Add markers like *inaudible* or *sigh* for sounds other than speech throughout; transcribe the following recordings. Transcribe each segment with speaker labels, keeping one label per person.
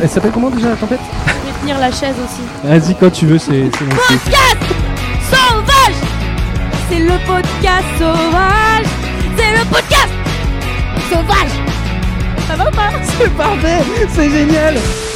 Speaker 1: Elle s'appelle comment déjà la tempête
Speaker 2: Je vais tenir la chaise aussi.
Speaker 1: Vas-y quand tu veux, c'est c'est bon. c'est-
Speaker 2: Sauvage C'est le podcast sauvage C'est le podcast sauvage Ça va ou pas
Speaker 1: C'est parfait, Ah, c'est génial.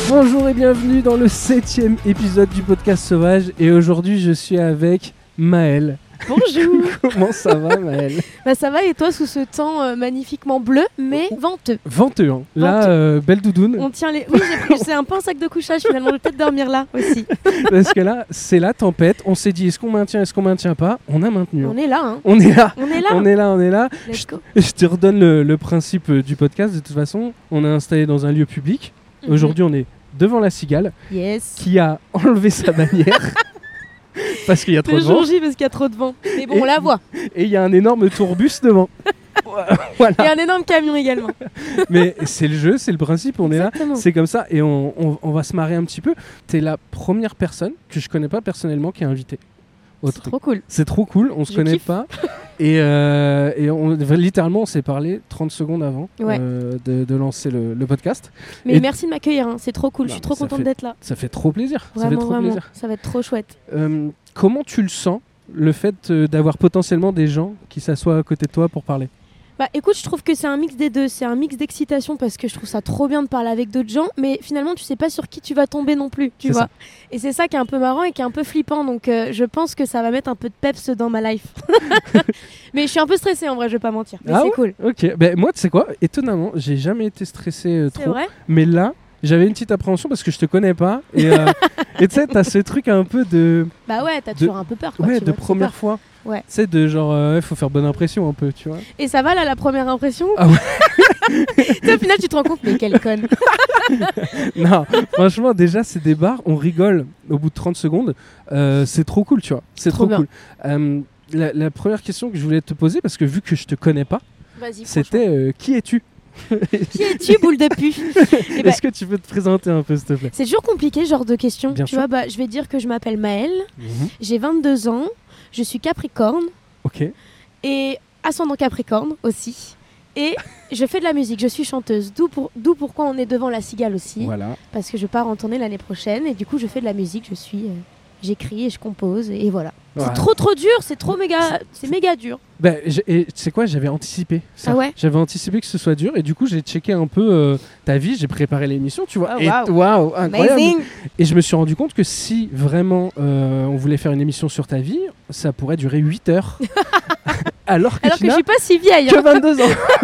Speaker 1: Bonjour et bienvenue dans le septième épisode du podcast Sauvage et aujourd'hui je suis avec Maëlle.
Speaker 2: Bonjour
Speaker 1: *laughs* Comment ça va Maëlle
Speaker 2: Bah ça va et toi sous ce temps euh, magnifiquement bleu mais
Speaker 1: Oh.
Speaker 2: venteux
Speaker 1: Venteux, hein. là
Speaker 2: Venteux.
Speaker 1: euh, belle doudoune
Speaker 2: on tient les. Oui, j'ai pris. C'est un peu un sac de couchage finalement. Je vais peut-être dormir là aussi.
Speaker 1: *laughs* parce que là c'est la tempête. On s'est dit est-ce qu'on maintient, est-ce qu'on maintient pas On a maintenu.
Speaker 2: On est là, hein.
Speaker 1: On est là,
Speaker 2: On est là.
Speaker 1: on est là, on est là.
Speaker 2: Let's go.
Speaker 1: Je te redonne le, le principe euh, du podcast. De toute façon, on est installé dans un lieu public. Aujourd'hui, on est devant la cigale
Speaker 2: Mhm. Yes.
Speaker 1: qui a *laughs* enlevé sa
Speaker 2: *laughs*
Speaker 1: bannière parce qu'il y a trop
Speaker 2: Le
Speaker 1: de vent
Speaker 2: jour J parce qu'il y a trop de vent. Mais bon,
Speaker 1: Et-
Speaker 2: on la voit.
Speaker 1: et il y a un énorme tourbus
Speaker 2: *laughs*
Speaker 1: devant. *laughs* Ah.
Speaker 2: Il y a un énorme camion également.
Speaker 1: Mais c'est le jeu, c'est le principe, on est là.
Speaker 2: Exactement.
Speaker 1: C'est comme ça et on, on- on va se marrer un petit peu. T'es la première personne que je connais pas personnellement qui est invitée. au
Speaker 2: C'est
Speaker 1: truc.
Speaker 2: trop cool.
Speaker 1: C'est trop cool, on se
Speaker 2: Je
Speaker 1: connaît
Speaker 2: kiffe. *laughs*
Speaker 1: pas. Et, euh, et on, littéralement, on s'est parlé 30 secondes avant
Speaker 2: Ouais.
Speaker 1: euh, de, de lancer le- le podcast.
Speaker 2: Mais
Speaker 1: Et-
Speaker 2: merci de m'accueillir. hein. C'est trop cool. je
Speaker 1: Non,
Speaker 2: suis trop
Speaker 1: ça
Speaker 2: contente
Speaker 1: fait
Speaker 2: d'être là.
Speaker 1: Ça fait trop plaisir. ça fait
Speaker 2: Vraiment,
Speaker 1: trop
Speaker 2: vraiment.
Speaker 1: plaisir.
Speaker 2: Ça va être trop chouette.
Speaker 1: Euh, comment tu le sens, le fait euh, d'avoir potentiellement des gens qui s'assoient à côté de toi pour parler
Speaker 2: Bah écoute, je trouve que c'est un mix des deux. C'est un mix d'excitation parce que je trouve ça trop bien de parler avec d'autres gens, mais finalement tu sais pas sur qui tu vas tomber non plus, tu
Speaker 1: C'est
Speaker 2: vois.
Speaker 1: ça.
Speaker 2: Et c'est ça qui est un peu marrant et qui est un peu flippant. Donc euh, je pense que ça va mettre un peu de peps dans ma
Speaker 1: *laughs*
Speaker 2: life. mais je suis un peu stressée en vrai, je vais pas mentir. Mais
Speaker 1: Ah
Speaker 2: c'est
Speaker 1: ouais
Speaker 2: cool.
Speaker 1: Ok, ben moi, tu sais quoi Étonnamment, j'ai jamais été stressé euh,
Speaker 2: C'est
Speaker 1: trop.
Speaker 2: vrai.
Speaker 1: Mais là, j'avais une petite appréhension parce que je te connais pas. Et euh,
Speaker 2: *laughs*
Speaker 1: et tu sais, t'as ce truc un peu de.
Speaker 2: Bah ouais, t'as
Speaker 1: De-
Speaker 2: toujours un peu peur. Quoi,
Speaker 1: ouais,
Speaker 2: tu
Speaker 1: de
Speaker 2: vois, t'as
Speaker 1: première
Speaker 2: peur.
Speaker 1: fois.
Speaker 2: Ouais.
Speaker 1: Tu sais, de genre, euh, faut faire bonne impression un peu, tu vois. *laughs*
Speaker 2: Et ça va là la première impression
Speaker 1: Ah ouais.
Speaker 2: *laughs* Tu sais, Au final tu te rends compte, mais
Speaker 1: *laughs*
Speaker 2: quelle conne.
Speaker 1: non, franchement, déjà, c'est des bars, on rigole au bout de 30 secondes. Euh, c'est trop cool, tu vois. C'est
Speaker 2: Trop
Speaker 1: trop,
Speaker 2: bien.
Speaker 1: cool. Euh, la, la première question que je voulais te poser, parce que vu que je te connais pas,
Speaker 2: Vas-y. franchement.
Speaker 1: c'était euh, qui es-tu *laughs*
Speaker 2: Qui es-tu, boule de pu Eh ben-
Speaker 1: Est-ce que tu peux te présenter un peu, s'il te plaît
Speaker 2: C'est toujours compliqué ce genre de questions.
Speaker 1: Bien
Speaker 2: tu
Speaker 1: sûr.
Speaker 2: vois, bah, je vais dire que je m'appelle Maëlle. J'ai 22 ans, je suis Capricorne
Speaker 1: Ok.
Speaker 2: et ascendant Capricorne aussi.
Speaker 1: *laughs*
Speaker 2: Et je fais de la musique, je suis chanteuse, d'où pour, d'où pourquoi on est devant la cigale aussi,
Speaker 1: Voilà.
Speaker 2: parce que je pars en tournée l'année prochaine et du coup je fais de la musique, je suis, euh, j'écris et je compose et, et voilà. C'est
Speaker 1: Voilà.
Speaker 2: trop trop dur, c'est trop méga, c'est méga dur.
Speaker 1: Bah, j'ai- et tu sais quoi, j'avais anticipé ça.
Speaker 2: Ah ouais
Speaker 1: J'avais anticipé que ce soit dur et du coup, j'ai checké un peu euh, ta vie, j'ai préparé l'émission, tu vois.
Speaker 2: Ah,
Speaker 1: et
Speaker 2: waouh.
Speaker 1: waouh, incroyable.
Speaker 2: Amazing.
Speaker 1: Et je me suis rendu compte que si vraiment euh, on voulait faire une émission sur ta vie, ça pourrait durer 8
Speaker 2: *laughs*
Speaker 1: heures. alors que
Speaker 2: Alors
Speaker 1: tu
Speaker 2: que je
Speaker 1: n'as
Speaker 2: suis pas si vieille.
Speaker 1: que
Speaker 2: hein.
Speaker 1: 22 ans. *laughs*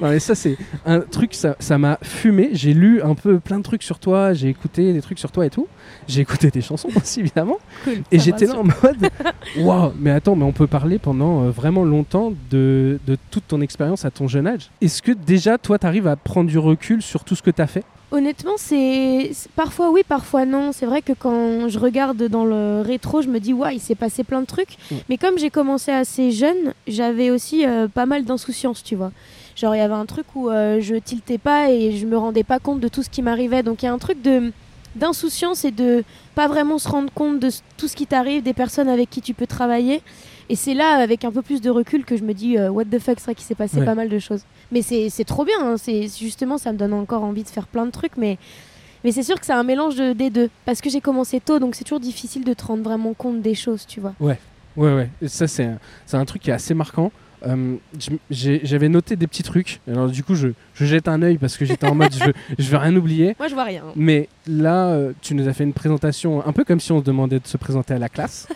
Speaker 1: non mais ça c'est un truc, ça ça m'a fumé. J'ai lu un peu plein de trucs sur toi, j'ai écouté des trucs sur toi et tout. J'ai écouté tes chansons *laughs* aussi évidemment.
Speaker 2: Cool,
Speaker 1: Et
Speaker 2: ça
Speaker 1: j'étais
Speaker 2: me
Speaker 1: là en mode, waouh, mais attends, mais on peut parler pendant euh, vraiment longtemps de, de toute ton expérience à ton jeune âge. Est-ce que déjà, toi, t'arrives à prendre du recul sur tout ce que t'as fait
Speaker 2: Honnêtement, c'est c'est- parfois oui, parfois non. C'est vrai que quand je regarde dans le rétro, je me dis waouh, il s'est passé plein de trucs.
Speaker 1: Mm.
Speaker 2: Mais comme j'ai commencé assez jeune, j'avais aussi euh, pas mal d'insouciance, tu vois. Genre il y avait un truc où euh, je tiltais pas et je me rendais pas compte de tout ce qui m'arrivait. Donc il y a un truc de d'insouciance et de pas vraiment se rendre compte de s- tout ce qui t'arrive, des personnes avec qui tu peux travailler. Et c'est là, avec un peu plus de recul, que je me dis euh, what the fuck, c'est vrai qu'il s'est passé
Speaker 1: Ouais.
Speaker 2: pas mal de choses. Mais c'est c'est trop bien, hein, c'est justement ça me donne encore envie de faire plein de trucs, mais, mais c'est sûr que c'est un mélange de- des deux. Parce que j'ai commencé tôt, donc c'est toujours difficile de te rendre vraiment compte des choses, tu vois.
Speaker 1: Ouais, ouais, Et ça c'est un, c'est un truc qui est assez marquant. Euh, j'm- j'ai- J'avais noté des petits trucs, alors du coup je, je jette un œil parce que j'étais en mode je, veux- je veux rien oublier.
Speaker 2: Moi je vois rien. hein.
Speaker 1: Mais là, euh, tu nous as fait une présentation un peu comme si on se demandait de se présenter à la classe.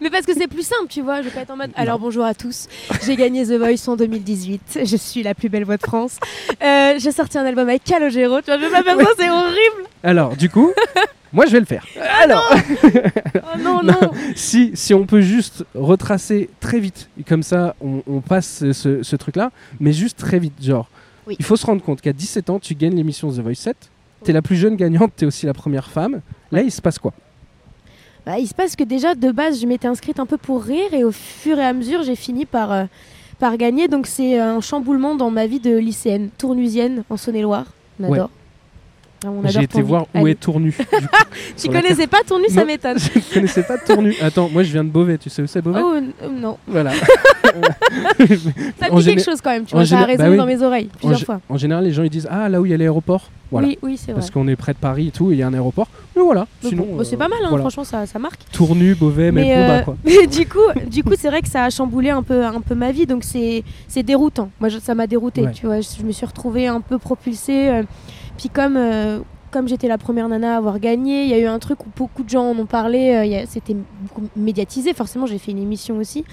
Speaker 2: Mais parce que c'est plus simple, tu vois. Je vais pas être en mode
Speaker 1: Non.
Speaker 2: alors bonjour à tous, j'ai gagné The Voice en 2018, je suis la plus belle voix de France, Euh, j'ai sorti un album avec Calogero, tu vois, je vais pas faire ça, c'est horrible.
Speaker 1: Alors, du
Speaker 2: *laughs*
Speaker 1: coup, moi je vais le faire. Alors, *laughs*
Speaker 2: Oh non,
Speaker 1: Non.
Speaker 2: non.
Speaker 1: si, si on peut juste retracer très vite, comme ça on, on passe ce, ce truc-là, mais juste très vite, genre,
Speaker 2: Oui.
Speaker 1: il faut se rendre compte qu'à 17 ans, tu gagnes l'émission The Voice 7, t'es la plus jeune gagnante, t'es aussi la première femme. Là, il se passe quoi
Speaker 2: Bah, il se passe que déjà de base je m'étais inscrite un peu pour rire et au fur et à mesure j'ai fini par, euh, par gagner donc euh, c'est un chamboulement dans ma vie de lycéenne tournusienne en Saône-et-Loire on
Speaker 1: Ouais.
Speaker 2: adore Vraiment, on adore
Speaker 1: J'ai été
Speaker 2: ton nid.
Speaker 1: voir où
Speaker 2: Allez.
Speaker 1: est Tournu.
Speaker 2: *laughs*
Speaker 1: du coup,
Speaker 2: Tu
Speaker 1: sur la
Speaker 2: connaissais pas ton nu, ça
Speaker 1: Non.
Speaker 2: m'étonne.
Speaker 1: carte. Je connaissais pas Tournu. Attends, moi je viens de Beauvais, tu sais où c'est Beauvais
Speaker 2: Oh n- euh, non,
Speaker 1: Voilà.
Speaker 2: ça
Speaker 1: En
Speaker 2: me dit
Speaker 1: géné-
Speaker 2: quelque chose quand même, tu
Speaker 1: en
Speaker 2: vois, ça a
Speaker 1: géné-
Speaker 2: résonné
Speaker 1: bah oui.
Speaker 2: dans mes oreilles
Speaker 1: en,
Speaker 2: plusieurs
Speaker 1: gé-
Speaker 2: fois.
Speaker 1: en général, les gens ils disent Ah, là où il y a l'aéroport. Voilà.
Speaker 2: Oui, oui, c'est vrai.
Speaker 1: Parce qu'on est près de Paris et tout, et il y a un aéroport. Mais voilà.
Speaker 2: Donc
Speaker 1: Sinon,
Speaker 2: bon, bah, c'est
Speaker 1: euh,
Speaker 2: pas mal, hein,
Speaker 1: voilà.
Speaker 2: franchement, ça, ça marque.
Speaker 1: Tournu, Beauvais, même
Speaker 2: Mais,
Speaker 1: combat
Speaker 2: euh,
Speaker 1: quoi.
Speaker 2: *laughs* mais du coup, du coup, c'est vrai que ça a chamboulé un peu, un peu ma vie, donc c'est, c'est déroutant. Moi, je- ça m'a dérouté,
Speaker 1: Ouais.
Speaker 2: tu vois. Je, je me suis retrouvée un peu propulsée. euh, puis comme, euh, comme j'étais la première nana à avoir gagné, il y a eu un truc où beaucoup de gens en ont parlé. euh, il y a- c'était beaucoup médiatisé. Forcément, j'ai fait une émission aussi.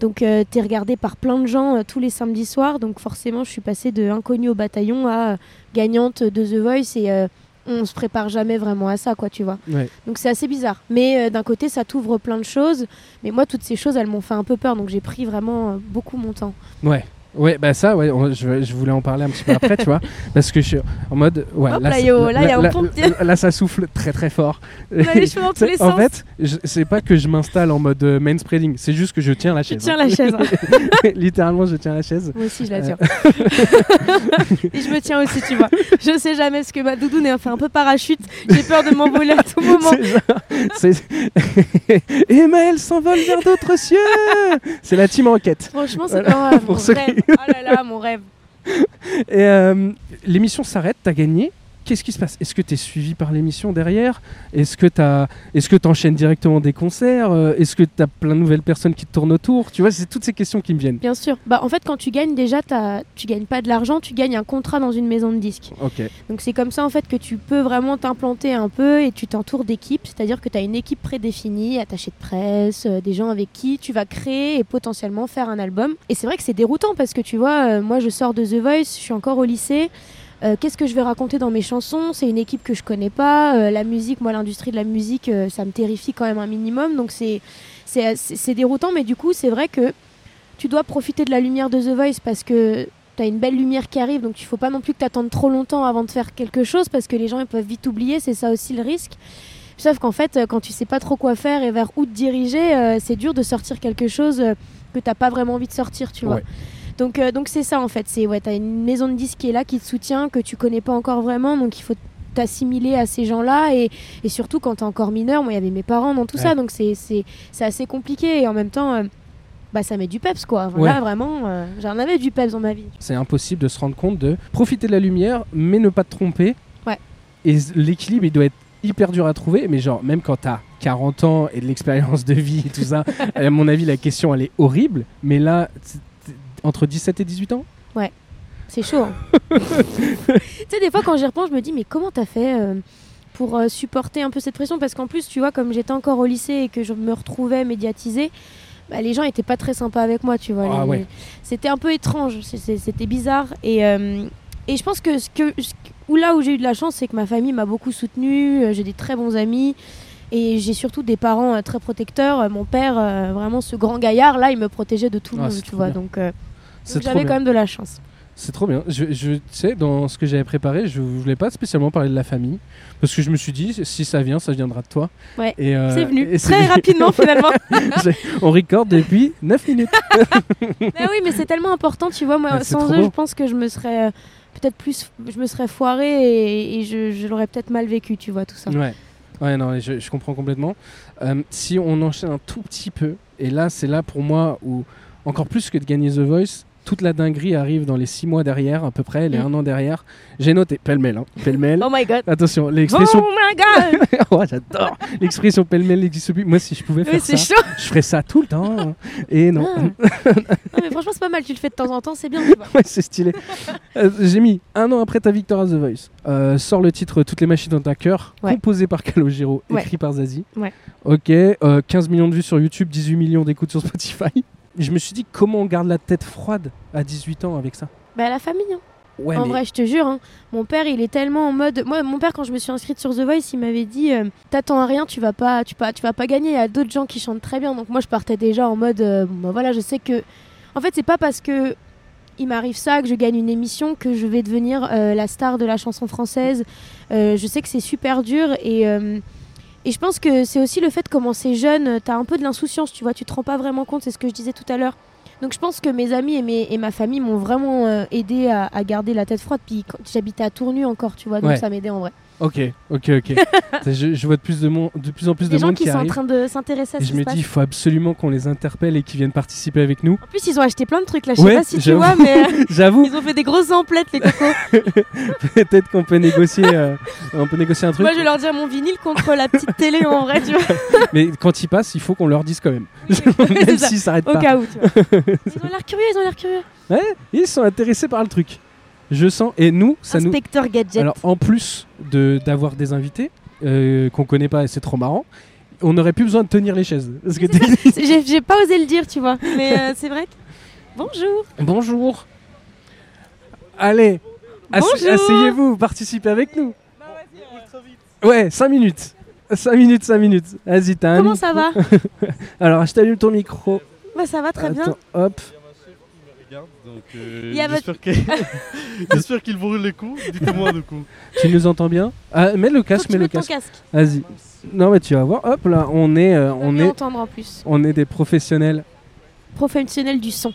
Speaker 2: Donc, euh, t'es regardée par plein de gens euh, tous les samedis soirs. Donc, forcément, je suis passée de inconnue au bataillon à euh, gagnante de The Voice et euh, on se prépare jamais vraiment à ça, quoi, tu vois.
Speaker 1: Ouais.
Speaker 2: Donc c'est assez bizarre. Mais euh, d'un côté, ça t'ouvre plein de choses. Mais moi, toutes ces choses, elles m'ont fait un peu peur. Donc j'ai pris vraiment euh, beaucoup mon temps.
Speaker 1: Ouais. Ouais, bah ça, ouais, on- je, je voulais en parler un petit peu après, tu
Speaker 2: *laughs*
Speaker 1: vois, parce que je suis en mode, ouais,
Speaker 2: Hop
Speaker 1: là,
Speaker 2: là,
Speaker 1: c'est-
Speaker 2: yo, là, y a
Speaker 1: là,
Speaker 2: un pompe-
Speaker 1: là, là, ça souffle très très fort.
Speaker 2: On a
Speaker 1: *laughs*
Speaker 2: les cheveux dans tous les
Speaker 1: en
Speaker 2: sens.
Speaker 1: fait, je- c'est pas que je m'installe en mode euh, manspreading, c'est juste que je tiens la
Speaker 2: je
Speaker 1: chaise.
Speaker 2: tiens la chaise. hein.
Speaker 1: hein. *laughs* Littéralement, je tiens la chaise.
Speaker 2: Moi aussi, je la
Speaker 1: Euh.
Speaker 2: tiens.
Speaker 1: *laughs*
Speaker 2: Et je me tiens aussi, tu vois. Je sais jamais parce que ma doudoune est fait un peu parachute. J'ai peur de m'envoler à tout moment.
Speaker 1: C'est *laughs* ça. C'est- Et Maëlle s'envole vers d'autres cieux. C'est la team enquête.
Speaker 2: Franchement, c'est pas
Speaker 1: Pour
Speaker 2: mon
Speaker 1: ceux
Speaker 2: rêve.
Speaker 1: qui-
Speaker 2: Oh là là, mon rêve.
Speaker 1: Et euh, l'émission s'arrête, t'as gagné. Qu'est-ce qui se passe Est-ce que t'es suivi par l'émission derrière Est-ce que t'as, est-ce que t'enchaînes directement des concerts Euh, Est-ce que t'as plein de nouvelles personnes qui te tournent autour Tu vois, c'est toutes ces questions qui me viennent.
Speaker 2: Bien sûr. Bah, en fait, quand tu gagnes, déjà, t'as- tu gagnes pas de l'argent, tu gagnes un contrat dans une maison de disques.
Speaker 1: Ok.
Speaker 2: Donc c'est comme ça en fait que tu peux vraiment t'implanter un peu et tu t'entoures d'équipes, c'est-à-dire que tu as une équipe prédéfinie, attachée de presse, euh, des gens avec qui tu vas créer et potentiellement faire un album. Et c'est vrai que c'est déroutant parce que tu vois, euh, moi je sors de The Voice, je suis encore au lycée. euh, Qu'est-ce que je vais raconter dans mes chansons C'est une équipe que je connais pas. euh, la musique, moi, l'industrie de la musique, euh, ça me terrifie quand même un minimum. Donc c'est c'est c'est- c'est déroutant, mais du coup, c'est vrai que tu dois profiter de la lumière de The Voice parce que T'as une belle lumière qui arrive, donc il faut pas non plus que t'attendes trop longtemps avant de faire quelque chose parce que les gens ils peuvent vite oublier, c'est ça aussi le risque. Sauf qu'en fait, euh, quand tu sais pas trop quoi faire et vers où te diriger, euh, c'est dur de sortir quelque chose euh, que t'as pas vraiment envie de sortir, tu vois.
Speaker 1: Ouais.
Speaker 2: Donc euh, donc c'est ça en fait, c'est ouais, t'as une maison de disques qui est là qui te soutient que tu connais pas encore vraiment, donc il faut t'assimiler à ces gens-là et, et surtout quand t'es encore mineur, moi il y avait mes parents dans tout
Speaker 1: Ouais.
Speaker 2: ça, donc c'est c'est c'est assez compliqué et en même temps. euh, bah ça met du peps quoi. Enfin,
Speaker 1: Ouais.
Speaker 2: Là vraiment, euh, j'en avais du peps dans ma vie.
Speaker 1: C'est impossible de se rendre compte de profiter de la lumière, mais ne pas te tromper.
Speaker 2: Ouais.
Speaker 1: Et z- l'équilibre, il doit être hyper dur à trouver, mais genre, même quand t'as 40 ans et de l'expérience de vie et tout
Speaker 2: *laughs*
Speaker 1: ça, à mon avis, la question, elle est horrible. Mais là, t- t- entre 17 et 18 ans
Speaker 2: C'est
Speaker 1: *laughs*
Speaker 2: chaud. hein. tu sais, des fois, quand j'y repense, je me dis, mais comment t'as fait euh, pour euh, supporter un peu cette pression Parce qu'en plus, tu vois, comme j'étais encore au lycée et que je me retrouvais médiatisée, bah, les gens étaient pas très sympas avec moi, tu vois.
Speaker 1: Ah
Speaker 2: Les-
Speaker 1: ouais.
Speaker 2: C'était un peu étrange, c'est- c'est- c'était bizarre. Et, euh, et je pense que, ce que ce- où là où j'ai eu de la chance, c'est que ma famille m'a beaucoup soutenue, euh, j'ai des très bons amis. Et j'ai surtout des parents euh, très protecteurs. Euh, Mon père, euh, vraiment ce grand gaillard, là, il me protégeait de tout le
Speaker 1: Ah,
Speaker 2: monde,
Speaker 1: c'est
Speaker 2: tu
Speaker 1: trop
Speaker 2: vois.
Speaker 1: bien.
Speaker 2: Donc, euh, donc
Speaker 1: C'est trop
Speaker 2: j'avais
Speaker 1: bien.
Speaker 2: quand même de la chance.
Speaker 1: C'est trop bien. Je, je- tu sais, dans ce que j'avais préparé, je voulais pas spécialement parler de la famille. Parce que je me suis dit, si ça vient, ça viendra de toi.
Speaker 2: Ouais.
Speaker 1: Et, euh,
Speaker 2: C'est venu
Speaker 1: et c'est
Speaker 2: très
Speaker 1: venu.
Speaker 2: rapidement finalement.
Speaker 1: *laughs* On recorde depuis 9 minutes. *laughs*
Speaker 2: mais oui, mais c'est tellement important, tu vois. Moi,
Speaker 1: Mais c'est
Speaker 2: sans
Speaker 1: trop
Speaker 2: eux,
Speaker 1: beau.
Speaker 2: je pense que je me serais euh, peut-être plus, je me serais foirée et, et je, je l'aurais peut-être mal vécu, tu vois tout ça.
Speaker 1: Ouais, ouais non, je, je comprends complètement. Euh, si on enchaîne un tout petit peu, et là, c'est là pour moi où, encore plus que de gagner The Voice, toute la dinguerie arrive dans les six mois derrière, à peu près, les
Speaker 2: Mm.
Speaker 1: un an derrière. J'ai noté, pêle-mêle, hein, pêle-mêle.
Speaker 2: Oh my god.
Speaker 1: Attention,
Speaker 2: Oh
Speaker 1: l'expression.
Speaker 2: my god.
Speaker 1: *laughs* Oh, j'adore L'expression pêle-mêle n'existe plus. Moi, si je pouvais
Speaker 2: Oui,
Speaker 1: faire
Speaker 2: c'est
Speaker 1: ça,
Speaker 2: chaud.
Speaker 1: je ferais ça tout le temps. hein. Et non.
Speaker 2: Ah. Non, mais franchement, c'est pas mal. Tu le fais de temps en temps, c'est bien. tu vois.
Speaker 1: *laughs* Ouais, c'est stylé. Euh, J'ai mis un an après ta victoire à The Voice. euh, sort le titre Toutes les machines dans ta cœur,
Speaker 2: Ouais.
Speaker 1: composé par Calogero,
Speaker 2: Ouais.
Speaker 1: écrit par Zazie.
Speaker 2: Ouais.
Speaker 1: Ok, euh, 15 millions de vues sur YouTube, 18 millions d'écoutes sur Spotify. *laughs* Je me suis dit, comment on garde la tête froide à 18 ans avec ça
Speaker 2: Bah la famille. hein.
Speaker 1: Ouais,
Speaker 2: en
Speaker 1: mais
Speaker 2: vrai, je te jure. hein, Mon père, il est tellement en mode. Moi, mon père, quand je me suis inscrite sur The Voice, il m'avait dit euh, t'attends à rien, tu vas pas, tu pas, tu vas pas gagner. Il y a d'autres gens qui chantent très bien. Donc moi, je partais déjà en mode. euh, Bon, bah voilà, je sais que. En fait, c'est pas parce que il m'arrive ça que je gagne une émission que je vais devenir euh, la star de la chanson française. Euh, je sais que c'est super dur et. euh, et je pense que c'est aussi le fait de commencer jeune, t'as un peu de l'insouciance, tu vois, tu te rends pas vraiment compte, c'est ce que je disais tout à l'heure. Donc je pense que mes amis et, mes, et ma famille m'ont vraiment euh, aidé à, à garder la tête froide. Puis quand j'habitais à Tournu encore, tu vois, donc
Speaker 1: Ouais.
Speaker 2: ça m'aidait en vrai.
Speaker 1: Ok, ok, ok.
Speaker 2: *laughs*
Speaker 1: je, je vois de plus, de, mon- de plus en plus
Speaker 2: Les
Speaker 1: de
Speaker 2: gens
Speaker 1: monde
Speaker 2: qui,
Speaker 1: qui,
Speaker 2: sont en
Speaker 1: arrivent.
Speaker 2: train de s'intéresser à
Speaker 1: Et
Speaker 2: ce
Speaker 1: je
Speaker 2: qui se
Speaker 1: me
Speaker 2: passe.
Speaker 1: dis, il faut absolument qu'on les interpelle et qu'ils viennent participer avec nous. *laughs*
Speaker 2: En plus, ils ont acheté plein de trucs là, je sais
Speaker 1: Ouais,
Speaker 2: pas si tu
Speaker 1: j'avoue.
Speaker 2: vois,
Speaker 1: *laughs*
Speaker 2: mais euh,
Speaker 1: J'avoue,
Speaker 2: ils ont fait des grosses emplettes, les cocos.
Speaker 1: peut-être qu'on peut négocier, euh, on peut négocier un truc.
Speaker 2: Moi, je vais leur dire mon vinyle contre la petite télé en vrai, tu vois,
Speaker 1: Mais quand ils passent, il faut qu'on leur dise quand même,
Speaker 2: *laughs* c'est
Speaker 1: même
Speaker 2: ça.
Speaker 1: s'ils s'arrêtent
Speaker 2: au
Speaker 1: *laughs* pas.
Speaker 2: cas où. Tu vois. Ils ont l'air curieux, ils ont l'air curieux.
Speaker 1: Ils sont intéressés par le truc. Je sens. Et nous, ça nous.
Speaker 2: Inspecteur Gadget.
Speaker 1: Alors en plus de d'avoir des invités euh, qu'on connaît pas et c'est trop marrant, on n'aurait plus besoin de tenir les chaises. Parce que t'es-
Speaker 2: J'ai j'ai pas osé le dire, tu vois, mais euh, c'est vrai. que- *laughs* Bonjour.
Speaker 1: Bonjour. Allez, asse-
Speaker 2: Bonjour.
Speaker 1: asseyez-vous, participez avec nous. Ouais, 5 minutes. 5 minutes, 5 minutes. Vas-y, t'as un
Speaker 2: Comment
Speaker 1: mi-
Speaker 2: ça va
Speaker 1: Alors, je t'allume ton micro.
Speaker 2: *laughs* Bah ça va très bien.
Speaker 1: Attends, hop.
Speaker 3: regarde, donc euh,
Speaker 2: Il y a votre-
Speaker 3: j'espère que- *laughs* j'espère qu'il brûle les coups. Dites-moi du coup.
Speaker 1: Tu nous entends bien Ah, Mets le
Speaker 2: Faut que
Speaker 1: casque,
Speaker 2: tu
Speaker 1: mets le
Speaker 2: mettes ton
Speaker 1: casque.
Speaker 2: casque.
Speaker 1: Vas-y. Non, mais tu vas voir. Hop, là, on est, euh, on
Speaker 2: mieux
Speaker 1: est,
Speaker 2: entendre en plus.
Speaker 1: on est des professionnels.
Speaker 2: Professionnel
Speaker 1: *laughs*
Speaker 2: du son.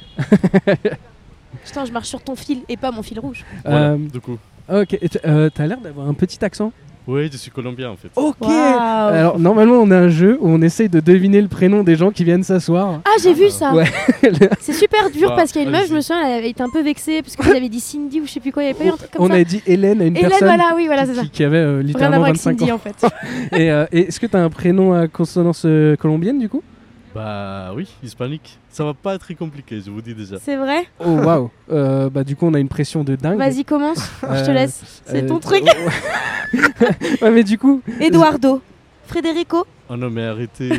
Speaker 2: Putain, je marche sur ton fil et pas mon fil rouge.
Speaker 3: Voilà,
Speaker 1: Euh,
Speaker 3: Du coup.
Speaker 1: Ok, et t- euh, t'as l'air d'avoir un petit accent.
Speaker 3: Oui, je suis colombien en fait.
Speaker 1: Ok.
Speaker 2: Waouh.
Speaker 1: Alors normalement on a un jeu où on essaye de deviner le prénom des gens qui viennent s'asseoir.
Speaker 2: Ah, j'ai vu ça.
Speaker 1: Ouais.
Speaker 2: *laughs* C'est super dur
Speaker 3: Bah,
Speaker 2: parce qu'il y a une meuf,
Speaker 3: allez-y.
Speaker 2: je me souviens, elle avait été un peu vexée parce que vous avez dit Cindy ou je sais plus quoi, il y avait pas eu un truc comme
Speaker 1: on
Speaker 2: ça.
Speaker 1: a dit Hélène à une
Speaker 2: Hélène,
Speaker 1: personne
Speaker 2: voilà, oui, voilà,
Speaker 1: qui-
Speaker 2: c'est ça.
Speaker 1: qui, avait euh,
Speaker 2: Rien à
Speaker 1: littéralement
Speaker 2: voir avec
Speaker 1: 25
Speaker 2: Cindy
Speaker 1: ans.
Speaker 2: en fait.
Speaker 1: Et euh, et est-ce que t'as un prénom à consonance euh, colombienne du coup
Speaker 3: Bah oui, hispanique. Ça va pas être très compliqué, je vous dis déjà.
Speaker 2: C'est vrai
Speaker 1: Oh waouh. Euh, bah du coup on a une pression de dingue.
Speaker 2: Vas-y, commence, je te
Speaker 1: Ah, Euh,
Speaker 2: laisse. C'est
Speaker 1: Euh,
Speaker 2: ton truc.
Speaker 1: *laughs* ouais mais du coup.
Speaker 2: Eduardo, Federico
Speaker 3: Oh non, mais
Speaker 2: *laughs*
Speaker 3: arrêtez.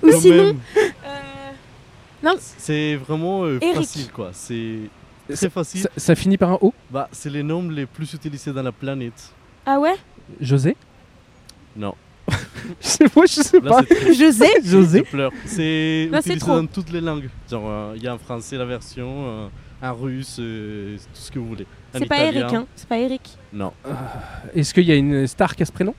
Speaker 2: ou
Speaker 3: quand
Speaker 2: sinon.
Speaker 3: même.
Speaker 2: euh,
Speaker 3: C'est vraiment euh,
Speaker 2: Eric.
Speaker 3: facile quoi. C'est
Speaker 1: Ça-
Speaker 3: très facile.
Speaker 1: Ça, ça finit par un O.
Speaker 3: Bah, c'est les noms les plus utilisés dans la planète.
Speaker 2: Ah ouais
Speaker 1: José.
Speaker 3: Non.
Speaker 1: *laughs* je sais pas. Je sais
Speaker 3: Là,
Speaker 1: pas.
Speaker 3: c'est très-
Speaker 2: José
Speaker 1: *laughs* José.
Speaker 3: Je pleure. C'est
Speaker 2: Là, c'est
Speaker 3: utilisé
Speaker 2: trop.
Speaker 3: dans toutes les langues. Genre, euh, il y a en français la version, euh, en russe, euh, tout ce que vous voulez. En
Speaker 2: C'est pas Eric,
Speaker 3: italien.
Speaker 2: hein C'est pas Eric.
Speaker 3: Non.
Speaker 1: Est-ce qu'il y a une star qui a ce prénom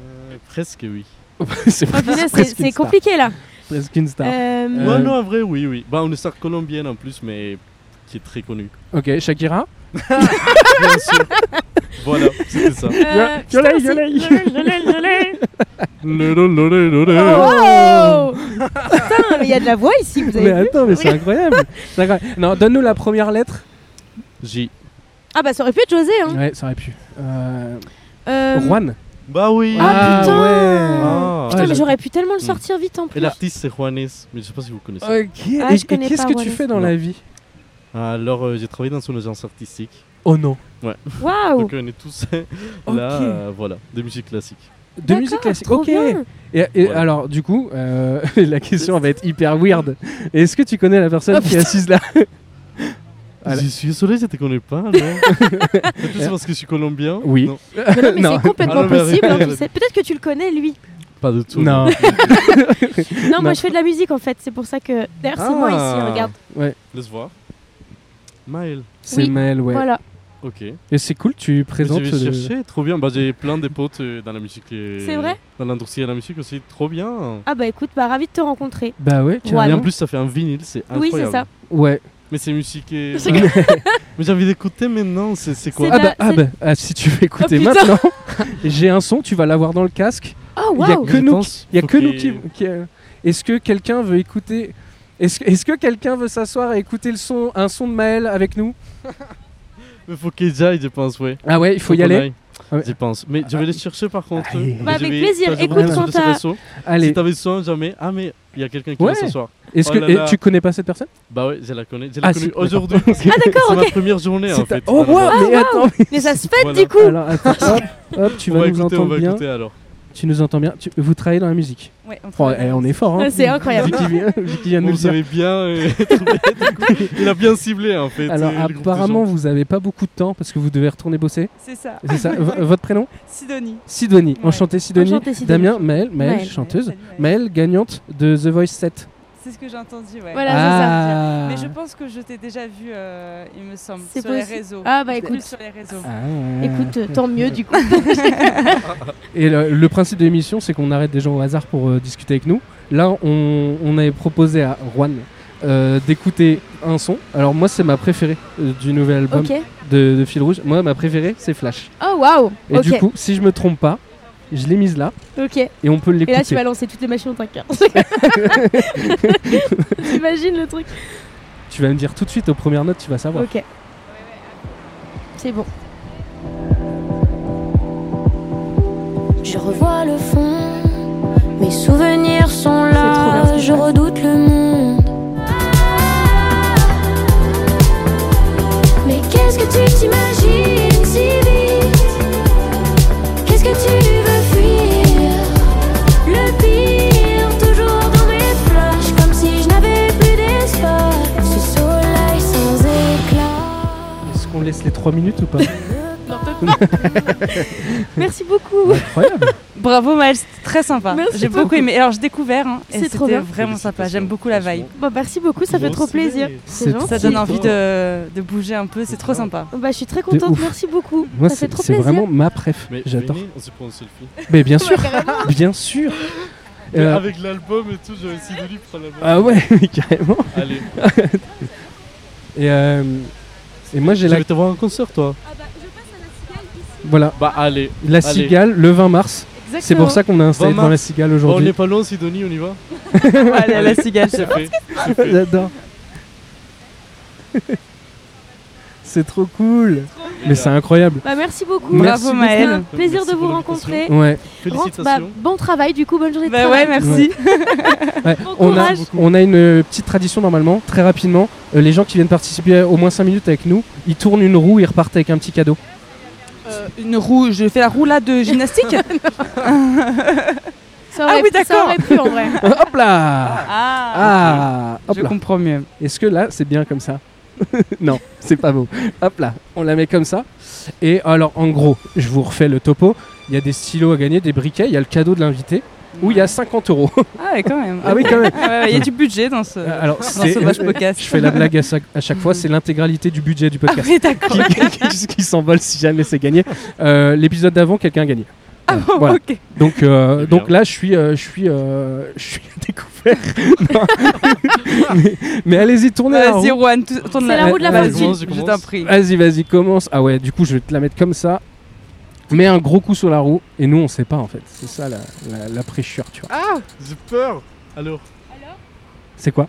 Speaker 3: Euh, presque oui.
Speaker 1: *laughs* C'est
Speaker 2: Oh, punaise, c'est-
Speaker 1: presque une
Speaker 2: C'est
Speaker 1: star.
Speaker 2: compliqué là.
Speaker 1: Presque une star.
Speaker 2: Euh,
Speaker 3: Ouais,
Speaker 1: Euh,
Speaker 3: non, en vrai, oui, oui. Bah, une star colombienne en plus, mais qui est très connue.
Speaker 1: Ok
Speaker 2: *laughs*
Speaker 1: Shakira. *laughs*
Speaker 3: Bien sûr. voilà, *laughs* c'était ça.
Speaker 2: euh,
Speaker 1: Yo- yolay,
Speaker 2: putain, c'est-
Speaker 1: yolay.
Speaker 2: yolay, yolay.
Speaker 3: Lolololololol.
Speaker 2: Oh Putain, mais il y a de la voix ici, vous avez
Speaker 1: Mais
Speaker 2: vu
Speaker 1: attends, mais c'est
Speaker 2: Oui.
Speaker 1: incroyable. C'est incroyable. Non, donne-nous la première lettre.
Speaker 3: J.
Speaker 2: Ah bah ça aurait pu être José, hein
Speaker 1: Ouais, ça aurait pu. Euh,
Speaker 2: Euh,
Speaker 1: Juan.
Speaker 3: Bah oui.
Speaker 2: Ah, putain.
Speaker 3: Ah.
Speaker 2: Putain,
Speaker 1: Ouais,
Speaker 2: mais
Speaker 1: je-
Speaker 2: j'aurais pu tellement le sortir vite en
Speaker 3: Et
Speaker 2: plus.
Speaker 3: l'artiste, c'est Juanes, mais je sais pas si vous connaissez.
Speaker 1: Ok. Et-
Speaker 2: Ah, je
Speaker 1: et
Speaker 2: connais
Speaker 1: qu'est-ce
Speaker 2: pas
Speaker 1: que
Speaker 2: Juan.
Speaker 1: tu fais dans
Speaker 3: Non.
Speaker 1: la vie
Speaker 3: Alors, euh, j'ai travaillé dans une agence artistique.
Speaker 1: Oh non.
Speaker 2: Waouh
Speaker 3: Donc, on est tous *laughs*
Speaker 1: Ok.
Speaker 3: là, euh, voilà, de musique classique.
Speaker 1: De musique classique.
Speaker 2: Trop
Speaker 1: Ok.
Speaker 2: bien.
Speaker 1: Et, et
Speaker 3: Voilà.
Speaker 1: alors, du coup, euh, *laughs* la question va être hyper weird. Est-ce que tu connais la personne
Speaker 2: Oh,
Speaker 1: qui est assise là Voilà.
Speaker 3: Je suis désolé, je te connais pas, non En plus, c'est parce que je suis colombien.
Speaker 1: Oui.
Speaker 3: Non,
Speaker 1: *laughs*
Speaker 2: Mais non, mais
Speaker 1: Non.
Speaker 2: c'est complètement
Speaker 3: Ah, non, mais
Speaker 2: possible, hein,
Speaker 3: arrête.
Speaker 2: tu sais. Peut-être que tu le connais, lui.
Speaker 3: pas du tout.
Speaker 1: Non.
Speaker 2: Non,
Speaker 1: Non.
Speaker 2: moi je fais de la musique en fait, c'est pour ça que. D'ailleurs, c'est moi ici,
Speaker 3: Ah.
Speaker 2: regarde.
Speaker 3: Laisse voir. Maël.
Speaker 1: C'est
Speaker 2: Oui.
Speaker 1: Mel, ouais.
Speaker 2: Voilà.
Speaker 3: Ok.
Speaker 1: Et c'est cool, tu
Speaker 3: Je
Speaker 1: présentes.
Speaker 3: vais
Speaker 1: le-
Speaker 3: chercher, trop bien. Bah, j'ai plein de potes euh, dans la musique. euh,
Speaker 2: C'est vrai
Speaker 3: Dans l'industrie de la musique aussi, trop bien.
Speaker 2: Ah bah écoute, bah ravi de te rencontrer.
Speaker 1: Bah ouais.
Speaker 2: Ouais.
Speaker 1: carrément.
Speaker 3: Et en
Speaker 2: non.
Speaker 3: plus, ça fait un vinyle, c'est
Speaker 2: Oui,
Speaker 3: incroyable.
Speaker 2: c'est ça.
Speaker 1: Ouais.
Speaker 3: Mais c'est musique. euh,
Speaker 2: C'est-
Speaker 3: voilà. *laughs* Mais j'ai envie d'écouter maintenant, c'est c'est quoi
Speaker 2: C'est
Speaker 1: Ah
Speaker 2: la-
Speaker 1: bah, ah
Speaker 2: Eh c'est- Oh,
Speaker 1: bah, ah, si tu veux écouter
Speaker 2: putain.
Speaker 1: maintenant,
Speaker 2: *laughs*
Speaker 1: j'ai un son, tu vas l'avoir dans le casque.
Speaker 2: Oh
Speaker 1: Il y a
Speaker 2: waouh
Speaker 1: que
Speaker 3: Je
Speaker 1: nous
Speaker 3: pense
Speaker 1: Il y a
Speaker 3: faut
Speaker 1: que nous qui.
Speaker 3: qu'il-
Speaker 1: qui, euh, Est-ce que quelqu'un veut écouter Est-ce que, est-ce que quelqu'un veut s'asseoir et écouter le son, un son de Maël avec nous
Speaker 3: Mais faut qu'il y aille, je pense, ouais.
Speaker 1: Ah ouais, il faut y
Speaker 3: qu'on
Speaker 1: aller.
Speaker 3: aille,
Speaker 1: Ah ouais.
Speaker 3: Je pense. Mais je vais les chercher par contre.
Speaker 1: Allez.
Speaker 3: Et
Speaker 1: Bah,
Speaker 3: je
Speaker 2: avec
Speaker 3: vais-
Speaker 2: plaisir.
Speaker 3: je vais
Speaker 2: Écoute,
Speaker 3: regarder
Speaker 2: quand
Speaker 3: sur ce
Speaker 2: t'as-
Speaker 3: réseau. Si
Speaker 1: Allez,
Speaker 3: t'avais besoin, jamais. Ah, mais il y a quelqu'un qui
Speaker 1: Ouais.
Speaker 3: va s'asseoir.
Speaker 1: est-ce
Speaker 3: Oh
Speaker 1: que
Speaker 3: là
Speaker 1: eh,
Speaker 3: là.
Speaker 1: tu connais pas cette personne
Speaker 3: Bah ouais, je la connais. Je l'ai
Speaker 1: Ah, si,
Speaker 3: connue
Speaker 1: *laughs* d'accord.
Speaker 3: aujourd'hui.
Speaker 1: Ah,
Speaker 2: d'accord,
Speaker 3: C'est
Speaker 2: ok.
Speaker 3: ma première journée en
Speaker 1: C'est un-
Speaker 3: fait.
Speaker 1: Oh
Speaker 3: dans la
Speaker 1: waouh,
Speaker 2: Ah,
Speaker 1: mais attends, mais-
Speaker 2: Mais ça se fait
Speaker 3: Voilà.
Speaker 2: du coup
Speaker 1: Alors, attends, hop, hop, tu
Speaker 3: *laughs* On
Speaker 1: vas
Speaker 3: va
Speaker 1: nous
Speaker 3: écouter, on
Speaker 1: entendre
Speaker 3: va
Speaker 1: bien.
Speaker 3: écouter alors.
Speaker 1: Tu nous entends bien. Tu- Vous travaillez dans la musique.
Speaker 4: Ouais, on
Speaker 1: Oh,
Speaker 4: travaille.
Speaker 1: eh, on est fort. Hein.
Speaker 2: Ah, C'est
Speaker 1: Vu
Speaker 2: incroyable.
Speaker 1: qu'il vient, vu qu'il vient de nous le
Speaker 3: Vous
Speaker 1: dire.
Speaker 3: savez bien. euh, *laughs* trouvé, du coup. Il a bien ciblé en fait.
Speaker 1: Alors
Speaker 3: euh, le groupe de gens.
Speaker 1: apparemment vous avez pas beaucoup de temps parce que vous devez retourner bosser.
Speaker 4: C'est ça.
Speaker 1: C'est ça. V- euh, votre prénom
Speaker 4: Sidonie.
Speaker 1: Sidonie.
Speaker 4: Ouais.
Speaker 1: Enchanté Sidonie.
Speaker 2: Enchantée, Sidonie.
Speaker 1: Damien, Maël, Maël,
Speaker 2: Maël.
Speaker 1: *laughs* chanteuse.
Speaker 4: Salut, Maëlle.
Speaker 1: Maël, gagnante de The Voice 7.
Speaker 4: C'est ce que j'ai entendu, ouais.
Speaker 2: Voilà, c'est ça.
Speaker 1: Ah.
Speaker 4: Mais je pense que je t'ai déjà vu, euh, il me semble,
Speaker 2: C'est
Speaker 4: sur les
Speaker 2: possible.
Speaker 4: réseaux.
Speaker 2: Ah bah
Speaker 4: Plus
Speaker 2: écoute,
Speaker 4: sur les réseaux.
Speaker 1: Ah.
Speaker 2: écoute, euh, tant
Speaker 1: *laughs*
Speaker 2: mieux du coup.
Speaker 1: Et le, le principe de l'émission, c'est qu'on arrête des gens au hasard pour euh, discuter avec nous. Là, on, on avait proposé à Juan euh, d'écouter un son. Alors moi, c'est ma préférée euh, du nouvel album
Speaker 2: Ok.
Speaker 1: de, de Fil Rouge. Moi, ma préférée, c'est Flash.
Speaker 2: Oh waouh.
Speaker 1: Et
Speaker 2: Ok.
Speaker 1: du coup, si je me trompe pas, je l'ai mise là
Speaker 2: Ok. Et
Speaker 1: et on peut l'écouter.
Speaker 2: là, tu vas lancer toutes les machines en tant
Speaker 1: *laughs*
Speaker 2: qu'un. T'imagines le truc
Speaker 1: Tu vas me dire tout de suite aux premières notes, tu vas savoir.
Speaker 2: Ok.
Speaker 1: *laughs*
Speaker 2: C'est bon.
Speaker 5: Je revois le fond, mes souvenirs
Speaker 2: trop
Speaker 5: sont
Speaker 2: bien ce
Speaker 5: là,
Speaker 2: qui se
Speaker 5: je
Speaker 2: passe.
Speaker 5: redoute le monde. Mais qu'est-ce que tu t'imagines si vite Qu'est-ce que tu veux fuir Le pire, toujours dans mes flashs, comme si je n'avais plus d'espoir. Ce soleil sans éclat.
Speaker 1: Est-ce qu'on laisse les 3 minutes
Speaker 2: *laughs*
Speaker 1: ou pas
Speaker 2: Merci beaucoup.
Speaker 1: Incroyable.
Speaker 4: Bravo Maël, c'était très sympa.
Speaker 2: Merci
Speaker 4: J'ai beaucoup
Speaker 2: beaucoup.
Speaker 4: aimé. Alors j'ai découvert hein, et
Speaker 2: C'est trop
Speaker 4: c'était
Speaker 2: bien.
Speaker 4: vraiment sympa. J'aime beaucoup la vibe.
Speaker 2: Bon, merci beaucoup, ça fait
Speaker 3: Gros
Speaker 2: trop plaisir.
Speaker 3: soleil.
Speaker 1: C'est
Speaker 2: gentil.
Speaker 4: Ça
Speaker 1: trop
Speaker 4: donne envie
Speaker 1: fort.
Speaker 4: de, de bouger un peu, c'est trop sympa. *laughs*
Speaker 2: Bah, je suis très
Speaker 1: De
Speaker 2: contente,
Speaker 1: ouf.
Speaker 2: merci beaucoup.
Speaker 1: Moi,
Speaker 2: ça fait
Speaker 1: c'est
Speaker 2: trop
Speaker 1: c'est
Speaker 2: plaisir.
Speaker 1: vraiment ma préf.
Speaker 3: Mais
Speaker 1: J'adore.
Speaker 3: venez, on se prend un selfie.
Speaker 1: Mais bien sûr, bien
Speaker 3: *laughs*
Speaker 1: sûr. Euh,
Speaker 3: Avec l'album et tout, j'avais essayé de lui prendre la main.
Speaker 1: ah ouais, *laughs* mais carrément.
Speaker 3: Allez,
Speaker 1: Et, euh, et moi, j'ai
Speaker 3: je
Speaker 1: la.
Speaker 3: vais te voir en concert, toi.
Speaker 1: Voilà,
Speaker 3: Bah, allez.
Speaker 1: la
Speaker 3: Allez.
Speaker 1: cigale le 20 mars. C'est pour ça qu'on a installé
Speaker 3: Bon,
Speaker 1: dans la
Speaker 3: Marc.
Speaker 1: cigale
Speaker 3: Bon, on
Speaker 1: aujourd'hui.
Speaker 3: n'est pas loin, Sidonie, on y va
Speaker 4: Allez, à la cigale.
Speaker 3: C'est fait.
Speaker 1: *laughs*
Speaker 3: *laughs*
Speaker 1: J'adore. c'est trop cool. Mais c'est incroyable.
Speaker 2: Bah, merci beaucoup.
Speaker 1: Merci
Speaker 4: Bravo Maël.
Speaker 2: C'était un Plaisir
Speaker 3: Merci
Speaker 2: de vous
Speaker 3: pour
Speaker 2: rencontrer.
Speaker 1: Ouais.
Speaker 2: Rentre- bah,
Speaker 3: Félicitations.
Speaker 2: bon travail, du coup, bonne journée de
Speaker 4: Bah ouais,
Speaker 2: travail.
Speaker 4: merci.
Speaker 1: Ouais,
Speaker 2: Bon
Speaker 1: on, a,
Speaker 2: courage.
Speaker 1: on a une euh, petite tradition normalement, très rapidement. euh, les gens qui viennent participer à au moins 5 minutes avec nous, ils tournent une roue et repartent avec un petit *laughs* cadeau.
Speaker 4: Euh, une roue, je fais la roulade de
Speaker 1: *laughs*
Speaker 4: gymnastique.
Speaker 2: Ça aurait,
Speaker 4: Ah oui,
Speaker 2: Ça
Speaker 4: d'accord.
Speaker 2: aurait pu en
Speaker 4: *laughs*
Speaker 2: vrai.
Speaker 1: hop là
Speaker 4: Ah,
Speaker 1: Ah Hop
Speaker 4: je
Speaker 1: là
Speaker 4: comprends mieux.
Speaker 1: Est-ce que là c'est bien comme ça *laughs* Non, c'est pas beau. Hop là, on la met comme ça. Et alors en gros, je vous refais le topo. Il y a des stylos à gagner, des briquets, il y a le cadeau de l'invité, où il y a 50 euros.
Speaker 4: Ah ouais, quand même.
Speaker 1: ah oui Euh, quand même
Speaker 4: Ah ouais, ouais, il y a du budget dans ce,
Speaker 1: *laughs* Alors
Speaker 4: dans
Speaker 1: c'est...
Speaker 4: ce vache podcast.
Speaker 1: *laughs* Je fais la blague à chaque, à chaque fois, c'est l'intégralité du budget du
Speaker 4: Ah
Speaker 1: podcast.
Speaker 4: oui,
Speaker 1: *laughs*
Speaker 4: d'accord.
Speaker 1: qui, qui- qui s'envole si jamais c'est gagné. Euh, L'épisode d'avant, quelqu'un a gagné.
Speaker 4: Ah bon,
Speaker 1: Voilà.
Speaker 4: ok.
Speaker 1: Donc, euh,
Speaker 3: Eh bien.
Speaker 1: donc là, je suis, euh, je suis, euh, je suis *laughs* découvert. Non. mais mais allez-y, tournez la
Speaker 4: Vas-y,
Speaker 1: roue.
Speaker 4: Rouen, tu- tourne
Speaker 2: C'est la roue de la
Speaker 4: Vas-y,
Speaker 3: fortune.
Speaker 4: Je t'en prie.
Speaker 1: Vas-y, vas-y, commence. Ah ouais, du coup, je vais te la mettre comme ça. Mets un gros coup sur la roue. Et nous, on sait pas en fait. C'est ça la, la, la pressure, tu vois.
Speaker 4: Ah,
Speaker 3: J'ai peur. Alors,
Speaker 1: C'est quoi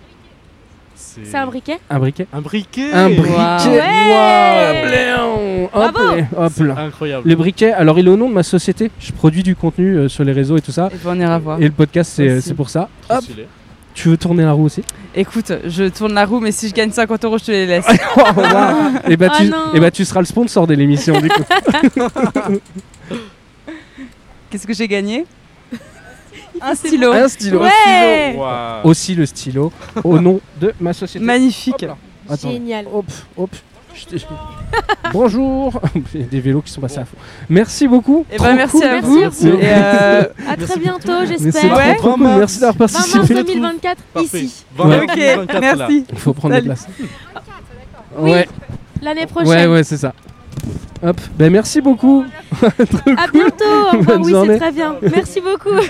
Speaker 3: c'est.
Speaker 2: C'est un briquet
Speaker 1: Un briquet
Speaker 3: Un briquet.
Speaker 1: Un
Speaker 4: Wow.
Speaker 1: briquet
Speaker 2: Ouais.
Speaker 1: Bléon. Hop,
Speaker 2: Bravo.
Speaker 1: et- hop là.
Speaker 3: Incroyable.
Speaker 1: Le briquet, alors il est au nom de ma société. Je produis du contenu euh, sur les réseaux et tout ça.
Speaker 4: et ben, on ira voir.
Speaker 1: Et le podcast, c'est euh,
Speaker 4: Aussi.
Speaker 1: c'est pour ça.
Speaker 3: Trop
Speaker 1: Hop,
Speaker 3: stylé.
Speaker 1: tu veux tourner la roue *laughs* aussi
Speaker 4: Écoute, je tourne la roue, mais si je gagne 50 euros, je te les laisse.
Speaker 1: Oh, Et bah,
Speaker 4: Oh,
Speaker 2: Ah
Speaker 1: tu,
Speaker 2: non.
Speaker 1: eh bah, tu seras le sponsor de l'émission du *laughs* coup.
Speaker 4: Qu'est-ce que j'ai
Speaker 2: *laughs*
Speaker 4: gagné Un stylo.
Speaker 1: Un stylo.
Speaker 4: Ouais
Speaker 3: Waouh.
Speaker 1: Aussi le stylo au nom de ma société. Hop
Speaker 4: Magnifique.
Speaker 1: là. Attends.
Speaker 2: Génial.
Speaker 1: Hop, hop. Je t'ai- Bonjour. *laughs* Il y a des vélos qui sont passés à fond. Merci beaucoup.
Speaker 4: Et
Speaker 1: Trop
Speaker 4: ben merci
Speaker 1: cool.
Speaker 4: à
Speaker 2: Merci
Speaker 4: vous.
Speaker 2: à vous.
Speaker 4: Et
Speaker 1: *laughs*
Speaker 4: euh,
Speaker 2: À très bientôt,
Speaker 1: Mais c'est
Speaker 2: j'espère.
Speaker 1: trop,
Speaker 4: Ouais.
Speaker 1: trop cool. Merci d'avoir
Speaker 2: 20 mars
Speaker 1: participé.
Speaker 2: 2024,
Speaker 3: Parfait.
Speaker 2: ici.
Speaker 3: Vingt-
Speaker 1: Ouais.
Speaker 4: ok,
Speaker 3: vingt-quatre, là.
Speaker 4: merci.
Speaker 1: Il faut prendre des
Speaker 4: Salut.
Speaker 1: places.
Speaker 2: Oui,
Speaker 1: Ouais,
Speaker 2: L'année
Speaker 1: ouais,
Speaker 2: prochaine.
Speaker 1: ouais, c'est ça. Hop, ben merci beaucoup. Trop
Speaker 2: À
Speaker 1: cool. *laughs*
Speaker 2: bientôt. Au revoir.
Speaker 1: Bonne
Speaker 2: Oui,
Speaker 1: journée.
Speaker 2: c'est très bien. Merci beaucoup.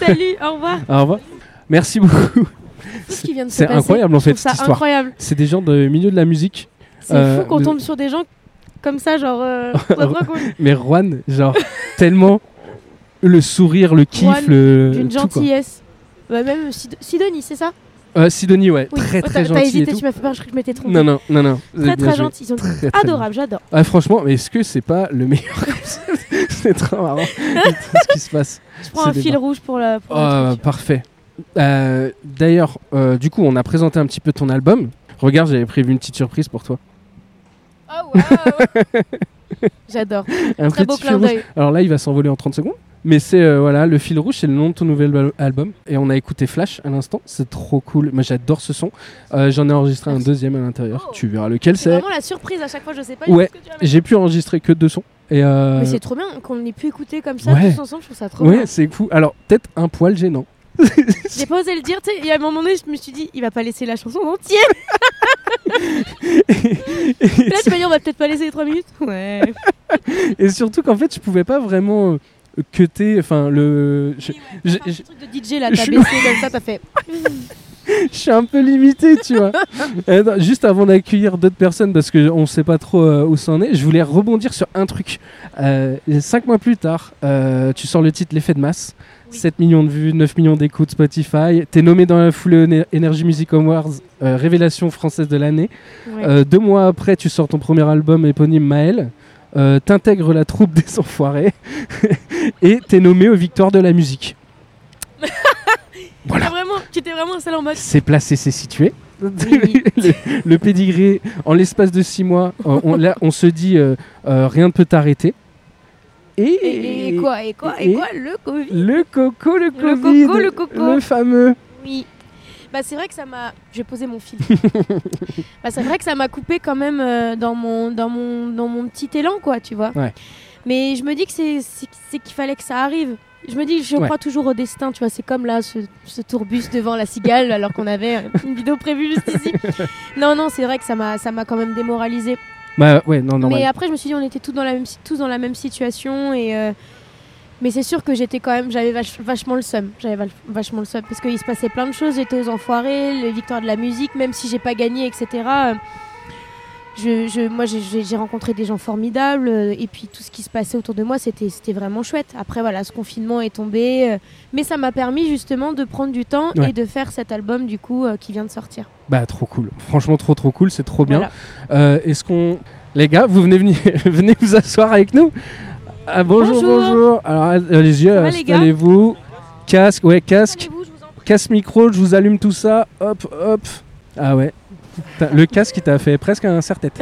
Speaker 2: *laughs* Salut, au revoir.
Speaker 1: Au revoir. Merci beaucoup.
Speaker 2: Tout ce qui vient de se
Speaker 1: C'est
Speaker 2: passer.
Speaker 1: incroyable en
Speaker 2: Je
Speaker 1: fait
Speaker 2: trouve
Speaker 1: cette
Speaker 2: ça
Speaker 1: histoire.
Speaker 2: incroyable.
Speaker 1: C'est des gens de milieu de la musique
Speaker 2: C'est
Speaker 1: Euh,
Speaker 2: fou qu'on
Speaker 1: de-
Speaker 2: tombe sur des gens comme ça, genre.
Speaker 1: *laughs*
Speaker 2: euh, trop, trop cool.
Speaker 1: Mais Juan, genre, *laughs* tellement le sourire, le kiff,
Speaker 2: Juan,
Speaker 1: le.
Speaker 2: D'une
Speaker 1: Euh, tout, quoi.
Speaker 2: gentillesse. Bah, même Sid- Sidonie, c'est ça
Speaker 1: Euh, Sidonie, ouais,
Speaker 2: Oui.
Speaker 1: très très
Speaker 2: Oh, t'as- T'as
Speaker 1: gentil. Et
Speaker 2: hésité,
Speaker 1: tout.
Speaker 2: tu m'as fait peur, je crois que je m'étais trompée.
Speaker 1: Non, non, non, non. vous
Speaker 2: Très
Speaker 1: êtes bien
Speaker 2: très
Speaker 1: joué.
Speaker 2: gentils, ils sont
Speaker 1: Très, très
Speaker 2: adorables, j'adore.
Speaker 1: bien. Ah, franchement, mais est-ce que c'est pas le meilleur *laughs* comme ça C'est trop marrant. tout ce qui se passe.
Speaker 2: Je prends un
Speaker 1: C'est des
Speaker 2: fil
Speaker 1: bras.
Speaker 2: rouge pour la. Pour le
Speaker 1: Oh,
Speaker 2: truc.
Speaker 1: parfait. Euh, D'ailleurs, euh, du coup, on a présenté un petit peu ton album. Regarde, j'avais prévu une petite surprise pour toi.
Speaker 2: Ah,
Speaker 1: *laughs*
Speaker 2: J'adore.
Speaker 1: Un
Speaker 2: Très
Speaker 1: petit
Speaker 2: beau
Speaker 1: fil
Speaker 2: clin
Speaker 1: rouge.
Speaker 2: d'œil.
Speaker 1: Alors là, il va s'envoler en 30 secondes. Mais c'est euh, voilà, le fil rouge, c'est le nom de ton nouvel al- album. Et on a écouté Flash à l'instant. C'est trop cool. Moi, j'adore ce son. Euh, J'en ai enregistré un
Speaker 2: Merci.
Speaker 1: deuxième à l'intérieur.
Speaker 2: Oh.
Speaker 1: Tu verras lequel
Speaker 2: C'est
Speaker 1: c'est.
Speaker 2: vraiment la surprise à chaque fois, je sais pas.
Speaker 1: Ouais.
Speaker 2: ce que tu vas mettre.
Speaker 1: J'ai pu enregistrer que deux sons. Et euh,
Speaker 2: Mais c'est trop bien qu'on ait pu écouter comme ça
Speaker 1: Ouais.
Speaker 2: tous ensemble, je trouve ça trop bien.
Speaker 1: ouais, c'est cool. Alors peut-être un poil gênant.
Speaker 2: J'ai pas osé le dire, tu sais. Et à un moment donné, je me suis dit, il va pas laisser la chanson en
Speaker 1: *laughs*
Speaker 2: entière. Là, tu m'as dit, on va peut-être pas laisser les 3 minutes. Ouais.
Speaker 1: et surtout qu'en fait, je pouvais pas vraiment euh, que t'es. Enfin, le. je- j'ai-
Speaker 2: Enfin,
Speaker 1: j'ai-
Speaker 2: ce truc de DJ là, t'as
Speaker 1: Je-
Speaker 2: baissé comme ça, t'as fait.
Speaker 1: je suis un peu limité, tu vois. Euh, non, juste avant d'accueillir d'autres personnes, parce qu'on ne sait pas trop euh, où ça en est, je voulais rebondir sur un truc. Euh, cinq mois plus tard, euh, tu sors le titre L'effet de masse.
Speaker 2: Oui.
Speaker 1: 7 millions de vues, 9 millions d'écoutes Spotify. T'es nommé dans la foulée Ener- Energy Music Awards, euh, révélation française de l'année.
Speaker 2: Ouais.
Speaker 1: Euh, deux mois après, tu sors ton premier album éponyme Maël. Euh, T'intègres la troupe des *laughs* enfoirés et t'es nommé aux victoires de la musique.
Speaker 2: T'as vraiment, tu t'es vraiment installé en mode.
Speaker 1: C'est placé, c'est situé. *laughs*
Speaker 2: Oui.
Speaker 1: le, le pédigré, en l'espace de six mois, euh, on, là, on se dit euh, euh, rien ne peut t'arrêter. Et,
Speaker 2: Et, et- et quoi, et quoi, et,
Speaker 1: et-
Speaker 2: quoi, le Covid
Speaker 1: Le coco, le
Speaker 2: coco,
Speaker 1: Covid,
Speaker 2: le coco.
Speaker 1: le fameux.
Speaker 2: Oui. Bah, c'est vrai que ça m'a. J'ai posé
Speaker 1: *laughs*
Speaker 2: mon fil. Bah, c'est vrai que ça m'a coupé quand même euh, dans, mon, dans, mon, dans mon petit élan, quoi, tu vois.
Speaker 1: Ouais.
Speaker 2: Mais je me dis que c'est c'est- c'est qu'il fallait que ça arrive. Je me dis, je
Speaker 1: Ouais.
Speaker 2: crois toujours au destin, tu vois. C'est comme là, ce, ce tourbus devant la cigale, alors qu'on avait euh, une vidéo prévue juste
Speaker 1: *laughs*
Speaker 2: ici. Non, non, c'est vrai que ça m'a ça m'a quand même démoralisé.
Speaker 1: Bah ouais, non, non.
Speaker 2: mais
Speaker 1: ouais.
Speaker 2: après, je me suis dit, on était tous dans la même, si- tous dans la même situation. Et, euh, mais c'est sûr que j'étais quand même, j'avais vach- vachement le seum. J'avais vach- vachement le seum parce qu'il se passait plein de choses. J'étais aux enfoirés, les victoires de la musique, même si j'ai pas gagné, etc. euh, je, je- moi, j'ai- j'ai j'ai rencontré des gens formidables. euh, et puis tout ce qui se passait autour de moi, c'était c'était vraiment chouette. Après, voilà, ce confinement est tombé. euh, mais ça m'a permis justement de prendre du temps
Speaker 1: Ouais.
Speaker 2: et de faire cet album, du coup, euh, qui vient de sortir.
Speaker 1: Bah trop cool. Franchement, trop trop cool. C'est trop bien.
Speaker 2: Voilà.
Speaker 1: Euh, Est-ce qu'on. Les gars, vous venez, venir- *laughs* venez vous asseoir avec nous Ah, Bonjour, bonjour.
Speaker 2: Bonjour.
Speaker 1: Alors, euh, les yeux,
Speaker 2: Ça va, les gars
Speaker 1: installez-vous. Casque, ouais, casque.
Speaker 2: Prenez-vous, je vous en prie.
Speaker 1: Casse micro, je vous allume tout ça. Hop, hop. Ah ouais. Putain, Le casque, qui t'a fait presque un serre-tête.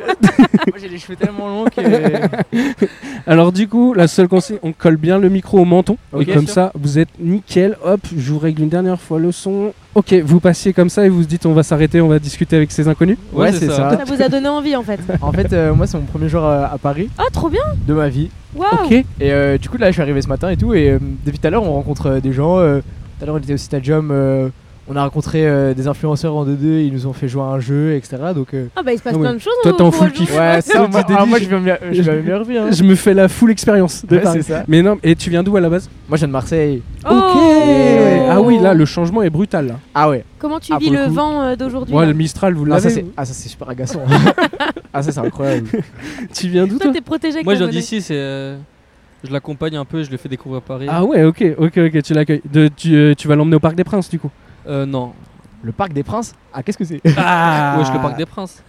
Speaker 6: Moi j'ai les cheveux tellement longs
Speaker 1: *laughs*
Speaker 6: que.
Speaker 1: Alors, du coup, la seule conseil, on colle bien le micro au menton.
Speaker 6: Ok,
Speaker 1: et comme
Speaker 6: sûr.
Speaker 1: ça, vous êtes nickel. Hop, je vous règle une dernière fois le son. Ok, vous passiez comme ça et vous vous dites on va s'arrêter, on va discuter avec ces inconnus.
Speaker 6: Ouais, c'est ça.
Speaker 2: Ça vous a donné envie,
Speaker 1: *laughs*
Speaker 2: en fait.
Speaker 6: En fait, euh, moi c'est mon premier jour à, à Paris
Speaker 2: Ah, trop bien
Speaker 6: de ma vie.
Speaker 2: Waouh
Speaker 1: Ok.
Speaker 6: Et euh, du coup, là je suis arrivé ce matin et tout. Et euh, depuis tout à l'heure, on rencontre euh, des gens. euh, Tout à l'heure, on était au Stadium. euh, on a rencontré euh, des influenceurs en 2-2. Ils nous ont fait jouer à un jeu, etc. Donc. euh,
Speaker 2: Ah bah il se passe
Speaker 1: Ah ouais.
Speaker 2: plein de choses.
Speaker 1: Toi,
Speaker 2: au-
Speaker 1: t'es en
Speaker 2: au
Speaker 1: full
Speaker 2: jour.
Speaker 6: *laughs*
Speaker 1: kiff.
Speaker 6: Ouais, ça,
Speaker 1: Le
Speaker 6: moi,
Speaker 1: petit
Speaker 6: alors, moi, je
Speaker 1: délit.
Speaker 6: viens bien- je viens bien revivre. hein.
Speaker 1: Je me fais la full expérience de
Speaker 6: Ouais,
Speaker 1: Paris.
Speaker 6: c'est ça.
Speaker 1: Mais non, et tu viens d'où à la base
Speaker 6: Moi je viens de Marseille.
Speaker 2: Oh
Speaker 1: Ok Ah oui, là, le changement est brutal. Là.
Speaker 6: Ah ouais.
Speaker 2: Comment tu
Speaker 6: Ah,
Speaker 2: vis
Speaker 6: pour le
Speaker 2: le,
Speaker 6: coup.
Speaker 2: vent euh, d'aujourd'hui
Speaker 1: Ouais,
Speaker 2: là
Speaker 1: le Mistral, vous
Speaker 6: Ah ça
Speaker 1: l'avez.
Speaker 6: c'est ah, ça, c'est super *laughs* agaçant. ah ça c'est incroyable.
Speaker 1: Tu viens d'où
Speaker 2: Toi
Speaker 1: toi
Speaker 2: t'es protégé avec
Speaker 7: Moi, je
Speaker 2: ta
Speaker 7: viens
Speaker 2: monnaie.
Speaker 7: d'ici, c'est. euh, Je l'accompagne un peu, je le fais découvrir Paris.
Speaker 1: Ah ouais, ok, ok, ok, tu l'accueilles. De- Tu, euh, tu vas l'emmener au Parc des Princes, du coup.
Speaker 7: Euh, non.
Speaker 6: Le parc des princes Ah qu'est-ce que c'est
Speaker 1: Ah
Speaker 7: Wesh, le Parc des Princes.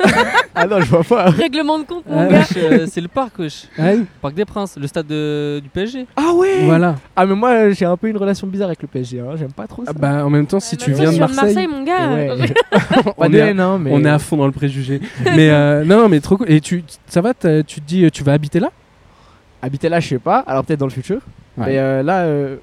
Speaker 6: Ah non je vois pas.
Speaker 2: Règlement de compte
Speaker 1: Ah
Speaker 2: mon
Speaker 1: ouais.
Speaker 2: gars.
Speaker 7: Wesh, euh, c'est le parc, wesh.
Speaker 1: Princes.
Speaker 7: Parc des Princes, le stade de- du PSG.
Speaker 6: Ah ouais
Speaker 1: Voilà.
Speaker 6: Ah mais moi euh, j'ai un peu une relation bizarre avec le PSG, hein. j'aime pas trop ça.
Speaker 1: Ah bah, en même temps, si
Speaker 2: Bah,
Speaker 1: tu
Speaker 2: maintenant,
Speaker 1: viens
Speaker 2: je
Speaker 1: de
Speaker 2: suis
Speaker 1: Marseille,
Speaker 2: mon
Speaker 6: *laughs*
Speaker 2: gars.
Speaker 6: Ouais.
Speaker 2: euh,
Speaker 6: pas
Speaker 1: on,
Speaker 6: de
Speaker 1: est à,
Speaker 6: haine, hein, mais...
Speaker 1: on est à fond dans le préjugé. *laughs* mais euh, non, non, mais trop cool. Et tu, ça va t'as- Tu te dis, euh, tu vas habiter là
Speaker 6: Habiter là je sais pas, alors peut-être dans le futur.
Speaker 1: Ouais.
Speaker 6: Mais euh, là euh,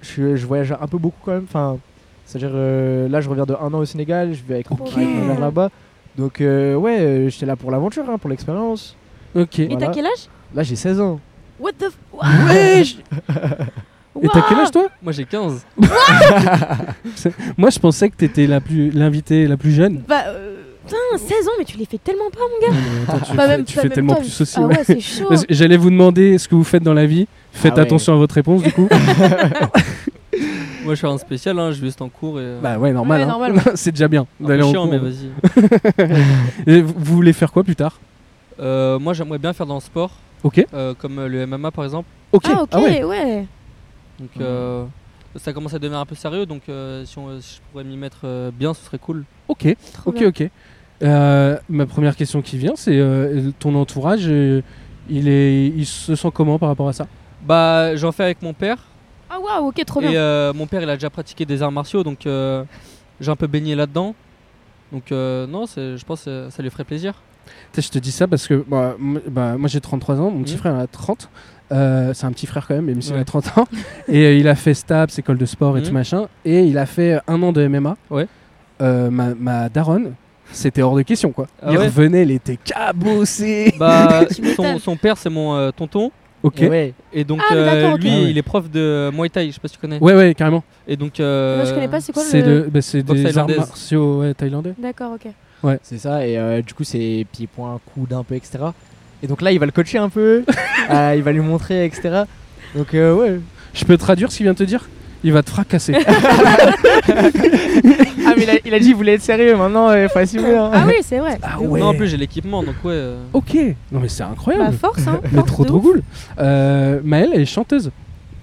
Speaker 6: je, suis- je voyage un peu beaucoup quand même, enfin... C'est-à-dire euh, là je reviens de un an au Sénégal, je vais avec,
Speaker 2: Ok.
Speaker 6: avec ma mère là-bas. Donc euh, ouais, euh, j'étais là pour l'aventure, hein, pour l'expérience.
Speaker 1: Ok.
Speaker 2: *laughs* Et t'as
Speaker 6: Voilà.
Speaker 2: quel âge
Speaker 6: Là j'ai 16 ans.
Speaker 2: What the f...
Speaker 1: Wesh Et t'as quel âge toi
Speaker 7: Moi, j'ai 15.
Speaker 1: Moi je pensais que t'étais la plus- l'invitée la plus jeune.
Speaker 2: Bah euh, putain 16 ans mais tu les fais tellement pas mon gars.
Speaker 1: Attends, Ah, tu
Speaker 2: Pas
Speaker 1: fais-
Speaker 2: même-
Speaker 1: tu
Speaker 2: pas
Speaker 1: fais
Speaker 2: même
Speaker 1: tellement
Speaker 2: toi,
Speaker 1: plus
Speaker 2: mais-
Speaker 1: aussi.
Speaker 2: Ah
Speaker 1: ouais.
Speaker 2: ouais c'est chaud.
Speaker 1: Parce que J'allais vous demander ce que vous faites dans la vie. Faites
Speaker 6: Ah ouais.
Speaker 1: attention à votre réponse *laughs* du coup.
Speaker 7: Moi, je suis un spécial, hein, je vais juste en cours. Et, euh,
Speaker 1: bah ouais, normal.
Speaker 2: Ouais,
Speaker 1: hein. *laughs*
Speaker 2: normal, ouais.
Speaker 1: Ah, C'est déjà bien
Speaker 7: un peu
Speaker 1: d'aller en
Speaker 7: chiant,
Speaker 1: cours.
Speaker 7: mais vas-y.
Speaker 1: *laughs* Et vous vous voulez faire quoi plus tard
Speaker 7: Euh, moi, j'aimerais bien faire dans le sport,
Speaker 1: Ok.
Speaker 7: euh, comme euh, le MMA par exemple.
Speaker 1: Ok.
Speaker 2: Ah ok
Speaker 1: ouais.
Speaker 2: ouais.
Speaker 7: Donc, euh, ça commence à devenir un peu sérieux, donc euh, si, on- euh, si je pourrais m'y mettre euh, bien, ce serait cool.
Speaker 1: Ok.
Speaker 2: Trop
Speaker 1: Ok.
Speaker 2: bien.
Speaker 1: Ok. Euh, ma première question qui vient, c'est euh, ton entourage. euh, il est, il se sent comment par rapport à ça
Speaker 7: Bah, j'en fais avec mon père.
Speaker 2: Ah waouh ok trop
Speaker 7: Et
Speaker 2: bien.
Speaker 7: euh, mon père, il a déjà pratiqué des arts martiaux, donc euh, j'ai un peu baigné là-dedans. Donc, euh, non, c'est- je pense que ça lui ferait plaisir.
Speaker 1: Putain, Je te dis ça parce que bah, m- bah, moi j'ai 33 ans, mon petit
Speaker 7: Mhm.
Speaker 1: frère a 30. Euh, c'est un petit frère quand même, même s'il a
Speaker 7: Ouais.
Speaker 1: 30
Speaker 7: *laughs*
Speaker 1: ans. et euh, il a fait STAPS, école de sport et
Speaker 7: Mhm.
Speaker 1: tout machin. Et il a fait euh, un an de MMA.
Speaker 7: Ouais.
Speaker 1: Euh, ma, ma daronne, c'était hors de question quoi.
Speaker 7: Ah
Speaker 1: il
Speaker 7: ouais
Speaker 1: revenait, il était cabossé.
Speaker 7: Bah,
Speaker 2: Tu m'étonnes.
Speaker 7: son, son père, c'est mon euh, tonton.
Speaker 1: Ok.
Speaker 6: Et
Speaker 1: Ouais.
Speaker 6: ouais.
Speaker 7: Et donc,
Speaker 2: Ah, mais
Speaker 7: euh,
Speaker 2: d'accord, ok.
Speaker 7: lui,
Speaker 1: Ah ouais.
Speaker 7: il est prof de Muay Thai, je sais pas si tu connais.
Speaker 1: ouais, carrément.
Speaker 7: Et donc, euh,
Speaker 2: Moi je connais pas c'est quoi
Speaker 1: C'est Ah
Speaker 2: le.
Speaker 1: de- bah, c'est
Speaker 7: boxe
Speaker 1: des arts
Speaker 7: thaïlandaise.
Speaker 1: martiaux ouais, thaïlandais.
Speaker 2: D'accord ok.
Speaker 6: C'est ça, et euh, du coup, c'est pieds *laughs* points, coude un peu, etc. Et donc là, il va le coacher un peu, euh, il va lui montrer, etc. Donc euh, ouais.
Speaker 1: Je peux traduire ce qu'il vient de te dire Il va
Speaker 7: *laughs*
Speaker 1: te fracasser.
Speaker 6: Ah mais il a, il a dit il voulait être sérieux, maintenant euh, faut assumer. hein.
Speaker 2: Ah oui, c'est vrai.
Speaker 1: ah ouais Oh,
Speaker 7: Non, en plus j'ai l'équipement, donc ouais. euh,
Speaker 1: Ok Non mais c'est
Speaker 2: Bah,
Speaker 1: incroyable
Speaker 2: force, hein.
Speaker 1: Mais
Speaker 2: force
Speaker 1: trop
Speaker 2: de
Speaker 1: trop
Speaker 2: ouf.
Speaker 1: cool Euh, Maëlle elle est chanteuse.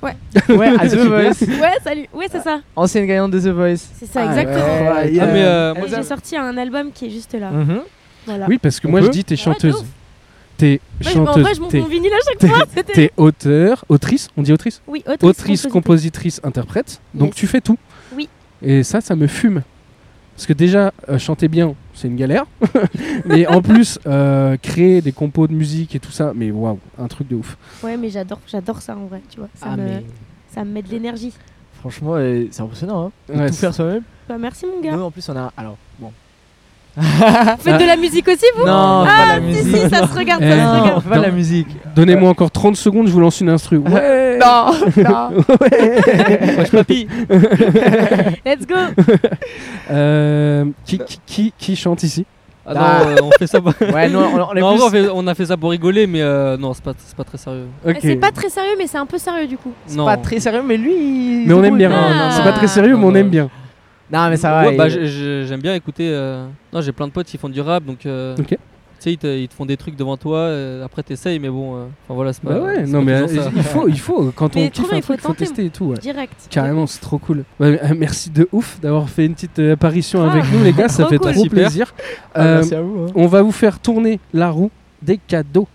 Speaker 6: Ouais, à *laughs* The Voice.
Speaker 2: Ouais, salut. Ouais, c'est ça.
Speaker 6: Ancienne gagnante de The Voice.
Speaker 2: C'est ça, exactement.
Speaker 6: Ah,
Speaker 1: ouais.
Speaker 7: Ah, mais euh,
Speaker 2: Et
Speaker 7: moi,
Speaker 2: J'ai sorti un album qui est juste là.
Speaker 6: Mhm.
Speaker 2: Voilà.
Speaker 1: Oui parce que
Speaker 6: On
Speaker 1: moi je
Speaker 6: peut
Speaker 1: dis t'es
Speaker 2: Bah, Ouais, de
Speaker 1: chanteuse.
Speaker 2: ouf.
Speaker 1: T'es
Speaker 2: Moi, je- en
Speaker 1: chanteuse.
Speaker 2: vrai, je monte
Speaker 1: t'es-
Speaker 2: mon vinyle à
Speaker 1: *laughs*
Speaker 2: chaque fois. c'était-
Speaker 1: T'es auteur, autrice, on dit autrice
Speaker 2: Oui, autrice,
Speaker 1: Autrice,
Speaker 2: compositrice.
Speaker 1: compositrice, interprète. Donc
Speaker 2: Yes.
Speaker 1: tu fais tout.
Speaker 2: Oui.
Speaker 1: Et ça, ça me fume. Parce que déjà, euh, chanter bien, c'est une galère. *laughs* mais en plus, euh, créer des compos de musique et tout ça, mais waouh, un truc de ouf.
Speaker 2: Ouais, mais j'adore, j'adore ça en vrai, tu vois. Ça,
Speaker 6: Ah,
Speaker 2: me,
Speaker 6: mais
Speaker 2: ça me met de l'énergie.
Speaker 6: franchement, euh, c'est impressionnant. Hein. De
Speaker 1: Ouais,
Speaker 6: tout
Speaker 1: c'est-
Speaker 6: faire soi-même.
Speaker 2: Bah, merci mon gars.
Speaker 6: Non, en plus, on a. Alors, bon.
Speaker 2: Faites de la musique aussi vous Ah,
Speaker 6: Non, pas la
Speaker 2: Si,
Speaker 6: musique.
Speaker 2: si, ça se regarde, ça
Speaker 1: *laughs* Eh,
Speaker 2: se
Speaker 1: non.
Speaker 2: Ah, regarde.
Speaker 6: pas la musique.
Speaker 1: Donnez-moi encore 30 secondes, je vous lance une instru. Ouais.
Speaker 2: *laughs*
Speaker 6: Non, non.
Speaker 7: wesh, papy
Speaker 2: Let's go
Speaker 1: Euh, qui, qui, qui, qui chante ici
Speaker 7: Ah non, euh, on fait ça. pour-
Speaker 6: Ouais, non, on, on est
Speaker 7: Non, en
Speaker 6: plus-
Speaker 7: vrai, on, fait- on a fait ça pour rigoler, mais euh, non, c'est pas, c'est pas très sérieux.
Speaker 1: Ok.
Speaker 2: C'est pas très sérieux, mais c'est un peu sérieux du coup.
Speaker 6: C'est
Speaker 7: non.
Speaker 6: pas très sérieux, mais lui. il
Speaker 1: Mais on
Speaker 6: se
Speaker 1: aime bien.
Speaker 6: débrouille.
Speaker 2: Non, non,
Speaker 1: C'est
Speaker 2: non.
Speaker 1: pas très sérieux, mais on
Speaker 7: Non,
Speaker 1: aime
Speaker 7: non.
Speaker 1: bien.
Speaker 6: Non, mais ça va.
Speaker 7: Ouais,
Speaker 6: il-
Speaker 7: bah, j'ai- j'ai- j'aime bien écouter. euh, Non, j'ai plein de potes qui font du rap, donc. euh,
Speaker 1: Ok.
Speaker 7: Tu sais, ils te, ils te font des trucs devant toi, euh, après t'essayes, mais bon. euh, Enfin voilà, c'est pas.
Speaker 1: Bah ouais,
Speaker 7: c'est
Speaker 1: non
Speaker 7: pas
Speaker 1: mais euh,
Speaker 7: toujours ça.
Speaker 1: il faut, il faut quand on
Speaker 2: Mais trop
Speaker 1: kiffe
Speaker 2: bien,
Speaker 1: un
Speaker 2: il faut
Speaker 1: truc, faut
Speaker 2: tenter.
Speaker 1: tester et tout. ouais.
Speaker 2: Direct.
Speaker 1: Carrément, c'est trop cool. Ouais, mais, euh, merci de ouf d'avoir fait une petite euh, apparition
Speaker 2: Ah,
Speaker 1: avec nous, les gars. Ça
Speaker 2: trop
Speaker 1: fait
Speaker 2: cool.
Speaker 1: trop
Speaker 7: Super.
Speaker 1: plaisir.
Speaker 8: bah,
Speaker 6: Ah,
Speaker 1: Euh,
Speaker 6: merci à vous. hein.
Speaker 1: on va vous faire tourner la roue des cadeaux.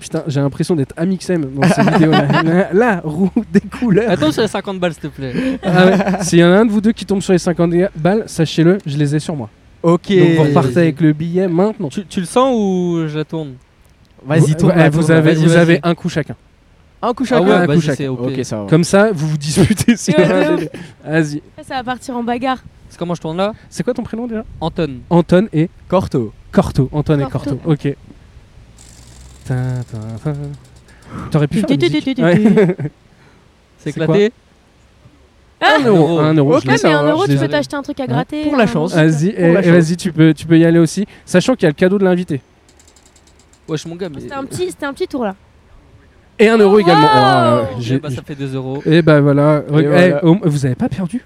Speaker 1: Putain, j'ai l'impression d'être Amixem dans cette vidéo. La, la- la roue des couleurs.
Speaker 7: Attends sur les 50 balles, s'il te plaît.
Speaker 1: Ah ouais, *laughs* S'il y en a un de vous deux qui tombe sur les 50 balles, sachez-le, je les ai sur moi.
Speaker 6: Ok.
Speaker 1: Donc vous repartez avec le billet maintenant.
Speaker 7: Tu, tu le sens ou je la tourne
Speaker 6: Vas-y,
Speaker 1: Vous-
Speaker 6: tourne.
Speaker 1: ouais,
Speaker 6: la
Speaker 1: vous
Speaker 6: tourne.
Speaker 1: avez,
Speaker 6: Vas-y,
Speaker 1: vous
Speaker 6: vas-y.
Speaker 1: avez un coup chacun.
Speaker 6: un coup
Speaker 1: Ah
Speaker 6: chacun.
Speaker 1: ouais, un
Speaker 7: bah,
Speaker 1: coup
Speaker 7: je
Speaker 1: chacun.
Speaker 7: sais, au pire.
Speaker 6: Ok, ça va.
Speaker 1: Comme ça, vous vous disputez sur
Speaker 2: Ouais,
Speaker 1: un des
Speaker 2: ouais,
Speaker 1: deux. Vas-y.
Speaker 2: Après, ça va partir en bagarre.
Speaker 7: Parce que comment je tourne là
Speaker 1: C'est quoi ton prénom déjà
Speaker 7: Anton.
Speaker 1: Anton et
Speaker 6: Corto.
Speaker 1: Corto, Antoine
Speaker 2: Corto.
Speaker 1: et Corto, ok. Tin, tin, tin. T'aurais pu faire
Speaker 2: Tu,
Speaker 1: une
Speaker 2: tu, tu,
Speaker 1: musique.
Speaker 2: tu, tu,
Speaker 1: Ouais.
Speaker 2: tu.
Speaker 6: *laughs*
Speaker 7: C'est
Speaker 1: C'est quoi
Speaker 7: éclaté.
Speaker 1: Un euro,
Speaker 7: euro.
Speaker 1: un euro.
Speaker 6: Ok,
Speaker 1: je
Speaker 2: Ah,
Speaker 1: l'ai,
Speaker 2: mais
Speaker 1: ça,
Speaker 2: un
Speaker 1: hein,
Speaker 2: euro,
Speaker 1: je
Speaker 2: tu
Speaker 1: l'ai.
Speaker 2: peux t'acheter un truc à gratter.
Speaker 6: Pour la
Speaker 2: un
Speaker 6: chance.
Speaker 2: euro.
Speaker 1: Vas-y,
Speaker 6: la
Speaker 1: et- et
Speaker 6: chance.
Speaker 1: vas-y, tu peux, tu peux y aller aussi. Sachant qu'il y a le cadeau de l'invité.
Speaker 7: Wesh, mon gars, mais. eh,
Speaker 2: C'était un petit, c'était un petit
Speaker 1: *laughs*
Speaker 2: tour là.
Speaker 1: Et un euro également.
Speaker 2: Wow
Speaker 1: Oh,
Speaker 7: Eh
Speaker 1: j'ai-
Speaker 7: bah, ça fait 2
Speaker 1: *laughs*
Speaker 7: euros.
Speaker 1: Et bah voilà. Re- eh,
Speaker 6: voilà.
Speaker 1: oh, vous avez pas perdu.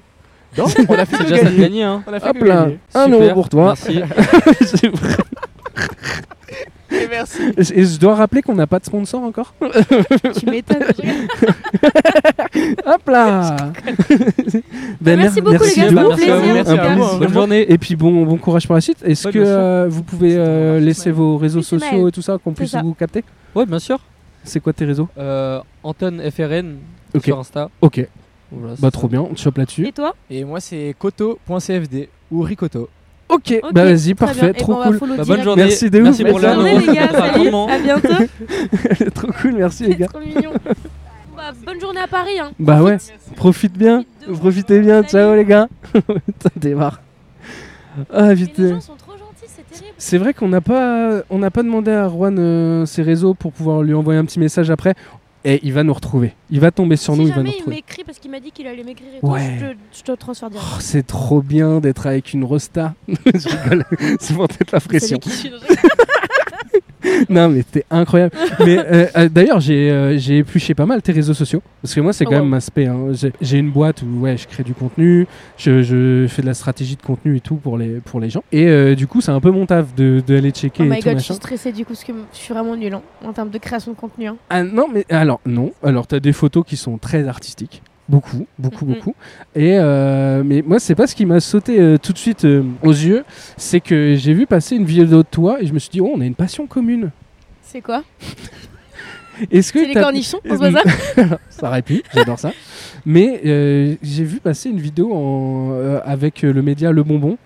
Speaker 6: Non, on a fait
Speaker 7: C'est
Speaker 6: que
Speaker 7: déjà ça de
Speaker 6: gagner.
Speaker 7: gagner, hein.
Speaker 6: On a fait
Speaker 1: Hop
Speaker 6: que
Speaker 1: là,
Speaker 6: gagner.
Speaker 1: un
Speaker 7: Super,
Speaker 1: euro pour toi.
Speaker 7: Merci.
Speaker 1: C'est vrai.
Speaker 6: Et merci.
Speaker 1: Et je dois rappeler qu'on n'a pas de sponsor
Speaker 2: *laughs*
Speaker 1: encore.
Speaker 2: Tu m'étonnes.
Speaker 1: Hop là. Ben,
Speaker 2: Merci
Speaker 1: mer-
Speaker 2: beaucoup, les gars.
Speaker 1: de
Speaker 2: Bon
Speaker 1: ouf.
Speaker 7: Merci à vous,
Speaker 2: plaisir.
Speaker 6: merci
Speaker 2: en
Speaker 6: à
Speaker 2: tout cas.
Speaker 6: vous.
Speaker 7: Bonne journée.
Speaker 1: Et puis bon, bon courage pour la suite. Est-ce
Speaker 7: Ouais,
Speaker 1: que
Speaker 7: bien sûr.
Speaker 1: euh, vous pouvez euh, laisser vos réseaux
Speaker 2: Oui, c'est
Speaker 1: sociaux
Speaker 2: Maël.
Speaker 1: et tout ça, qu'on
Speaker 2: C'est
Speaker 1: puisse
Speaker 2: ça.
Speaker 1: vous capter
Speaker 7: Ouais, bien sûr.
Speaker 1: C'est quoi tes réseaux
Speaker 7: Euh, Anton FRN
Speaker 1: Ok.
Speaker 7: sur Insta.
Speaker 1: Ok,
Speaker 7: Voilà, c'est
Speaker 1: bah
Speaker 7: ça.
Speaker 1: trop bien, on te chope là-dessus.
Speaker 2: Et toi
Speaker 6: Et moi, c'est koto.cfd ou ricoto.
Speaker 1: Ok,
Speaker 2: Ok,
Speaker 1: bah vas-y,
Speaker 2: Très bien.
Speaker 1: parfait,
Speaker 2: Et
Speaker 1: trop
Speaker 2: bon, on
Speaker 1: *laughs*
Speaker 2: va
Speaker 1: cool.
Speaker 2: follow
Speaker 7: Bah, bonne
Speaker 2: direct.
Speaker 7: journée.
Speaker 1: Merci de ouf.
Speaker 7: Merci pour
Speaker 2: Bonne
Speaker 7: le
Speaker 1: Bonne
Speaker 2: journée
Speaker 1: *laughs*
Speaker 2: les gars, salut,
Speaker 7: Comment
Speaker 2: à bientôt.
Speaker 1: trop cool, merci *laughs* les
Speaker 2: C'est
Speaker 1: gars.
Speaker 2: trop mignon. Bah, bonne journée à Paris. Hein.
Speaker 1: Bah ouais, profite bien,
Speaker 2: Profite de ouf.
Speaker 1: profitez bien,
Speaker 2: Salut.
Speaker 1: ciao les
Speaker 2: *laughs*
Speaker 1: gars. Ça démarre. Ah
Speaker 2: Mais les gens
Speaker 1: putain.
Speaker 2: sont trop gentils, c'est terrible.
Speaker 1: C'est vrai qu'on n'a pas, on n'a pas demandé à Juan euh, ses réseaux pour pouvoir lui envoyer un petit message après. Et il va nous retrouver. Il va tomber sur
Speaker 2: si
Speaker 1: nous, il va nous
Speaker 2: jamais il
Speaker 1: retrouver.
Speaker 2: m'écrit parce qu'il m'a dit qu'il allait m'écrire et
Speaker 1: Ouais.
Speaker 2: tout, je, te- je te transfère direct.
Speaker 1: Oh, c'est trop bien d'être avec une rosta. *laughs* Je rigole, c'est pour peut-être la
Speaker 2: C'est
Speaker 1: pression.
Speaker 2: lui qui suis dans-
Speaker 1: *laughs* Non, mais t'es incroyable. mais euh, euh, d'ailleurs, j'ai euh, j'ai épluché pas mal tes réseaux sociaux. Parce que moi, c'est quand
Speaker 2: Oh,
Speaker 1: même
Speaker 2: wow.
Speaker 1: ma spé. hein. J'ai- J'ai une boîte où ouais, je crée du contenu, je, je fais de la stratégie de contenu et tout pour les, pour les gens. Et euh, du coup, c'est un peu mon taf d'aller de, aller checker
Speaker 2: Oh
Speaker 1: et
Speaker 2: my
Speaker 1: tout
Speaker 2: god, je suis
Speaker 1: machin.
Speaker 2: stressée du coup parce que m- je suis vraiment nulle hein, en termes de création de contenu. hein.
Speaker 1: Ah non, mais alors, non. Alors, t'as des photos qui sont très artistiques. Beaucoup, beaucoup,
Speaker 2: Mhm.
Speaker 1: beaucoup. Et euh, mais moi, c'est pas ce qui m'a sauté euh, tout de suite euh, aux yeux, c'est que j'ai vu passer une vidéo de toi et je me suis dit, oh, on a une passion commune.
Speaker 2: C'est quoi
Speaker 1: *laughs* Est-ce que
Speaker 2: C'est les
Speaker 1: t'as-
Speaker 2: cornichons On voit ça
Speaker 1: ça aurait pu, j'adore ça. Mais euh, j'ai vu passer une vidéo en, euh, avec euh, le média Le Bonbon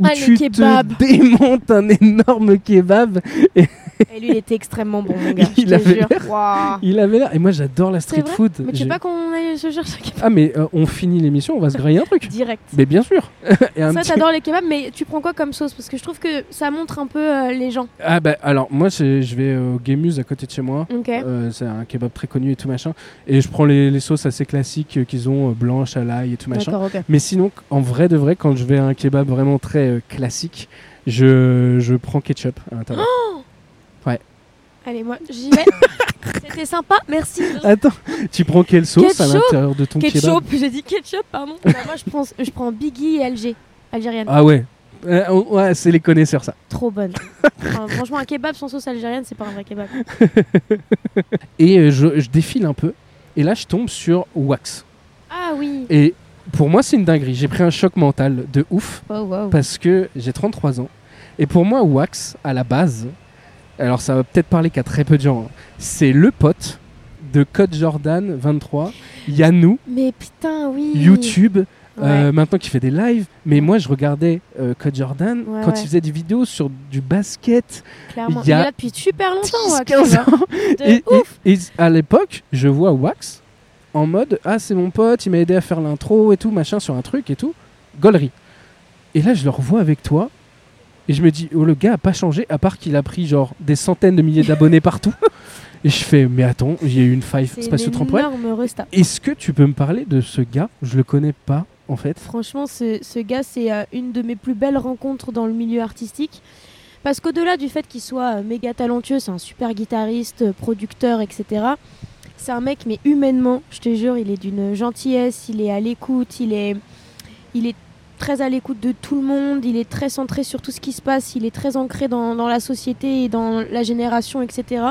Speaker 1: où
Speaker 2: Ah, le
Speaker 1: tu
Speaker 2: kebab.
Speaker 1: te démontes un énorme kebab.
Speaker 2: Et lui, il était
Speaker 1: *laughs*
Speaker 2: extrêmement bon, mon gars.
Speaker 1: Il
Speaker 2: je te
Speaker 1: avait
Speaker 2: jure.
Speaker 1: l'air-
Speaker 2: Waouh.
Speaker 1: Il avait l'air. Et moi, j'adore la
Speaker 2: C'est
Speaker 1: street
Speaker 2: vrai
Speaker 1: food.
Speaker 2: Mais tu
Speaker 1: J'ai-
Speaker 2: veux pas qu'on aille se chercher un kebab
Speaker 1: Ah, mais euh, on finit l'émission, on va se griller un truc.
Speaker 2: *laughs* direct
Speaker 1: Mais bien sûr. *laughs* Et un
Speaker 2: Ça,
Speaker 1: petit-
Speaker 2: t'adores les kebabs, mais tu prends quoi comme sauce Parce que je trouve que ça montre un peu euh, les gens.
Speaker 1: Ah bah alors moi c'est- je vais euh, au Gamuse à côté de chez moi.
Speaker 2: Ok.
Speaker 1: Euh, c'est un kebab très connu et tout machin. Et je prends les, les sauces assez classiques euh, qu'ils ont, euh, blanches, à l'ail et tout machin.
Speaker 2: D'accord, ok.
Speaker 1: Mais sinon, qu- en vrai de vrai, quand je vais à un kebab vraiment
Speaker 2: Oh
Speaker 1: très euh, classique, je, je prends ketchup à l'intérieur.
Speaker 2: Allez, moi, j'y vais. *laughs* Euh, C'était sympa, merci.
Speaker 1: Attends, tu prends quelle sauce à
Speaker 2: Ketchup
Speaker 1: l'intérieur de ton kebab
Speaker 2: Ketchup, j'ai dit ketchup, pardon. Bah, moi, je, pense, je prends Biggie et Alger, algérienne.
Speaker 1: Ah ouais. Euh, on- ouais, c'est les connaisseurs ça. *laughs*
Speaker 2: Trop bonne. Enfin, franchement, un kebab sans sauce algérienne, c'est pas un vrai kebab.
Speaker 1: Et euh, je, je défile un peu. Et là, je tombe sur Wax.
Speaker 2: Ah oui.
Speaker 1: Et pour moi, c'est une dinguerie. J'ai pris un choc mental de ouf.
Speaker 2: Oh, wow.
Speaker 1: parce que j'ai 33 ans. Et pour moi, Wax, à la base, alors ça va peut-être parler qu'à très peu de gens, hein, c'est le pote de Code Jordan 23, Yannou,
Speaker 2: Mais putain, oui.
Speaker 1: YouTube,
Speaker 2: Mmh. Ouais.
Speaker 1: euh, maintenant qui fait des lives. Mais moi, je regardais euh, Code Jordan
Speaker 2: Ouais,
Speaker 1: quand
Speaker 2: ouais.
Speaker 1: il faisait des vidéos sur du basket.
Speaker 2: Clairement.
Speaker 1: il y a
Speaker 2: Il est là depuis super longtemps, Wax,
Speaker 1: 10-15
Speaker 2: tu vois. De
Speaker 1: Et,
Speaker 2: ouf.
Speaker 1: et- et à l'époque, je vois Wax en mode Ah, c'est mon pote, il m'a aidé à faire l'intro et tout, machin, sur un truc et tout. Gollerie. Et là, je le revois avec toi. Et je me dis, oh, le gars a pas changé, à part qu'il a pris genre des centaines de milliers d'abonnés partout. *laughs* Et je fais, mais attends, il y a eu une faille
Speaker 2: C'est une
Speaker 1: spatio-temporelle.
Speaker 2: énorme resta.
Speaker 1: Est-ce que tu peux me parler de ce gars Je le connais pas, en fait.
Speaker 2: Franchement, ce, ce gars, c'est euh, une de mes plus belles rencontres dans le milieu artistique. Parce qu'au-delà du fait qu'il soit euh, méga talentueux, c'est un super guitariste, euh, producteur, etc. C'est un mec, mais humainement, je te jure, il est d'une gentillesse, il est à l'écoute, il est, il est très à l'écoute de tout le monde, il est très centré sur tout ce qui se passe, il est très ancré dans, dans la société et dans la génération, etc.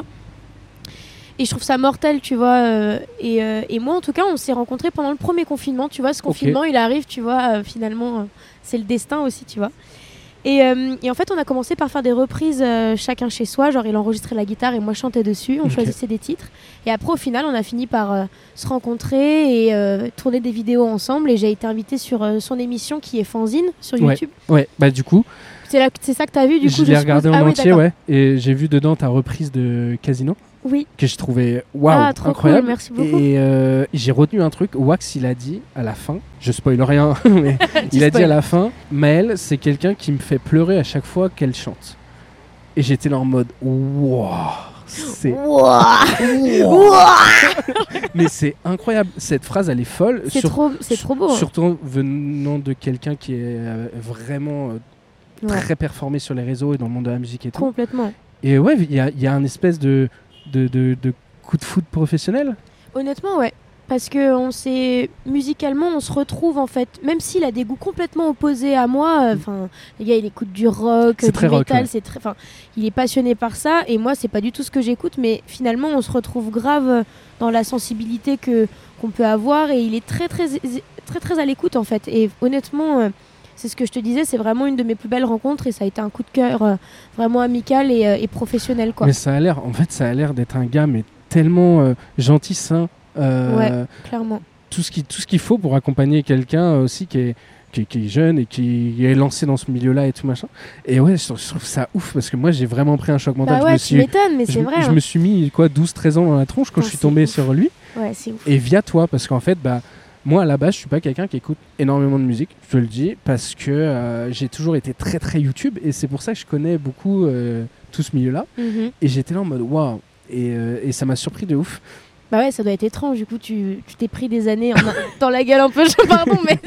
Speaker 2: Et je trouve ça mortel, tu vois. euh, et, euh, et moi, en tout cas, on s'est rencontrés pendant le premier confinement, tu vois. Ce confinement, il arrive, tu vois, euh, finalement, euh, c'est le destin aussi, tu vois. Et, euh, et en fait, on a commencé par faire des reprises euh, chacun chez soi. Genre, il enregistrait la guitare et moi, je chantais dessus. On
Speaker 1: Ok.
Speaker 2: choisissait des titres. Et après, au final, on a fini par euh, se rencontrer et euh, tourner des vidéos ensemble. Et j'ai été invitée sur euh, son émission qui est Fanzine sur
Speaker 1: Ouais.
Speaker 2: YouTube.
Speaker 1: Ouais, bah du coup,
Speaker 2: C'est là- C'est ça que t'as vu, du coup
Speaker 1: je l'ai
Speaker 2: suppose-
Speaker 1: regardé en
Speaker 2: Ah oui,
Speaker 1: entier,
Speaker 2: d'accord.
Speaker 1: ouais. Et j'ai vu dedans ta reprise de Casino,
Speaker 2: Oui.
Speaker 1: que je trouvais waouh,
Speaker 2: ah, trop
Speaker 1: incroyable.
Speaker 2: cool, merci beaucoup. *laughs*
Speaker 1: Et euh, j'ai retenu un truc, Wax il a dit à la fin, je spoil rien, *laughs*
Speaker 2: *laughs*
Speaker 1: mais il a dit à la fin, Maëlle c'est quelqu'un qui me fait pleurer à chaque fois qu'elle chante. Et j'étais là en mode, wow, c'est... Wouah. *laughs* mais c'est incroyable, cette phrase elle est folle,
Speaker 2: C'est
Speaker 1: sur-
Speaker 2: trop, c'est trop beau. hein.
Speaker 1: surtout venant de quelqu'un qui est euh, vraiment euh,
Speaker 2: Ouais,
Speaker 1: très performé sur les réseaux et dans le monde de la musique et tout.
Speaker 2: Complètement.
Speaker 1: Et ouais, il y a, il y a un espèce de, de, de- de coup de foot professionnel.
Speaker 2: Honnêtement, ouais. Parce que on s'est musicalement, on se retrouve en fait. Même s'il a des goûts complètement opposés à moi, euh, enfin, le gars il écoute du rock,
Speaker 1: Mm. C'est
Speaker 2: du
Speaker 1: très rock,
Speaker 2: métal,
Speaker 1: ouais.
Speaker 2: c'est très, enfin, il est passionné par ça. Et moi, c'est pas du tout ce que j'écoute, mais finalement, on se retrouve grave euh, dans la sensibilité que qu'on peut avoir. Et il est très, très, très, très à l'écoute en fait. Et honnêtement, euh, c'est ce que je te disais, c'est vraiment une de mes plus belles rencontres. Et ça a été un coup de cœur euh, vraiment amical et, euh, et professionnel, quoi.
Speaker 1: Mais ça a l'air, en fait, ça a l'air d'être un gars, mais tellement euh, gentil, sain. euh,
Speaker 2: Clairement.
Speaker 1: Tout ce qui- tout ce qu'il faut pour accompagner quelqu'un euh, aussi qui est, qui, qui est jeune et qui est lancé dans ce milieu-là et tout machin. Et ouais, je, je trouve ça ouf parce que moi, j'ai vraiment pris un choc mental.
Speaker 2: Bah
Speaker 1: je me
Speaker 2: ouais, tu
Speaker 1: suis,
Speaker 2: m'étonnes, mais
Speaker 1: je,
Speaker 2: c'est
Speaker 1: me-
Speaker 2: vrai.
Speaker 1: je
Speaker 2: hein.
Speaker 1: me suis mis quoi, 12-13 ans dans la tronche quand
Speaker 2: Putain,
Speaker 1: je suis
Speaker 2: c'est
Speaker 1: tombé
Speaker 2: ouf.
Speaker 1: sur lui.
Speaker 2: Ouais, c'est ouf.
Speaker 1: et via toi parce qu'en fait bah moi à la base je suis pas quelqu'un qui écoute énormément de musique je te le dis parce que euh, j'ai toujours été très très YouTube et c'est pour ça que je connais beaucoup euh, tout ce milieu là
Speaker 2: Mhm.
Speaker 1: et j'étais là en mode waouh et, euh, et ça m'a surpris de ouf
Speaker 2: Bah ouais, ça doit être étrange. Du coup, tu tu t'es pris des années en a- *laughs* dans la gueule un peu. je- *laughs* Pardon, mais,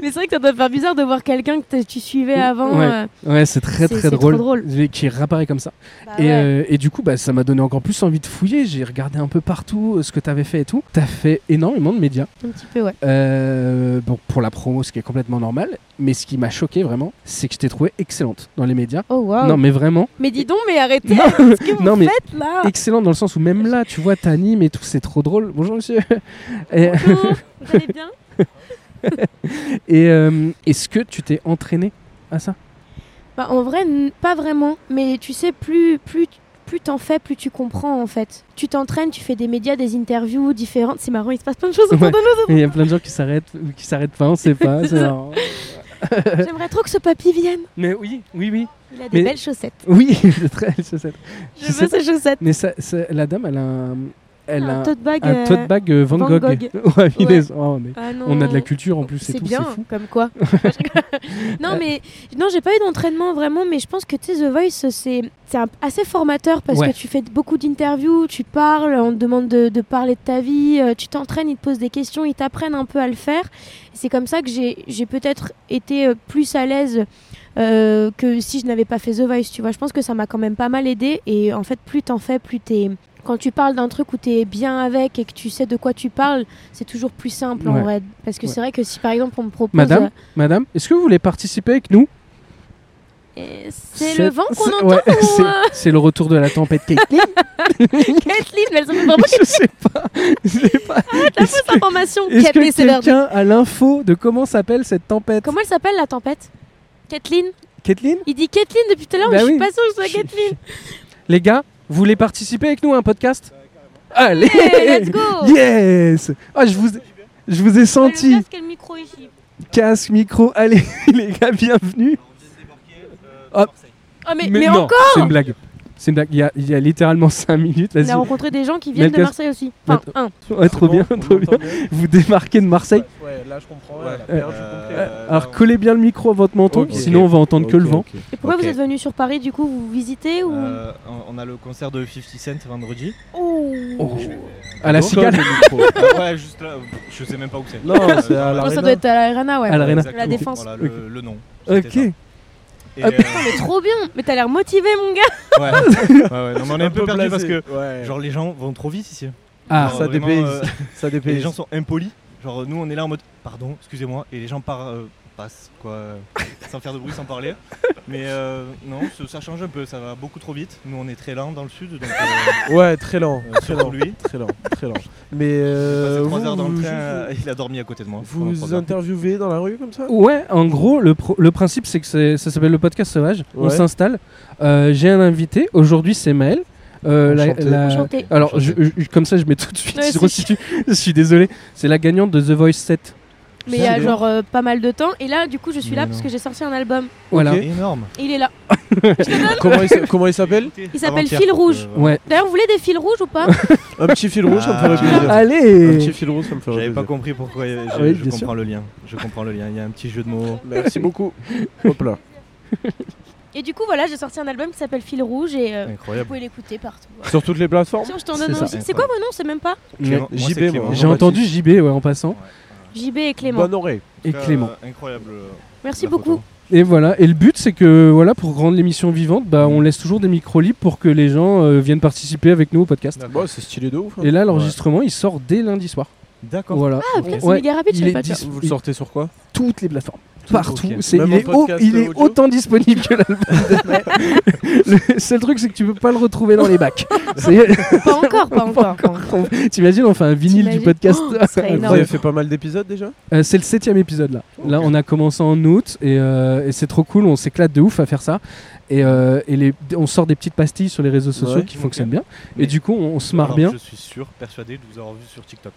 Speaker 2: mais c'est vrai que ça doit faire bizarre de voir quelqu'un que t'as- tu suivais avant.
Speaker 1: Ouais.
Speaker 2: euh,
Speaker 1: ouais c'est très
Speaker 2: C'est-
Speaker 1: très
Speaker 2: c'est trop
Speaker 1: drôle,
Speaker 2: drôle.
Speaker 1: mais qui réapparaît comme ça
Speaker 2: bah
Speaker 1: et,
Speaker 2: ouais.
Speaker 1: euh, et du coup bah ça m'a donné encore plus envie de fouiller j'ai regardé un peu partout euh, ce que t'avais fait et tout t'as fait énormément de médias
Speaker 2: Un petit peu, ouais.
Speaker 1: Euh, bon pour la promo ce qui est complètement normal mais ce qui m'a choqué vraiment c'est que je t'ai trouvé excellente dans les médias
Speaker 2: Oh waouh.
Speaker 1: non mais vraiment
Speaker 2: Mais dis donc, mais arrêtez.
Speaker 1: Non.
Speaker 2: *laughs* Qu'est-ce que vous
Speaker 1: Non, mais-
Speaker 2: faites là
Speaker 1: excellent dans le sens où même là, tu vois, t'animes et tout, c'est trop drôle. Bonjour monsieur. *laughs* Et,
Speaker 2: Bonjour, vous allez
Speaker 1: *laughs*
Speaker 2: bien
Speaker 1: et, euh, est-ce que tu t'es entraîné à ça
Speaker 2: Bah, en vrai, n- pas vraiment. Mais tu sais, plus, plus, plus t'en fais, plus tu comprends en fait. Tu t'entraînes, tu fais des médias, des interviews différentes. C'est marrant, il se passe plein de choses autour
Speaker 1: Ouais.
Speaker 2: de
Speaker 1: *laughs*
Speaker 2: nous.
Speaker 1: Il y a plein de gens qui s'arrêtent ou qui s'arrêtent pas, on sait pas. c'est
Speaker 2: C'est ça.
Speaker 1: marrant.
Speaker 2: J'aimerais trop que ce papy vienne.
Speaker 1: Mais oui, oui, oui,
Speaker 2: Il a des
Speaker 1: Mais-
Speaker 2: belles chaussettes.
Speaker 1: oui, *laughs* c'est très c'est ça.
Speaker 2: Je
Speaker 1: C'est
Speaker 2: veux
Speaker 1: ça.
Speaker 2: ces chaussettes.
Speaker 1: Mais ça, ça- la dame, elle a, un, elle a
Speaker 2: un tote bag.
Speaker 1: un
Speaker 2: euh,
Speaker 1: tote bag euh, Van,
Speaker 2: Van
Speaker 1: Gogh.
Speaker 2: Gogh.
Speaker 1: *laughs* Ouais, il est- oh, mais
Speaker 2: ah non.
Speaker 1: On a de la culture en plus, c'est
Speaker 2: C'est
Speaker 1: tout,
Speaker 2: bien,
Speaker 1: c'est fou.
Speaker 2: comme
Speaker 1: *laughs*
Speaker 2: quoi. non, mais non, j'ai pas eu d'entraînement vraiment, mais je pense que tu sais, The Voice, c'est c'est un- assez formateur parce
Speaker 1: Ouais.
Speaker 2: que tu fais beaucoup d'interviews, tu parles, on te demande de, de parler de ta vie, euh, tu t'entraînes, ils te posent des questions, ils t'apprennent un peu à le faire. C'est comme ça que j'ai j'ai peut-être été euh, plus à l'aise euh, que si je n'avais pas fait The Voice, tu vois. Je pense que ça m'a quand même pas mal aidé. Et en fait, plus t'en fais, plus t'es. Quand tu parles d'un truc où t'es bien avec et que tu sais de quoi tu parles, c'est toujours plus simple
Speaker 1: Ouais.
Speaker 2: en vrai. Parce que
Speaker 1: Ouais.
Speaker 2: c'est vrai que si par exemple on me propose.
Speaker 1: Madame, madame, est-ce que vous voulez participer avec nous
Speaker 2: euh, C'est le vent qu'on
Speaker 1: c'est-
Speaker 2: entend
Speaker 1: ouais, *laughs*
Speaker 2: ou,
Speaker 1: c'est-
Speaker 2: euh,
Speaker 1: C'est le retour de la
Speaker 2: *laughs*
Speaker 1: tempête. Kate.
Speaker 2: Kathleen, elle s'en fout vraiment
Speaker 1: je sais pas. Je sais pas.
Speaker 2: la
Speaker 1: Est-ce
Speaker 2: fausse information.
Speaker 1: que- Est-ce
Speaker 2: Kathleen
Speaker 1: que
Speaker 2: Severde.
Speaker 1: quelqu'un a l'info de comment s'appelle cette tempête
Speaker 2: Comment elle s'appelle la tempête Kathleen
Speaker 1: Kathleen
Speaker 2: Il dit Kathleen depuis tout à l'heure,
Speaker 1: Bah
Speaker 2: mais je
Speaker 1: oui.
Speaker 2: suis pas sûre que ce soit
Speaker 1: Je- je-
Speaker 2: Kathleen.
Speaker 1: Les gars, vous voulez participer avec nous à un podcast Allez *laughs*
Speaker 2: Hey, let's go
Speaker 1: Yes Ah, je vous, je vous ai senti.
Speaker 2: Le casque et le micro ici.
Speaker 1: Casque, micro, allez les gars, bienvenue.
Speaker 2: Ah, mais, mais,
Speaker 1: non,
Speaker 2: encore
Speaker 1: C'est une blague. C'est une blague. Il y a, il y a littéralement 5 minutes.
Speaker 2: On
Speaker 1: Vas-y.
Speaker 2: a rencontré des gens qui
Speaker 1: Mais
Speaker 2: viennent
Speaker 1: le
Speaker 2: de
Speaker 1: casque-
Speaker 2: Marseille aussi. Enfin,
Speaker 1: Attends.
Speaker 2: un.
Speaker 1: *laughs* Ouais, trop bien, trop bien. Vous démarquez de Marseille.
Speaker 9: Ouais, là je comprends.
Speaker 3: Ouais.
Speaker 9: la perche,
Speaker 3: Euh,
Speaker 9: j'ai compris.
Speaker 3: euh,
Speaker 1: Alors collez bien le micro à votre menton,
Speaker 9: Ok.
Speaker 1: sinon on va entendre que le vent.
Speaker 2: Et pourquoi
Speaker 9: Ok.
Speaker 2: vous êtes venu sur Paris du coup Vous visitez ou
Speaker 9: Euh, on on a le concert de 50 Cent vendredi.
Speaker 2: Oh.
Speaker 1: À la cigale.
Speaker 9: Ah ouais, juste là, je sais même pas où c'est.
Speaker 3: Non,
Speaker 9: Euh,
Speaker 3: c'est à
Speaker 9: dans
Speaker 3: la-
Speaker 2: Oh, ça
Speaker 3: Arena.
Speaker 2: doit être à l'Arena, ouais.
Speaker 1: À l'Arena.
Speaker 9: Exactement.
Speaker 2: La défense.
Speaker 9: Voilà, euh, le, le *laughs* nom. c'était
Speaker 1: Ok.
Speaker 9: ça. Et,
Speaker 1: Hop.
Speaker 9: euh,
Speaker 2: Mais trop bien Mais t'as l'air motivé, mon gars
Speaker 9: ouais. ouais, ouais, non, mais on est un peu perdu parce que
Speaker 3: genre
Speaker 9: genre les gens vont trop vite ici.
Speaker 1: Ah,
Speaker 9: Genre,
Speaker 6: ça
Speaker 9: vraiment,
Speaker 6: dépayse.
Speaker 9: euh,
Speaker 6: *laughs* Ça
Speaker 9: et les
Speaker 6: dépêche.
Speaker 9: gens sont impolis. Genre nous on est là en mode pardon, excusez-moi et les gens par- euh, passent quoi euh, sans faire de bruit, sans parler. Mais euh, non, ça- ça change un peu, ça va beaucoup trop vite. Nous on est très lent dans le sud donc euh,
Speaker 6: Ouais, très lent.
Speaker 9: euh, surtout lui.
Speaker 6: Très lent, très lent. *laughs* Mais euh,
Speaker 9: Passé 3
Speaker 6: vous,
Speaker 9: heures dans le
Speaker 6: vous-
Speaker 9: train, euh, il a dormi à côté de moi. pendant
Speaker 6: vous
Speaker 9: trois
Speaker 6: vous
Speaker 9: heures.
Speaker 6: interviewez dans la rue comme ça
Speaker 1: Ouais, en gros, le, pro- le principe, c'est que c'est- ça s'appelle le podcast sauvage. On
Speaker 6: Ouais.
Speaker 1: s'installe. Euh, J'ai un invité. Aujourd'hui, c'est Maël. Euh, la-
Speaker 6: Enchanté.
Speaker 1: la-
Speaker 2: Enchanté.
Speaker 1: Alors, je-
Speaker 9: Enchanté.
Speaker 1: je- comme ça, *laughs* je mets tout de suite
Speaker 2: Ouais,
Speaker 1: sur
Speaker 2: c'est
Speaker 1: situe. Je suis désolé. C'est la gagnante de The Voice 7.
Speaker 2: Mais il y a
Speaker 1: bien.
Speaker 2: genre euh, pas mal de temps. Et là, du coup, je suis
Speaker 9: Mais
Speaker 2: là
Speaker 9: non.
Speaker 2: parce que j'ai sorti un album.
Speaker 1: Voilà.
Speaker 9: C'est énorme.
Speaker 2: Et il est là.
Speaker 6: *laughs* Comment il s- Comment il s'appelle
Speaker 2: Il s'appelle Fil Rouge.
Speaker 1: Ouais.
Speaker 2: D'ailleurs, vous voulez des fils rouges ou pas
Speaker 6: Un petit fil rouge, ça me ferait
Speaker 9: Ah.
Speaker 6: plaisir. Un petit
Speaker 1: Allez
Speaker 6: fil rouge, ça me ferait
Speaker 9: J'avais
Speaker 6: plaisir.
Speaker 9: pas compris pourquoi. euh,
Speaker 1: Ah
Speaker 9: Je,
Speaker 1: oui,
Speaker 9: je
Speaker 1: bien
Speaker 9: comprends le lien. Je comprends le lien. Il y a un petit jeu de mots.
Speaker 6: Merci beaucoup. *laughs* Hop là.
Speaker 2: Et du coup, voilà, j'ai sorti un album qui s'appelle Fil Rouge et euh, vous
Speaker 9: Incroyable.
Speaker 2: pouvez l'écouter partout. Ouais.
Speaker 6: Sur toutes les plateformes
Speaker 2: Tiens, je t'en
Speaker 1: C'est
Speaker 2: donne un
Speaker 1: ça.
Speaker 2: aussi. C'est quoi vos noms C'est même pas
Speaker 9: Clément-
Speaker 6: JB,
Speaker 9: moi, c'est
Speaker 6: moi.
Speaker 9: Clément.
Speaker 1: J'ai
Speaker 6: Jean-Baptiste.
Speaker 1: entendu JB ouais, en passant.
Speaker 2: JB et Clément.
Speaker 6: Bonne oreille.
Speaker 1: Et
Speaker 9: Euh,
Speaker 1: Clément.
Speaker 9: incroyable. euh,
Speaker 2: Merci
Speaker 9: la photo.
Speaker 2: beaucoup.
Speaker 1: Et voilà. Et le but, c'est que voilà, pour rendre l'émission vivante, bah, on laisse toujours des micros libres pour que les gens euh, viennent participer avec nous au podcast.
Speaker 6: Bon, c'est stylé de ouf. hein.
Speaker 1: Et là, l'enregistrement, il sort dès lundi soir.
Speaker 9: D'accord.
Speaker 1: Voilà.
Speaker 2: Ah, putain, c'est
Speaker 1: Ouais,
Speaker 2: méga rapide, je
Speaker 1: il
Speaker 2: savais
Speaker 1: est
Speaker 2: pas. tu vois.
Speaker 1: dis-
Speaker 6: Vous le sortez sur quoi
Speaker 1: toutes les plateformes. Partout.
Speaker 9: ok.
Speaker 1: C'est-
Speaker 6: Même
Speaker 1: il
Speaker 6: en
Speaker 1: est,
Speaker 6: podcast,
Speaker 1: au- il est
Speaker 6: audio
Speaker 1: autant disponible que l'album
Speaker 6: *laughs*
Speaker 1: de Noël. Le seul truc, c'est que tu peux pas le retrouver dans les
Speaker 2: *laughs*
Speaker 1: bacs. C'est-
Speaker 2: Pas encore, pas encore. pas encore.
Speaker 1: T'imagines, on fait un vinyle du
Speaker 2: T'imagines
Speaker 1: podcast.
Speaker 2: Oh, ce serait
Speaker 6: Vous
Speaker 2: énorme.
Speaker 6: avez fait pas mal d'épisodes déjà
Speaker 1: Euh, c'est le septième épisode là. Là, on a commencé en août et, euh, et c'est trop cool. On s'éclate de ouf à faire ça. Et, euh, et les- on sort des petites pastilles sur les réseaux sociaux
Speaker 6: Ouais,
Speaker 1: qui
Speaker 9: ok.
Speaker 1: fonctionnent bien.
Speaker 9: Mais-
Speaker 1: Et du coup, on, on se marre
Speaker 9: Alors,
Speaker 1: bien.
Speaker 9: Je suis sûr, persuadé de vous avoir vu sur TikTok.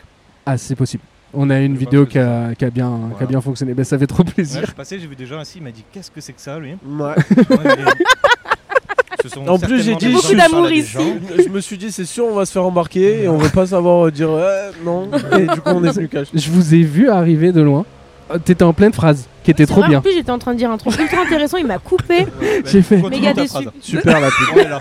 Speaker 1: Ah, c'est possible. On a une
Speaker 9: Je pense
Speaker 1: vidéo
Speaker 9: que
Speaker 1: qui a, qui a bien, qui a
Speaker 9: Voilà.
Speaker 1: bien fonctionné. Ben, ça fait trop
Speaker 9: Ouais,
Speaker 1: plaisir.
Speaker 9: je suis passé, j'ai vu des gens assis. Il m'a dit Qu'est-ce que c'est que ça, lui
Speaker 6: Ouais. *laughs*
Speaker 9: *laughs* Ce sont
Speaker 6: En plus, j'ai
Speaker 9: certainement des
Speaker 6: dit.
Speaker 9: gens
Speaker 2: Beaucoup
Speaker 9: qui
Speaker 2: d'amour
Speaker 9: parlent à des
Speaker 2: ici.
Speaker 9: gens.
Speaker 6: Je me suis dit, c'est sûr, on va se faire embarquer et on veut pas savoir euh, dire euh, non. Et du coup, on est venu cash.
Speaker 1: Je vous ai vu arriver de loin. Euh, T'étais en pleine phrase qui était
Speaker 2: Ah, C'est
Speaker 1: trop
Speaker 2: vrai, En
Speaker 1: bien.
Speaker 2: plus, j'étais en train de dire un truc ultra intéressant, il m'a coupé.
Speaker 9: Ouais, bah,
Speaker 1: J'ai fait-
Speaker 9: continue
Speaker 2: Méga
Speaker 9: ta
Speaker 2: déçu.
Speaker 9: phrase.
Speaker 6: Super la pub.
Speaker 9: On est là.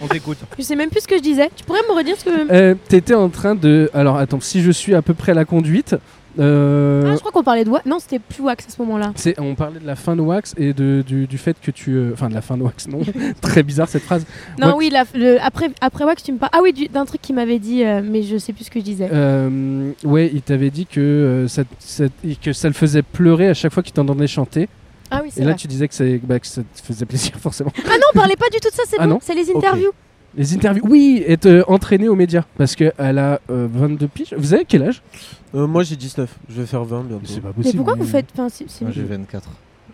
Speaker 9: On t'écoute.
Speaker 2: Je sais même plus ce que je disais. Tu pourrais me redire ce que.
Speaker 1: Euh, T'étais en train de. Alors attends, si je suis à peu près à la conduite. euh,
Speaker 2: Ah, je crois qu'on parlait de Wax. Non, c'était plus Wax à ce moment-là.
Speaker 1: C'est- on parlait de la fin de Wax et de, du, du fait que tu. euh, Enfin, de la fin de Wax, non. *laughs* Très bizarre cette phrase.
Speaker 2: Non,
Speaker 1: Wax.
Speaker 2: oui, la- le- après, après Wax, tu me parles. Ah oui, du- d'un truc qu'il m'avait dit, euh, mais je sais plus ce que je disais.
Speaker 1: Euh, ouais, il t'avait dit que, euh, ça, ça- et que ça le faisait pleurer à chaque fois qu'il t'entendait chanter.
Speaker 2: Ah oui,
Speaker 1: Et
Speaker 2: c'est
Speaker 1: là,
Speaker 2: vrai.
Speaker 1: tu disais que, c'est- bah, que ça te faisait plaisir, *laughs* forcément.
Speaker 2: Ah non, on parlait pas du tout de ça, c'est
Speaker 1: Ah non
Speaker 2: bon. C'est les
Speaker 6: Ok.
Speaker 2: interviews.
Speaker 1: Les interviews. Oui, être euh, entraîné aux médias. Parce qu'elle a euh, 22 piges. Vous avez quel âge
Speaker 6: Euh, moi, j'ai 19. Je vais faire 20 bientôt.
Speaker 1: pas
Speaker 2: Mais pourquoi vous faites. Enfin, c'est-
Speaker 1: Ah,
Speaker 2: c'est-
Speaker 9: Moi, J'ai 24.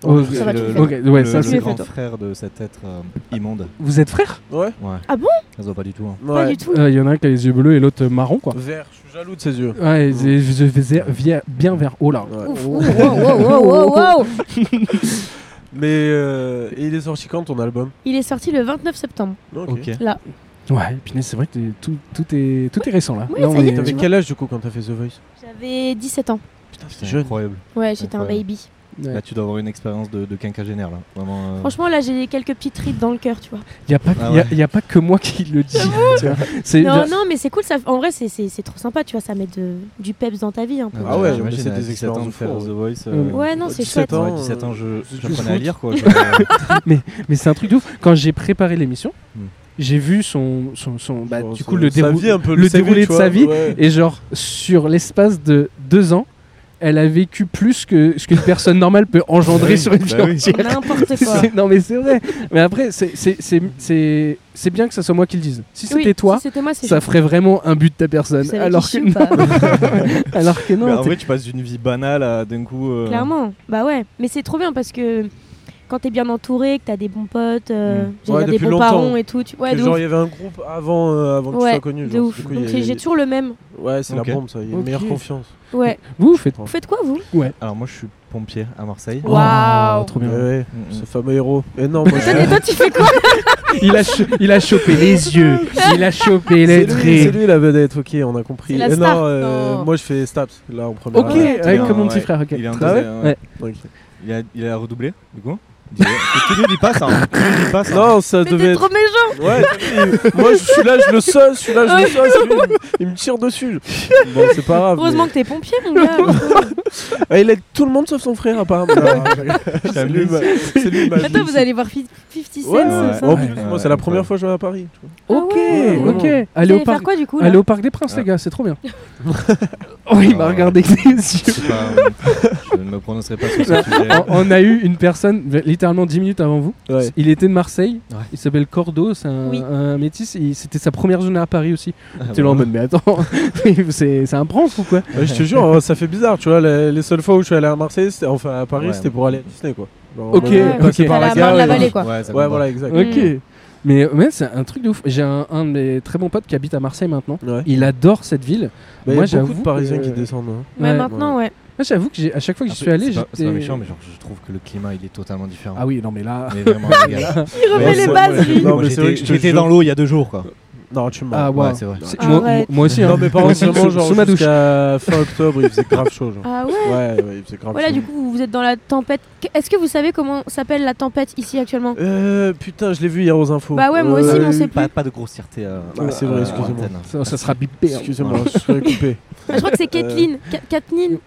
Speaker 1: Oh,
Speaker 9: Je suis
Speaker 2: ça va, tu le
Speaker 9: le-
Speaker 2: fais.
Speaker 1: Ok, ouais,
Speaker 9: le-
Speaker 1: ça,
Speaker 9: le
Speaker 1: c'est-
Speaker 9: grand
Speaker 2: Fais-toi.
Speaker 9: frère de cet être euh, immonde.
Speaker 1: Vous êtes frères Ah,
Speaker 6: Ouais.
Speaker 9: Ouais.
Speaker 2: Ah bon
Speaker 9: Ça se voit pas du tout. hein.
Speaker 6: ouais.
Speaker 2: Pas du tout.
Speaker 1: Il y en a un qui a les yeux bleus et l'autre euh, marron, quoi.
Speaker 6: Vert, je suis jaloux de ses yeux.
Speaker 1: Ouais, je je faisais via- bien vers haut là.
Speaker 6: Ouais.
Speaker 2: Ouf, wow, wow, wow, wow, wow.
Speaker 1: *laughs*
Speaker 6: Mais euh, et il est sorti quand ton album
Speaker 2: Il est sorti le 29 septembre.
Speaker 6: Ok.
Speaker 1: Ouais, punaise, c'est vrai que t'es- tout, tout, est, tout est récent là.
Speaker 2: Ouais,
Speaker 1: Là, on
Speaker 2: ça y est,
Speaker 1: est-
Speaker 6: T'avais
Speaker 2: vois.
Speaker 6: quel âge du coup quand t'as fait The Voice
Speaker 2: J'avais 17 ans.
Speaker 6: Putain,
Speaker 9: C'est incroyable.
Speaker 2: Ouais, j'étais un
Speaker 9: Incroyable.
Speaker 2: baby.
Speaker 1: Ouais.
Speaker 9: Là, tu dois avoir une expérience de, de quinquagénaire, là. Vraiment, euh,
Speaker 2: Franchement, là, j'ai quelques petites rides dans le cœur, tu vois.
Speaker 1: Il n'y a, pas-
Speaker 9: Ah
Speaker 1: y a-
Speaker 9: ouais.
Speaker 1: y a pas que moi qui le dis. tu vois. C'est-
Speaker 2: Non, non, mais c'est cool. Ça... En vrai, c'est- c'est c'est trop sympa, tu vois. Ça met de- du peps dans ta vie. Un peu.
Speaker 9: bah,
Speaker 8: Ah ouais,
Speaker 9: j'imagine,
Speaker 8: mais c'est
Speaker 9: à
Speaker 8: des
Speaker 9: 17
Speaker 8: expériences
Speaker 9: ans de
Speaker 8: de
Speaker 9: faire
Speaker 8: fou,
Speaker 9: The
Speaker 8: ouais.
Speaker 9: Voice. euh,
Speaker 2: Ouais, non,
Speaker 8: Ouais,
Speaker 2: c'est
Speaker 8: 17
Speaker 2: chouette.
Speaker 8: ans,
Speaker 9: ouais,
Speaker 8: euh,
Speaker 9: 17 ans, je,
Speaker 8: c'est du
Speaker 9: j'apprenais à
Speaker 8: foot.
Speaker 9: lire, quoi. euh, je-
Speaker 1: Mais c'est un truc de ouf. Quand j'ai préparé l'émission,
Speaker 9: Hmm.
Speaker 1: j'ai vu son, son, son- bah,
Speaker 8: Bon,
Speaker 1: du
Speaker 8: ça-
Speaker 1: coup, le,
Speaker 8: sa
Speaker 1: dérou-
Speaker 8: vie, un peu,
Speaker 1: le
Speaker 8: sa vie,
Speaker 1: déroulé
Speaker 8: tu
Speaker 1: de sa
Speaker 8: vois,
Speaker 1: vie.
Speaker 8: ouais.
Speaker 1: Et genre, sur l'espace de deux ans, elle a vécu plus que ce qu'une personne normale peut engendrer
Speaker 8: Bah oui,
Speaker 1: sur une vie
Speaker 2: *laughs*
Speaker 8: bah oui.
Speaker 1: entière.
Speaker 9: *laughs*
Speaker 2: *laughs* N'importe quoi.
Speaker 1: C'est- *laughs* Non mais c'est vrai. Mais après, c'est- c'est- c'est c'est- c'est bien que ça soit moi qui le dise. Si
Speaker 2: Oui,
Speaker 1: c'était toi,
Speaker 2: si c'était moi, c'est
Speaker 1: ça
Speaker 2: chouette.
Speaker 1: ferait vraiment un but de ta
Speaker 2: Vous
Speaker 1: personne.
Speaker 2: savez qui
Speaker 1: Alors
Speaker 2: je
Speaker 1: que,
Speaker 2: suis ou
Speaker 1: non,
Speaker 2: pas
Speaker 1: *laughs* alors que
Speaker 9: Mais
Speaker 1: non.
Speaker 9: Bah, en
Speaker 1: t'es-
Speaker 9: vrai, tu passes d'une vie banale à d'un coup. euh,
Speaker 2: *laughs* Clairement, bah ouais. Mais c'est trop bien parce que quand t'es bien entouré, que t'as des bons potes, euh,
Speaker 9: Mm.
Speaker 2: j'allais
Speaker 8: Ouais,
Speaker 2: dire
Speaker 8: depuis
Speaker 2: des bons
Speaker 8: longtemps.
Speaker 2: parents et tout. tu- Ouais,
Speaker 8: Que
Speaker 2: de
Speaker 8: genre,
Speaker 2: ouf.
Speaker 8: il y avait un groupe avant, euh, avant que tu
Speaker 2: Ouais,
Speaker 8: sois connu.
Speaker 2: de
Speaker 8: genre,
Speaker 2: ouf.
Speaker 8: du coup, il y
Speaker 2: Donc
Speaker 8: a-
Speaker 2: j'ai
Speaker 8: il y a-
Speaker 2: j'ai toujours le même.
Speaker 8: Ouais, c'est
Speaker 9: Ok.
Speaker 8: la bombe, ça. Il y a
Speaker 1: Ok.
Speaker 8: une meilleure confiance. *laughs*
Speaker 2: Ouais.
Speaker 1: Vous faites.
Speaker 2: Vous faites quoi, vous
Speaker 9: Alors, moi, je suis pompier à Marseille.
Speaker 2: Ouais. Waouh.
Speaker 1: Oh, trop
Speaker 8: Ouais,
Speaker 1: bien.
Speaker 8: ouais,
Speaker 9: Mm, mm.
Speaker 8: ce fameux héros. Et non,
Speaker 2: *laughs*
Speaker 8: moi, je-
Speaker 2: Et toi, tu fais quoi
Speaker 1: Il a, cho- il a chopé les yeux. Il a chopé
Speaker 8: C'est
Speaker 1: les
Speaker 8: lui, c'est
Speaker 1: traits.
Speaker 8: lui la vedette, ok, on a compris.
Speaker 2: C'est la
Speaker 8: Et
Speaker 2: star,
Speaker 8: non, euh,
Speaker 2: non.
Speaker 8: moi je fais Staps, là en première.
Speaker 1: Ok,
Speaker 8: année.
Speaker 1: ouais,
Speaker 9: Il est
Speaker 1: comme
Speaker 9: en-
Speaker 1: mon petit
Speaker 9: ouais,
Speaker 1: frère. ok.
Speaker 9: Il est en
Speaker 8: Ah ouais
Speaker 9: deuxième,
Speaker 1: Ouais.
Speaker 8: Ok.
Speaker 9: Il a, il a redoublé, du
Speaker 8: *laughs*
Speaker 9: coup. Il dit, Et tout de suite, il passe, hein. Il passe, hein.
Speaker 8: Non, ça
Speaker 2: Mais t'es
Speaker 8: devait
Speaker 2: trop
Speaker 8: être.
Speaker 2: méchant
Speaker 8: Ouais, il- moi je suis là, je le sauce, je suis là, je le sauce. lui, il me- Il me tire dessus. Bon, c'est pas grave.
Speaker 2: Heureusement
Speaker 8: mais-
Speaker 2: que t'es pompier,
Speaker 1: *laughs*
Speaker 2: mon gars
Speaker 8: Ah, il aide tout le monde sauf son frère, apparemment.
Speaker 9: *laughs*
Speaker 8: c'est lui, ma- c'est lui, ma
Speaker 2: Attends,
Speaker 8: vie.
Speaker 2: vous allez voir 50 Cent
Speaker 8: Ouais,
Speaker 2: ce
Speaker 8: ouais.
Speaker 2: soir.
Speaker 8: Oh,
Speaker 1: Ouais.
Speaker 8: putain, Moi, c'est la première fois que je vais à Paris. tu vois.
Speaker 1: Ok,
Speaker 2: ouais.
Speaker 1: ok.
Speaker 2: Vous
Speaker 1: Allez au
Speaker 2: allez faire
Speaker 1: parc.
Speaker 2: quoi, du coup là
Speaker 1: Allez au parc des Princes, les gars. C'est trop bien. oh, il m'a
Speaker 9: Ah.
Speaker 1: regardé avec les yeux.
Speaker 9: Je sais pas, euh,
Speaker 8: *laughs*
Speaker 9: je ne me prononcerai pas sur ce sujet.
Speaker 1: On, on a eu une personne v- littéralement 10 minutes avant vous.
Speaker 8: Ouais.
Speaker 1: Il était de Marseille.
Speaker 9: Ouais.
Speaker 1: Il s'appelle Cordo, c'est un,
Speaker 2: Oui.
Speaker 1: un métis. et C'était sa première journée à Paris aussi.
Speaker 9: Ah,
Speaker 1: T'es là en
Speaker 9: voilà.
Speaker 1: mode, mais attends, *laughs* c'est c'est un prank ou quoi
Speaker 8: Ouais, je te jure, euh, ça fait bizarre, tu vois. Les, les seules fois où je suis allé à Marseille, c'était- enfin à Paris,
Speaker 9: Ouais.
Speaker 8: c'était pour aller à Disney, quoi. Genre,
Speaker 1: Ok,
Speaker 8: on est
Speaker 1: ok.
Speaker 8: passé par
Speaker 2: À la
Speaker 8: la gare.
Speaker 2: Marne-la-Vallée,
Speaker 8: et-
Speaker 2: Allez, quoi.
Speaker 9: Ouais, ça me
Speaker 8: Ouais,
Speaker 9: va.
Speaker 8: voilà, exact.
Speaker 1: Ok.
Speaker 2: Mm.
Speaker 1: Mais ouais, c'est un truc de ouf. J'ai un, un de mes très bons potes qui habite à Marseille maintenant.
Speaker 8: Ouais.
Speaker 1: Il adore cette ville.
Speaker 8: Bah,
Speaker 1: Moi,
Speaker 8: il y a beaucoup
Speaker 1: j'avoue
Speaker 8: de Parisiens
Speaker 1: que-
Speaker 8: qui descendent.
Speaker 1: *laughs*
Speaker 8: hein.
Speaker 2: Ouais, maintenant, ouais.
Speaker 1: Moi, j'avoue que j'ai- à chaque fois que j'y
Speaker 9: Après,
Speaker 1: suis allé,
Speaker 9: Ah, c'est pas- C'est pas
Speaker 1: j'étais-
Speaker 9: méchant, mais genre, je trouve que le climat, il est totalement différent.
Speaker 1: Ah oui, non, mais là.
Speaker 9: Mais vraiment, les gars.
Speaker 2: Il
Speaker 9: Ouais,
Speaker 2: remet les
Speaker 9: c'est-
Speaker 2: bases, lui
Speaker 8: Non,
Speaker 9: Moi,
Speaker 8: mais c'est vrai
Speaker 9: j'étais-
Speaker 8: que je te
Speaker 9: J'étais
Speaker 8: jure.
Speaker 9: dans l'eau il y a deux jours, quoi.
Speaker 8: Non, tu me
Speaker 1: Ah,
Speaker 9: Ouais,
Speaker 1: ouais.
Speaker 9: c'est vrai.
Speaker 1: C'est- moi,
Speaker 2: Arrête.
Speaker 1: moi aussi, hein.
Speaker 8: Non, mais
Speaker 1: *laughs*
Speaker 8: *laughs* par
Speaker 1: Moi aussi,
Speaker 8: contre, vraiment,
Speaker 1: sous-
Speaker 8: genre,
Speaker 1: sous ma douche.
Speaker 8: jusqu'à fin octobre, il faisait grave chaud,
Speaker 1: *laughs*
Speaker 8: genre.
Speaker 2: Ah ouais
Speaker 8: Ouais, ouais, il faisait grave
Speaker 2: Voilà,
Speaker 8: chaud.
Speaker 2: du coup, vous- vous êtes dans la tempête. Qu- Est-ce que vous savez comment s'appelle la tempête ici actuellement
Speaker 8: Euh, putain, je l'ai vu hier aux infos. Euh,
Speaker 2: Bah ouais, moi aussi, mais on sait
Speaker 9: Pas,
Speaker 2: plus.
Speaker 9: pas de grossièreté. euh,
Speaker 8: Ah, c'est vrai,
Speaker 9: euh,
Speaker 8: excusez-moi.
Speaker 9: antenne.
Speaker 1: Ça, ça sera bipé. hein.
Speaker 8: Excusez-moi, je suis coupé.
Speaker 2: Je crois que
Speaker 1: Euh,
Speaker 2: c'est Kathleen. Ka- Kathleen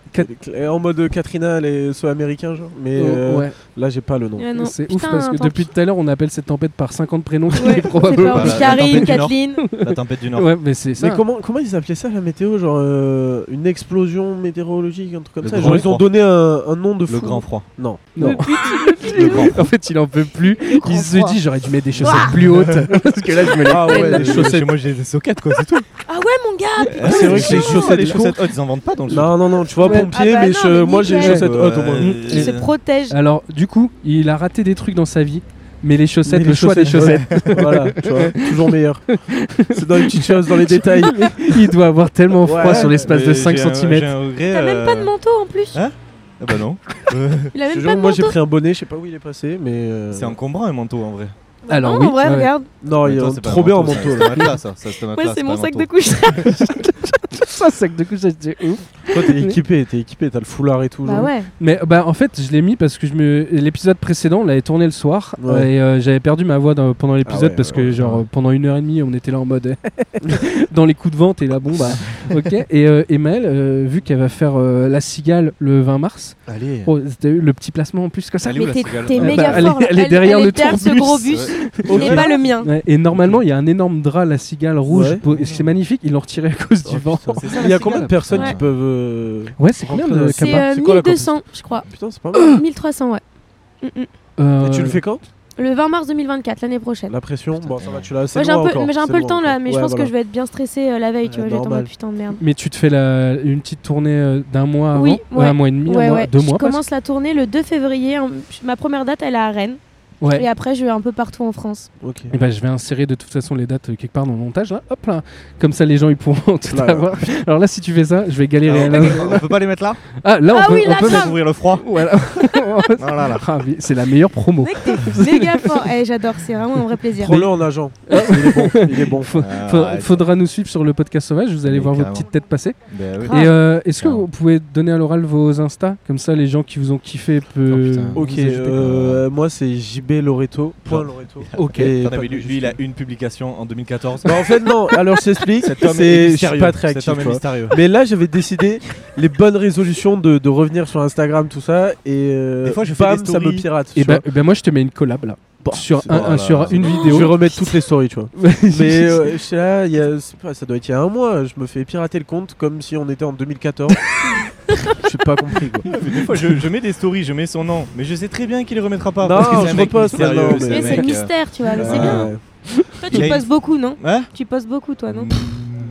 Speaker 8: Et En mode Katrina, les sauts américains, genre. Mais euh,
Speaker 1: Oh, ouais.
Speaker 8: là, j'ai pas le nom.
Speaker 2: Ouais, Euh, non.
Speaker 1: C'est ouf
Speaker 2: Putain,
Speaker 1: parce que
Speaker 2: tant
Speaker 1: depuis bah,
Speaker 2: pis.
Speaker 1: tout à l'heure, on appelle cette tempête par 50 prénoms. *laughs* qui
Speaker 2: Ouais,
Speaker 1: est
Speaker 2: c'est pas
Speaker 1: probable.
Speaker 9: grave.
Speaker 2: grave.
Speaker 9: La tempête
Speaker 2: Karine,
Speaker 9: du Nord.
Speaker 2: Kathleen.
Speaker 9: La tempête du Nord.
Speaker 1: Ouais, mais c'est ça.
Speaker 8: Mais comment, comment ils appelaient ça la météo Genre euh, une explosion météorologique, un truc comme
Speaker 9: Le
Speaker 8: ça
Speaker 9: grand
Speaker 8: Genre ils
Speaker 9: froid.
Speaker 8: ont donné un, un nom de fou.
Speaker 9: Le grand froid.
Speaker 8: Non.
Speaker 1: Non.
Speaker 9: Le grand
Speaker 1: *laughs* en fait, il en peut plus.
Speaker 2: grand
Speaker 1: Il se
Speaker 2: froid.
Speaker 1: dit, j'aurais dû mettre des chaussettes plus hautes.
Speaker 8: *laughs*
Speaker 1: parce que là, je me les
Speaker 8: Ah ouais,
Speaker 1: pète,
Speaker 8: les
Speaker 1: les
Speaker 8: chaussettes.
Speaker 1: chaussettes.
Speaker 9: moi j'ai des sockets quoi, c'est tout.
Speaker 2: Ah ouais, mon gars
Speaker 9: Ah,
Speaker 8: c'est vrai que les chaussettes
Speaker 9: les
Speaker 8: de
Speaker 9: chaussettes hautes, ils en vendent pas dans le
Speaker 8: Non, non, non, tu vois,
Speaker 1: Ouais.
Speaker 8: pompier,
Speaker 2: Ah bah
Speaker 8: mais,
Speaker 2: non,
Speaker 8: je-
Speaker 2: mais
Speaker 8: moi j'ai les
Speaker 2: nickel.
Speaker 8: chaussettes hautes au moins.
Speaker 9: Ouais.
Speaker 2: Il se protège.
Speaker 1: Alors, du coup, il a raté des trucs dans sa vie. Mais les chaussettes,
Speaker 8: Mais
Speaker 1: le
Speaker 8: les
Speaker 1: choix des chaussettes,
Speaker 8: chaussettes,
Speaker 1: *laughs*
Speaker 8: voilà, tu vois, toujours meilleur. C'est dans les petites choses, dans
Speaker 1: *laughs*
Speaker 8: les détails.
Speaker 1: il doit avoir tellement froid
Speaker 8: Ouais,
Speaker 1: sur l'espace de 5
Speaker 9: J'ai
Speaker 1: cm.
Speaker 9: un regret.
Speaker 2: T'as même pas de
Speaker 9: euh,
Speaker 2: manteau en plus.
Speaker 9: hein Ah bah non.
Speaker 2: Il a
Speaker 8: Ah, Je te
Speaker 2: même
Speaker 8: jure,
Speaker 2: pas de
Speaker 8: moi j'ai
Speaker 2: manteau.
Speaker 8: pris un bonnet, je sais pas où il est passé, mais. euh,
Speaker 9: C'est encombrant un manteau en vrai.
Speaker 1: Alors
Speaker 2: Non,
Speaker 1: oui,
Speaker 2: en vrai,
Speaker 1: ouais.
Speaker 2: regarde.
Speaker 8: Non, il
Speaker 9: Attends,
Speaker 8: est
Speaker 9: c'est pas
Speaker 8: trop bien en
Speaker 9: ça,
Speaker 8: manteau.
Speaker 9: C'est un matelas ça, ça, c'est un matelas.
Speaker 2: Ouais, c'est
Speaker 9: pas
Speaker 2: mon
Speaker 9: un
Speaker 2: sac de
Speaker 9: manteau.
Speaker 2: couchage.
Speaker 1: Ça, sac de couchage, c'est ouf.
Speaker 8: Toi t'es équipé, t'es équipé, t'as le foulard et tout.
Speaker 2: Bah
Speaker 8: genre.
Speaker 2: ouais.
Speaker 1: Mais bah en fait, je l'ai mis parce que je me l'épisode précédent, on l'avait tourné le soir
Speaker 8: Ouais. Ah
Speaker 1: euh, et euh, j'avais perdu ma voix dans- pendant l'épisode
Speaker 8: ouais,
Speaker 1: parce que
Speaker 8: ouais,
Speaker 1: genre
Speaker 8: ouais.
Speaker 1: euh, pendant une heure et demie, on était là en mode *laughs* dans les coups de vente et là bon
Speaker 8: *laughs*
Speaker 1: bah ok. Et, euh, et Maëlle, euh, vu qu'elle va faire euh, la cigale le 20 mars,
Speaker 9: Allez.
Speaker 1: oh, c'était le petit placement en plus comme ça.
Speaker 9: Elle est où, la
Speaker 2: Mais t'es
Speaker 9: cigale
Speaker 2: t'es
Speaker 9: Ah,
Speaker 2: méga
Speaker 1: bah, elle est-
Speaker 2: fort. là.
Speaker 1: elle est derrière le
Speaker 2: ce
Speaker 1: tourbus.
Speaker 2: gros bus.
Speaker 9: Ok.
Speaker 2: Et pas le mien.
Speaker 1: Ouais, et normalement, il y a un énorme drap la cigale rouge,
Speaker 8: Ouais. Oh,
Speaker 1: pour- et c'est magnifique. Ils l'ont retiré à cause du vent.
Speaker 9: C'est ça,
Speaker 8: Il y
Speaker 9: la
Speaker 8: a combien de
Speaker 9: cigale
Speaker 8: personnes
Speaker 2: Ouais.
Speaker 8: qui peuvent. euh,
Speaker 1: Ouais, c'est combien de
Speaker 8: C'est,
Speaker 2: C'est
Speaker 1: capas
Speaker 2: euh,
Speaker 8: C'est quoi la
Speaker 2: 1200, je
Speaker 8: *coughs*
Speaker 2: crois.
Speaker 8: Putain, c'est pas mal.
Speaker 2: 1300, ouais. Mm, mm.
Speaker 1: Euh,
Speaker 8: Et tu le fais quand
Speaker 2: Le 20 mars 2024, l'année prochaine.
Speaker 8: La pression Bon, ça va, tu l'as assez
Speaker 2: Moi, j'ai un
Speaker 8: loin
Speaker 2: peu,
Speaker 8: encore,
Speaker 2: mais j'ai un
Speaker 8: c'est
Speaker 2: peu le
Speaker 8: loin
Speaker 2: temps là,
Speaker 8: encore.
Speaker 2: mais je
Speaker 8: Ouais,
Speaker 2: pense que
Speaker 8: voilà.
Speaker 2: je vais être bien stressée euh, la veille, tu
Speaker 8: Ouais,
Speaker 2: vois. J'attends ma
Speaker 8: normal.
Speaker 2: putain de merde.
Speaker 1: Mais tu te fais la, une petite tournée euh, d'un mois avant,
Speaker 2: Oui, ouais.
Speaker 1: un mois et demi, un
Speaker 2: Ouais,
Speaker 1: mois-
Speaker 2: ouais.
Speaker 1: deux
Speaker 2: je
Speaker 1: mois. presque.
Speaker 2: commence la tournée le 2 février. hein. Je- Ma première date, elle est à Rennes.
Speaker 1: Ouais.
Speaker 2: Et après, je vais un peu partout
Speaker 9: *laughs*
Speaker 2: en France.
Speaker 8: Ok.
Speaker 1: Et ben, je vais insérer de toute façon les dates euh, quelque part dans le montage. Là. Hop là, comme ça les gens ils pourront *laughs* tout
Speaker 8: Là, là.
Speaker 1: avoir. Alors là, si tu fais ça, je vais galérer.
Speaker 9: Alors,
Speaker 1: Là,
Speaker 9: On peut pas les mettre là
Speaker 1: Ah là, on
Speaker 2: Ah
Speaker 1: peut,
Speaker 2: oui,
Speaker 1: on
Speaker 2: là,
Speaker 1: peut
Speaker 2: grave.
Speaker 1: mettre. *laughs*
Speaker 9: Ouvrir le froid.
Speaker 1: Voilà.
Speaker 9: Voilà.
Speaker 1: Ah, mais c'est la meilleure promo.
Speaker 2: Mec, t'es méga fort. Eh, J'adore, c'est vraiment un vrai plaisir.
Speaker 8: Prends-le en agent. il est bon. Il est bon.
Speaker 1: Faut-
Speaker 9: Ah,
Speaker 1: Fa-
Speaker 9: ouais,
Speaker 1: faudra nous suivre sur le podcast sauvage, vous allez
Speaker 9: Mais
Speaker 1: voir vos
Speaker 9: carrément.
Speaker 1: petites têtes passer.
Speaker 9: Ben oui.
Speaker 2: Ah.
Speaker 1: Et euh, est-ce que
Speaker 9: Carrément.
Speaker 1: vous pouvez donner à l'oral vos Insta Comme ça, les gens qui vous ont kiffé
Speaker 9: Oh,
Speaker 1: peuvent.
Speaker 9: putain.
Speaker 1: vous
Speaker 8: Ok,
Speaker 1: ajouter.
Speaker 8: euh, moi c'est JB Loreto. Point
Speaker 9: Genre.
Speaker 8: Loreto.
Speaker 1: Ok.
Speaker 8: Et
Speaker 9: Attends,
Speaker 8: pas
Speaker 9: mais
Speaker 8: de
Speaker 9: lui, lui,
Speaker 8: majuscule.
Speaker 9: il a une publication en 2014.
Speaker 8: Bah, en fait, non, alors je t'explique.
Speaker 9: Cet homme est
Speaker 8: C'est- Je suis
Speaker 9: mystérieux.
Speaker 8: pas très
Speaker 9: Cet
Speaker 8: actif.
Speaker 9: homme est
Speaker 8: quoi.
Speaker 9: mystérieux.
Speaker 8: Mais là, j'avais décidé les bonnes résolutions de, de revenir sur Instagram, tout ça. Et euh,
Speaker 9: Des fois, je fais
Speaker 8: bam,
Speaker 9: des
Speaker 8: ça me
Speaker 9: stories.
Speaker 8: pirate.
Speaker 1: Et
Speaker 8: tu
Speaker 1: ben
Speaker 8: vois.
Speaker 1: ben moi, je te mets une collab là.
Speaker 8: Bon,
Speaker 1: sur
Speaker 9: c'est-
Speaker 1: un,
Speaker 9: oh
Speaker 1: un-
Speaker 9: là
Speaker 1: sur
Speaker 9: là,
Speaker 1: une
Speaker 9: c'est-
Speaker 8: je vais
Speaker 1: vidéo.
Speaker 8: remettre toutes les stories,
Speaker 1: *laughs*
Speaker 8: tu vois. Mais euh, je sais là, il y a- c'est pas- ça doit être il y a un mois, je me fais pirater le compte comme si on était en 2014. Je suis pas compris quoi.
Speaker 9: Mais Des fois, je, je mets des stories, je mets son nom, mais je sais très bien qu'il les remettra pas.
Speaker 8: Non,
Speaker 9: parce que c'est
Speaker 8: je
Speaker 9: un mec
Speaker 8: repose
Speaker 9: mystérieux,
Speaker 8: maintenant,
Speaker 9: un
Speaker 2: Mais c'est
Speaker 9: mec,
Speaker 2: le
Speaker 9: euh,
Speaker 2: mystère, tu vois. mais C'est
Speaker 9: Ouais.
Speaker 2: bien.
Speaker 8: Ouais.
Speaker 2: Toi,
Speaker 9: Il a
Speaker 2: tu
Speaker 9: une-
Speaker 2: postes beaucoup, non
Speaker 9: Hein Mm.
Speaker 2: Tu postes beaucoup, toi, non
Speaker 8: Mm.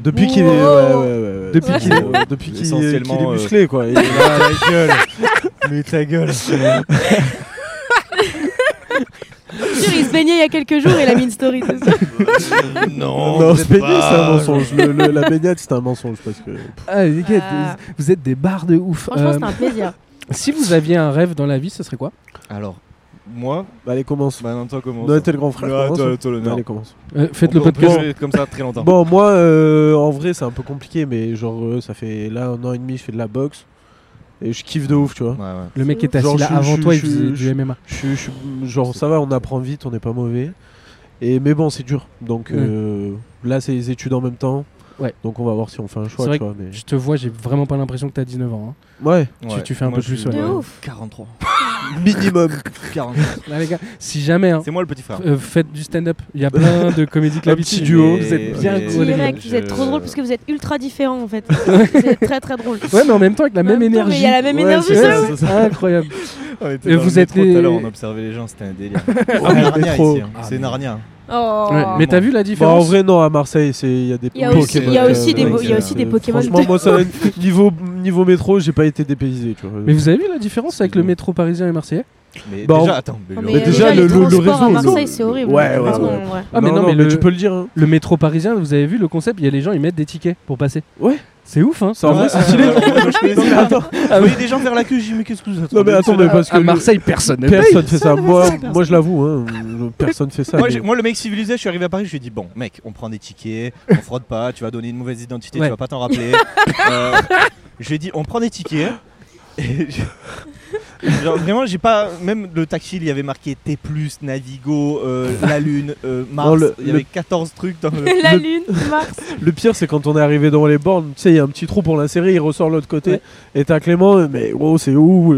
Speaker 8: Depuis qu'il est, ouais, ouais, ouais, ouais. depuis
Speaker 2: Ouais.
Speaker 8: qu'il est, depuis qu'il est, qu'il est
Speaker 9: Essentiellement, euh,
Speaker 8: musclé quoi. Il-
Speaker 9: Ah, ta gueule Mais ta
Speaker 8: *laughs*
Speaker 9: gueule
Speaker 2: Sûr, il se baignait il y a quelques jours et il a mis une story. c'est sûr.
Speaker 9: Non,
Speaker 8: Non,
Speaker 9: peut-être
Speaker 8: se baigner,
Speaker 9: pas.
Speaker 8: c'est un mensonge. Le- le- la baignade, c'est un mensonge parce que.
Speaker 1: Ah, les gars,
Speaker 2: Ah.
Speaker 1: Vous êtes des barres de ouf.
Speaker 2: Franchement,
Speaker 1: Euh,
Speaker 2: c'était un plaisir.
Speaker 1: si vous aviez un rêve dans la vie, ce serait quoi
Speaker 9: Alors, moi
Speaker 8: Bah, allez commence.
Speaker 9: Bah non, toi comment
Speaker 8: Non, t'es le grand frère.
Speaker 9: Ah,
Speaker 8: commence.
Speaker 9: toi, toi
Speaker 8: Bah,
Speaker 9: l'honneur.
Speaker 8: allez commence.
Speaker 1: Euh, Faites
Speaker 9: On
Speaker 1: le
Speaker 9: peut- on peut
Speaker 1: podcast.
Speaker 9: jouer comme ça très longtemps.
Speaker 8: Bon, moi, euh, en vrai, c'est un peu compliqué, mais genre, euh, ça fait là un an et demi, je fais de la boxe et je kiffe de ouf, tu vois.
Speaker 9: Ouais, ouais.
Speaker 1: Le mec était
Speaker 8: Genre,
Speaker 1: assis là
Speaker 8: je-
Speaker 1: avant
Speaker 8: je-
Speaker 1: toi, il
Speaker 8: je-
Speaker 1: faisait
Speaker 8: je-
Speaker 1: du MMA.
Speaker 8: Je, suis- je suis- genre, ça va, on apprend vite, on n'est pas mauvais. Et mais bon, c'est dur. Donc
Speaker 1: Ouais.
Speaker 8: euh, là, c'est les études en même temps.
Speaker 1: Ouais.
Speaker 8: Donc on va voir si on fait un choix,
Speaker 1: C'est vrai
Speaker 8: tu vois. Mais...
Speaker 1: Je te vois, j'ai vraiment pas l'impression que t'as 19 ans. hein.
Speaker 8: Ouais,
Speaker 1: Tu- tu fais un
Speaker 9: Moi,
Speaker 1: peu
Speaker 9: je suis-
Speaker 1: plus, ouais.
Speaker 9: *laughs*
Speaker 2: De ouf.
Speaker 9: 43.
Speaker 8: minimum.
Speaker 1: *laughs*
Speaker 9: 43.
Speaker 1: Là, les gars, si jamais, hein,
Speaker 9: C'est moi le petit frère.
Speaker 1: euh, faites du stand-up. Il y a plein *laughs* de comédies
Speaker 8: Un
Speaker 1: clavier
Speaker 8: petit duo.
Speaker 1: Vous êtes bien
Speaker 9: Mais-
Speaker 1: gros, les gars.
Speaker 2: Direct, vous êtes
Speaker 9: je-
Speaker 2: trop drôle parce que vous êtes ultra différents en fait. vous êtes très très drôle.
Speaker 1: Ouais, mais en même temps, avec la même
Speaker 2: temps, mais
Speaker 1: énergie.
Speaker 2: Il y a la même
Speaker 8: Ouais,
Speaker 2: énergie,
Speaker 8: c'est
Speaker 1: Ouais,
Speaker 2: ça,
Speaker 8: ça,
Speaker 2: ouais.
Speaker 1: c'est incroyable.
Speaker 9: On était
Speaker 1: Et
Speaker 9: dans le
Speaker 1: vous êtes
Speaker 9: métro tout à
Speaker 1: les-
Speaker 9: l'heure, on observait les gens, c'était un délire.
Speaker 8: Ah oui,
Speaker 9: Narnia
Speaker 8: métro.
Speaker 9: ici, hein. C'est Narnia.
Speaker 2: Oh.
Speaker 1: Ouais, Mais t'as vu la
Speaker 8: Bah, en
Speaker 1: différence
Speaker 8: vrai, non, à Marseille, c'est- il y a des
Speaker 2: Il y a aussi-
Speaker 9: il y a aussi des
Speaker 8: euh,
Speaker 9: il y a aussi
Speaker 2: des
Speaker 8: euh,
Speaker 2: Pokémon.
Speaker 8: Franchement,
Speaker 2: *laughs*
Speaker 9: *laughs*
Speaker 8: moi, ça, niveau, niveau métro, j'ai pas été dépaysé, tu vois.
Speaker 1: Mais vous avez vu la différence avec le métro parisien et marseillais
Speaker 9: Mais
Speaker 8: Bah, on-
Speaker 9: déjà, attends. mais
Speaker 2: Non,
Speaker 9: le-
Speaker 2: mais,
Speaker 8: Mais
Speaker 2: euh,
Speaker 8: déjà, le- le-
Speaker 2: les
Speaker 8: le
Speaker 2: transports
Speaker 8: réseau,
Speaker 2: à
Speaker 8: le-
Speaker 2: Marseille, c'est horrible.
Speaker 8: Ouais, ouais,
Speaker 2: Pardon,
Speaker 8: ouais.
Speaker 2: ouais.
Speaker 1: Ah, mais non, mais le-
Speaker 8: tu peux le dire. hein.
Speaker 1: Le métro parisien, vous avez vu le concept Il y a les gens, ils mettent des tickets pour passer.
Speaker 8: Ouais.
Speaker 1: C'est ouf, hein
Speaker 8: C'est en vrai, c'est *laughs* stylé.
Speaker 9: Non, mais attends,
Speaker 1: Ah,
Speaker 9: je voyais des gens vers la queue, j'ai dit, mais qu'est-ce que vous attendez
Speaker 8: Non mais attends, mais
Speaker 9: monsieur, là
Speaker 8: parce que
Speaker 1: À
Speaker 8: le-
Speaker 1: Marseille, personne ne paye.
Speaker 8: personne fait ça. Moi, moi je l'avoue, hein, euh, personne fait ça.
Speaker 9: Moi,
Speaker 8: mais-
Speaker 9: j'ai- moi, le mec civilisé, je suis arrivé à Paris, je lui ai dit Bon, mec, on prend des tickets, on fraude pas, tu vas donner une mauvaise identité,
Speaker 1: Ouais.
Speaker 9: tu vas pas t'en
Speaker 8: *laughs*
Speaker 9: rappeler. Euh, je lui ai dit On prend des tickets. Et je- *laughs* Genre, vraiment, j'ai pas. Même le taxi, il y avait marqué T, Navigo, euh, la Lune, euh, Mars.
Speaker 8: Non, le-
Speaker 9: il y avait 14 trucs dans le.
Speaker 2: La
Speaker 8: Le-
Speaker 2: lune, Mars.
Speaker 8: Le pire, c'est quand on est arrivé dans les bornes, tu sais, il y a un petit trou pour l'insérer, il ressort de l'autre côté, et t'as Clément, euh, mais wow, c'est où euh,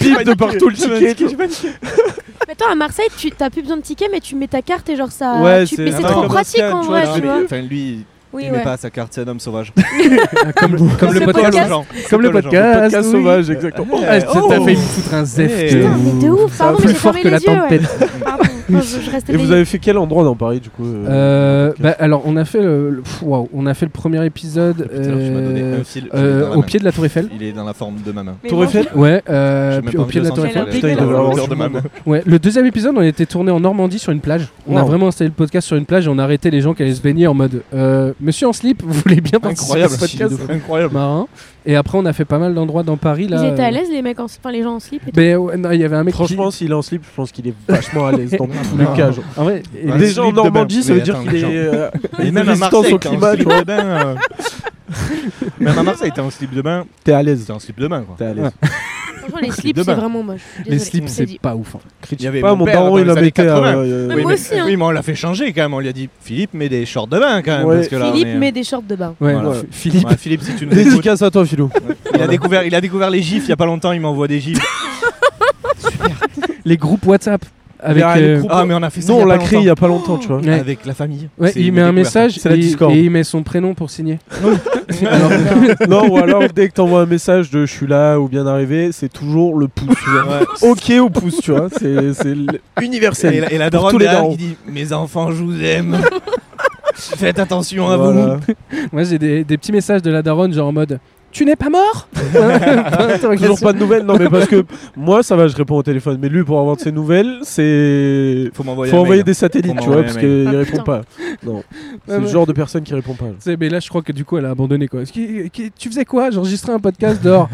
Speaker 8: Bip de partout le ticket. et tout.
Speaker 2: Mais attends, à Marseille, tu t'as plus besoin de ticket, mais tu mets ta carte et genre ça.
Speaker 8: Ouais,
Speaker 2: tu-
Speaker 8: c'est-
Speaker 2: Mais c'est
Speaker 8: Attends,
Speaker 2: trop
Speaker 8: comme
Speaker 2: pratique en vrai, tu vois.
Speaker 9: Enfin, lui, il
Speaker 2: Oui,
Speaker 9: met
Speaker 2: ouais.
Speaker 9: pas sa carte, c'est un homme sauvage.
Speaker 1: Ah, comme, comme le podcast.
Speaker 2: ce podcast.
Speaker 1: Comme le
Speaker 9: Comme le
Speaker 1: podcast.
Speaker 8: Podcast
Speaker 1: oui.
Speaker 8: Ah, sauvage, Eh, exactement.
Speaker 1: Ah, ça
Speaker 9: Oh.
Speaker 1: t'a failli me foutre un zef.
Speaker 9: Eh.
Speaker 1: de
Speaker 2: Putain, mais de ouf.
Speaker 1: Ça
Speaker 2: Pardon,
Speaker 1: va
Speaker 2: mais j'ai
Speaker 1: plus fort
Speaker 2: fermé
Speaker 1: que
Speaker 2: les
Speaker 1: la
Speaker 2: yeux. ouais.
Speaker 1: tempête.
Speaker 2: Pardon, non, je, je restais
Speaker 8: Et vous
Speaker 2: payée.
Speaker 8: avez fait quel endroit dans Paris, du coup euh,
Speaker 1: Euh, bah, alors, on a fait le, le- pff, waouh, on a fait le premier épisode
Speaker 9: Ah, Putain, tu m'as donné
Speaker 1: euh,
Speaker 9: un fil. je l'ai
Speaker 1: euh,
Speaker 9: dans la
Speaker 1: au
Speaker 9: main.
Speaker 1: pied de la Tour Eiffel.
Speaker 9: Il est dans la forme de ma main.
Speaker 2: Mais
Speaker 8: Tour
Speaker 2: bon,
Speaker 8: Eiffel
Speaker 1: Ouais, euh,
Speaker 9: J'ai même
Speaker 1: puis- au
Speaker 9: pas envie
Speaker 1: pied de la
Speaker 9: le
Speaker 1: Tour
Speaker 9: sentir,
Speaker 1: Eiffel.
Speaker 8: Putain, il
Speaker 9: la
Speaker 8: devait avoir
Speaker 9: hauteur de ma main.
Speaker 1: Ouais, le deuxième épisode, on était tourné en Normandie sur une plage. On a
Speaker 8: Wow.
Speaker 1: vraiment installé le podcast sur une plage et on a arrêté les gens qui allaient se baigner en mode euh, Monsieur en slip, vous voulez bien participer à ce podcast
Speaker 9: incroyable.
Speaker 1: marin Et après, on a fait pas mal d'endroits dans Paris. Là,
Speaker 2: Ils étaient
Speaker 1: euh,
Speaker 2: à l'aise, les mecs, en... enfin les gens en slip et tout.
Speaker 1: mais ouais, non, il y avait un mec. qui-
Speaker 8: Franchement, s'il est en slip, je pense qu'il est vachement à
Speaker 9: *laughs*
Speaker 8: l'aise dans tous les
Speaker 1: Non.
Speaker 8: cas. genre.
Speaker 1: en vrai, et-
Speaker 9: Ouais.
Speaker 8: Déjà en
Speaker 9: slip de bain.
Speaker 8: Normandie, ça
Speaker 9: Mais
Speaker 8: veut dire
Speaker 9: attends,
Speaker 8: qu'il est.
Speaker 9: genre- *laughs*
Speaker 8: euh,
Speaker 9: Et
Speaker 8: une
Speaker 9: même à
Speaker 8: résistance
Speaker 9: Marseille,
Speaker 8: au
Speaker 9: t'es
Speaker 8: climat,
Speaker 9: en
Speaker 8: tu
Speaker 9: slip
Speaker 8: vois.
Speaker 9: de bain. euh. Même à Marseille, t'es en slip de bain.
Speaker 8: T'es à l'aise.
Speaker 9: T'es en slip de bain, quoi.
Speaker 8: T'es à l'aise.
Speaker 2: Franchement, les
Speaker 9: slip
Speaker 2: slips,
Speaker 9: de
Speaker 2: c'est
Speaker 9: bain.
Speaker 2: vraiment moche. je suis
Speaker 1: les
Speaker 2: désolée,
Speaker 1: slips,
Speaker 2: je
Speaker 1: c'est
Speaker 2: l'ai dit.
Speaker 1: pas ouf. hein.
Speaker 9: Il y avait
Speaker 8: Pas mon
Speaker 9: père dans
Speaker 8: daron, il
Speaker 9: les
Speaker 8: a
Speaker 9: années
Speaker 8: metté.
Speaker 9: 80.
Speaker 8: euh,
Speaker 2: Mais
Speaker 9: Oui,
Speaker 2: moi
Speaker 9: mais-
Speaker 2: aussi, hein.
Speaker 9: Oui, mais on l'a fait changer quand même. On lui a dit Philippe, mets des shorts de bain quand même.
Speaker 8: Ouais.
Speaker 9: Parce que là, on
Speaker 2: Philippe
Speaker 9: est-
Speaker 2: met des shorts de bain.
Speaker 1: Ouais,
Speaker 9: Voilà.
Speaker 1: ouais, Philippe.
Speaker 9: Ouais, Philippe, si *laughs* tu nous écoutes,
Speaker 8: *laughs* Dédicace à toi, Philou.
Speaker 9: il a découvert, il a découvert les gifs il y a pas longtemps. Il m'envoie des gifs.
Speaker 1: Les groupes WhatsApp. Avec,
Speaker 8: Ah, les
Speaker 1: euh,
Speaker 8: groupes- hein.
Speaker 9: Ah, mais on a fait ça.
Speaker 8: Non,
Speaker 9: il y a
Speaker 8: on
Speaker 9: pas
Speaker 8: l'a créé il y
Speaker 9: longtemps.
Speaker 8: a pas longtemps, tu vois.
Speaker 1: Ouais.
Speaker 9: avec la famille.
Speaker 1: ouais,
Speaker 9: C'est
Speaker 1: il
Speaker 9: une
Speaker 1: met un
Speaker 9: découverte.
Speaker 1: message
Speaker 8: hein. C'est la
Speaker 1: et,
Speaker 8: Discord.
Speaker 1: et il met son prénom pour
Speaker 8: *laughs*
Speaker 1: signer.
Speaker 9: Alors,
Speaker 8: Non, ou
Speaker 9: *laughs*
Speaker 8: alors dès que t'envoies un message de je suis là ou bien arrivé, c'est toujours le pouce. tu vois. Ok au pouce, tu vois. C'est c'est l-
Speaker 9: ouais. Et
Speaker 8: universel.
Speaker 9: la, et la
Speaker 8: Pour
Speaker 9: daronne
Speaker 8: tous les
Speaker 9: derrière
Speaker 8: darons.
Speaker 9: qui dit Mes enfants, je vous aime. *laughs* Faites attention à vous.
Speaker 8: Voilà.
Speaker 1: *laughs* Moi, j'ai des, des petits messages de la daronne, genre en mode Tu n'es pas mort
Speaker 8: Toujours pas de nouvelles. Non, mais parce que moi, ça va, je réponds au téléphone. Mais lui, pour avoir de ses nouvelles, c'est.
Speaker 9: Faut m'envoyer
Speaker 8: Faut
Speaker 9: un
Speaker 8: envoyer
Speaker 9: mail. hein.
Speaker 8: des satellites,
Speaker 9: Faut
Speaker 8: tu vois,
Speaker 9: m'envoyer
Speaker 8: parce
Speaker 9: un
Speaker 8: qu'il
Speaker 2: Ah,
Speaker 8: répond
Speaker 2: putain.
Speaker 8: pas. Non. C'est le
Speaker 1: ouais.
Speaker 8: genre de personne qui répond pas. *laughs*
Speaker 1: Tu sais, mais là, je crois que du coup, elle a abandonné quoi. Est-ce qu'il- qu'il- tu faisais quoi J'enregistrais un podcast dehors.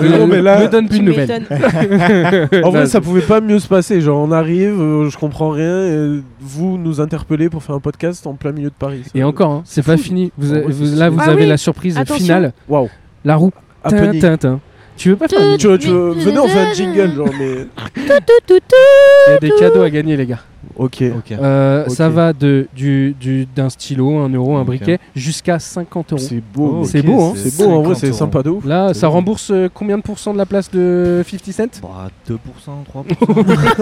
Speaker 8: non, mais là-
Speaker 1: Ne donne plus
Speaker 2: Tu
Speaker 1: de nouvelles.
Speaker 2: m'étonnes.
Speaker 8: *laughs* En vrai,
Speaker 1: Bah,
Speaker 8: ça pouvait pas mieux se passer. Genre, on arrive, euh, je comprends rien. euh, vous nous interpellez pour faire un podcast en plein milieu de Paris. Ça-
Speaker 1: Et encore, hein, c'est pas
Speaker 8: fou.
Speaker 1: fini. Vous,
Speaker 8: En
Speaker 1: a-
Speaker 8: vrai,
Speaker 1: vous-
Speaker 8: c'est
Speaker 1: là,
Speaker 8: fou.
Speaker 1: vous
Speaker 2: Ah
Speaker 1: avez
Speaker 2: oui.
Speaker 1: la surprise
Speaker 2: Attention.
Speaker 1: finale.
Speaker 8: Waouh.
Speaker 1: La roue. Tin,
Speaker 8: Happening.
Speaker 1: tin, tin. Tu veux pas
Speaker 2: Euh,
Speaker 1: faire
Speaker 8: Tu, vois, tu vois, venez, on fait un jingle, genre, mais.
Speaker 1: Il y a des cadeaux à gagner, les gars.
Speaker 8: Ok.
Speaker 9: Ok.
Speaker 1: Euh,
Speaker 8: Ok.
Speaker 1: Ça va de du du- d'un stylo, un euro, un
Speaker 9: Ok.
Speaker 1: briquet, jusqu'à 50 euros.
Speaker 8: C'est beau.
Speaker 1: Oh,
Speaker 8: mec.
Speaker 1: c'est beau, hein.
Speaker 8: C'est beau, en vrai, c'est
Speaker 9: 50 euros.
Speaker 8: sympa de ouf.
Speaker 1: Là,
Speaker 8: C'est
Speaker 1: ça
Speaker 8: beau.
Speaker 1: rembourse euh, combien de pourcents de la place de 50 Cent
Speaker 9: Bah, 2%, 3%.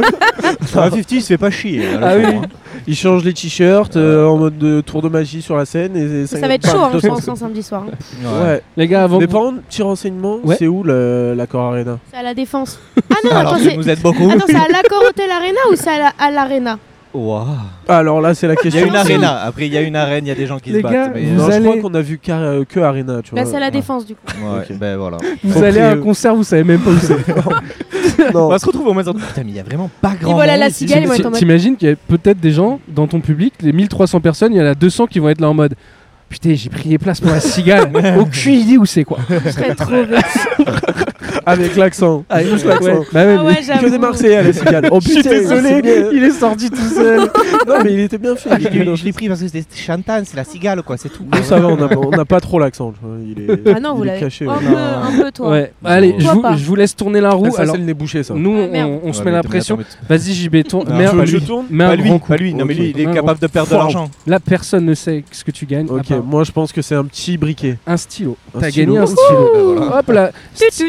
Speaker 8: *laughs*
Speaker 9: ah, 50, il se fait pas chier. hein, à la
Speaker 8: Ah
Speaker 9: fin,
Speaker 8: oui. Ils changent les t-shirts euh, en mode de tour de magie sur la scène. Et, et
Speaker 2: Ça va être
Speaker 8: bam,
Speaker 2: chaud, hein, je
Speaker 8: 200.
Speaker 2: pense, un samedi soir. hein.
Speaker 9: hein.
Speaker 8: Ouais.
Speaker 1: Les gars, avant
Speaker 8: Mais
Speaker 1: que
Speaker 8: par contre, petit renseignement,
Speaker 1: Ouais.
Speaker 8: c'est où le- l'accord Arena
Speaker 2: C'est à la défense. Ah non,
Speaker 9: Alors,
Speaker 2: attends,
Speaker 9: vous
Speaker 2: c'est.
Speaker 9: nous êtes beaucoup.
Speaker 2: Attends, c'est à l'Accor Hotel Arena ou c'est à la- à l'Arena
Speaker 9: Waouh.
Speaker 8: Ah, Alors là, c'est la
Speaker 9: Il y a
Speaker 8: question.
Speaker 9: une arena. Après, il y a une arène, il y a des gens qui
Speaker 1: Les
Speaker 9: se battent.
Speaker 1: gars,
Speaker 9: mais- euh,
Speaker 1: vous
Speaker 8: Non, je
Speaker 1: allez-
Speaker 8: crois qu'on a vu qu'à- euh, que Arena, tu vois.
Speaker 2: Bah, c'est à la défense, du coup.
Speaker 9: Ouais,
Speaker 8: Ok.
Speaker 9: ben voilà.
Speaker 1: vous
Speaker 8: Faut
Speaker 1: allez à un
Speaker 8: prier.
Speaker 1: concert, vous savez même pas où c'est.
Speaker 8: Non.
Speaker 9: On va se retrouver au moins dans... Putain, mais il y a vraiment pas grand
Speaker 2: Et voilà
Speaker 9: monde
Speaker 2: la
Speaker 9: ici.
Speaker 2: cigale, ils vont
Speaker 1: T'im-
Speaker 2: être en mode.
Speaker 1: T'imagines qu'il y a peut-être des gens dans ton public, les 1300 personnes, il y en a 200 qui vont être là en mode Putain, j'ai pris les places pour la cigale. Aucune idée où c'est quoi.
Speaker 2: Je serais trop vexée.
Speaker 8: Avec l'accent. Juste
Speaker 1: Ouais.
Speaker 8: l'accent.
Speaker 1: Bah ouais,
Speaker 2: Ah
Speaker 1: mais-
Speaker 2: ouais,
Speaker 8: Que des
Speaker 2: j'avoue.
Speaker 8: Marseillais, les cigales. Oh,
Speaker 1: *laughs* Je suis
Speaker 8: putain, c'est bien.
Speaker 1: désolé, il est sorti tout seul.
Speaker 8: Non, mais il était bien fait.
Speaker 9: Je
Speaker 8: il était bien
Speaker 9: l'ai- je
Speaker 8: fait.
Speaker 9: l'ai pris parce que c'était Chantan, c'est la cigale, quoi, c'est tout.
Speaker 8: Nous, ça va, on n'a on n'a pas trop l'accent. tu vois, Il est, *laughs*
Speaker 2: Ah non, vous
Speaker 8: il est
Speaker 2: l'avez.
Speaker 8: caché. ouais.
Speaker 2: Un peu, un peu, toi.
Speaker 1: Ouais, bah allez, je
Speaker 2: Toi
Speaker 1: vous,
Speaker 2: pas.
Speaker 1: je vous laisse tourner la roue.
Speaker 8: Ça,
Speaker 1: Alors,
Speaker 8: c'est le nez bouché, ça.
Speaker 1: nous, on,
Speaker 2: Ah, merde.
Speaker 9: Ah, bah,
Speaker 1: on se met la pression. Vas-y, JB, tourne.
Speaker 9: Non,
Speaker 1: Mets un-
Speaker 9: je-
Speaker 1: pas
Speaker 8: je
Speaker 1: lui.
Speaker 8: tourne
Speaker 1: Mets un
Speaker 9: Pas lui,
Speaker 1: grand coup.
Speaker 9: pas lui, non mais lui, il est
Speaker 1: Un
Speaker 9: capable de perdre de
Speaker 8: Fort.
Speaker 9: l'argent.
Speaker 1: Là, personne ne sait ce que tu gagnes. à
Speaker 8: Ok,
Speaker 1: part
Speaker 8: moi je pense que c'est un petit briquet.
Speaker 1: Un stylo.
Speaker 8: Un
Speaker 1: T'as
Speaker 8: stylo. Bah,
Speaker 1: gagné un stylo. Hop là, st- st-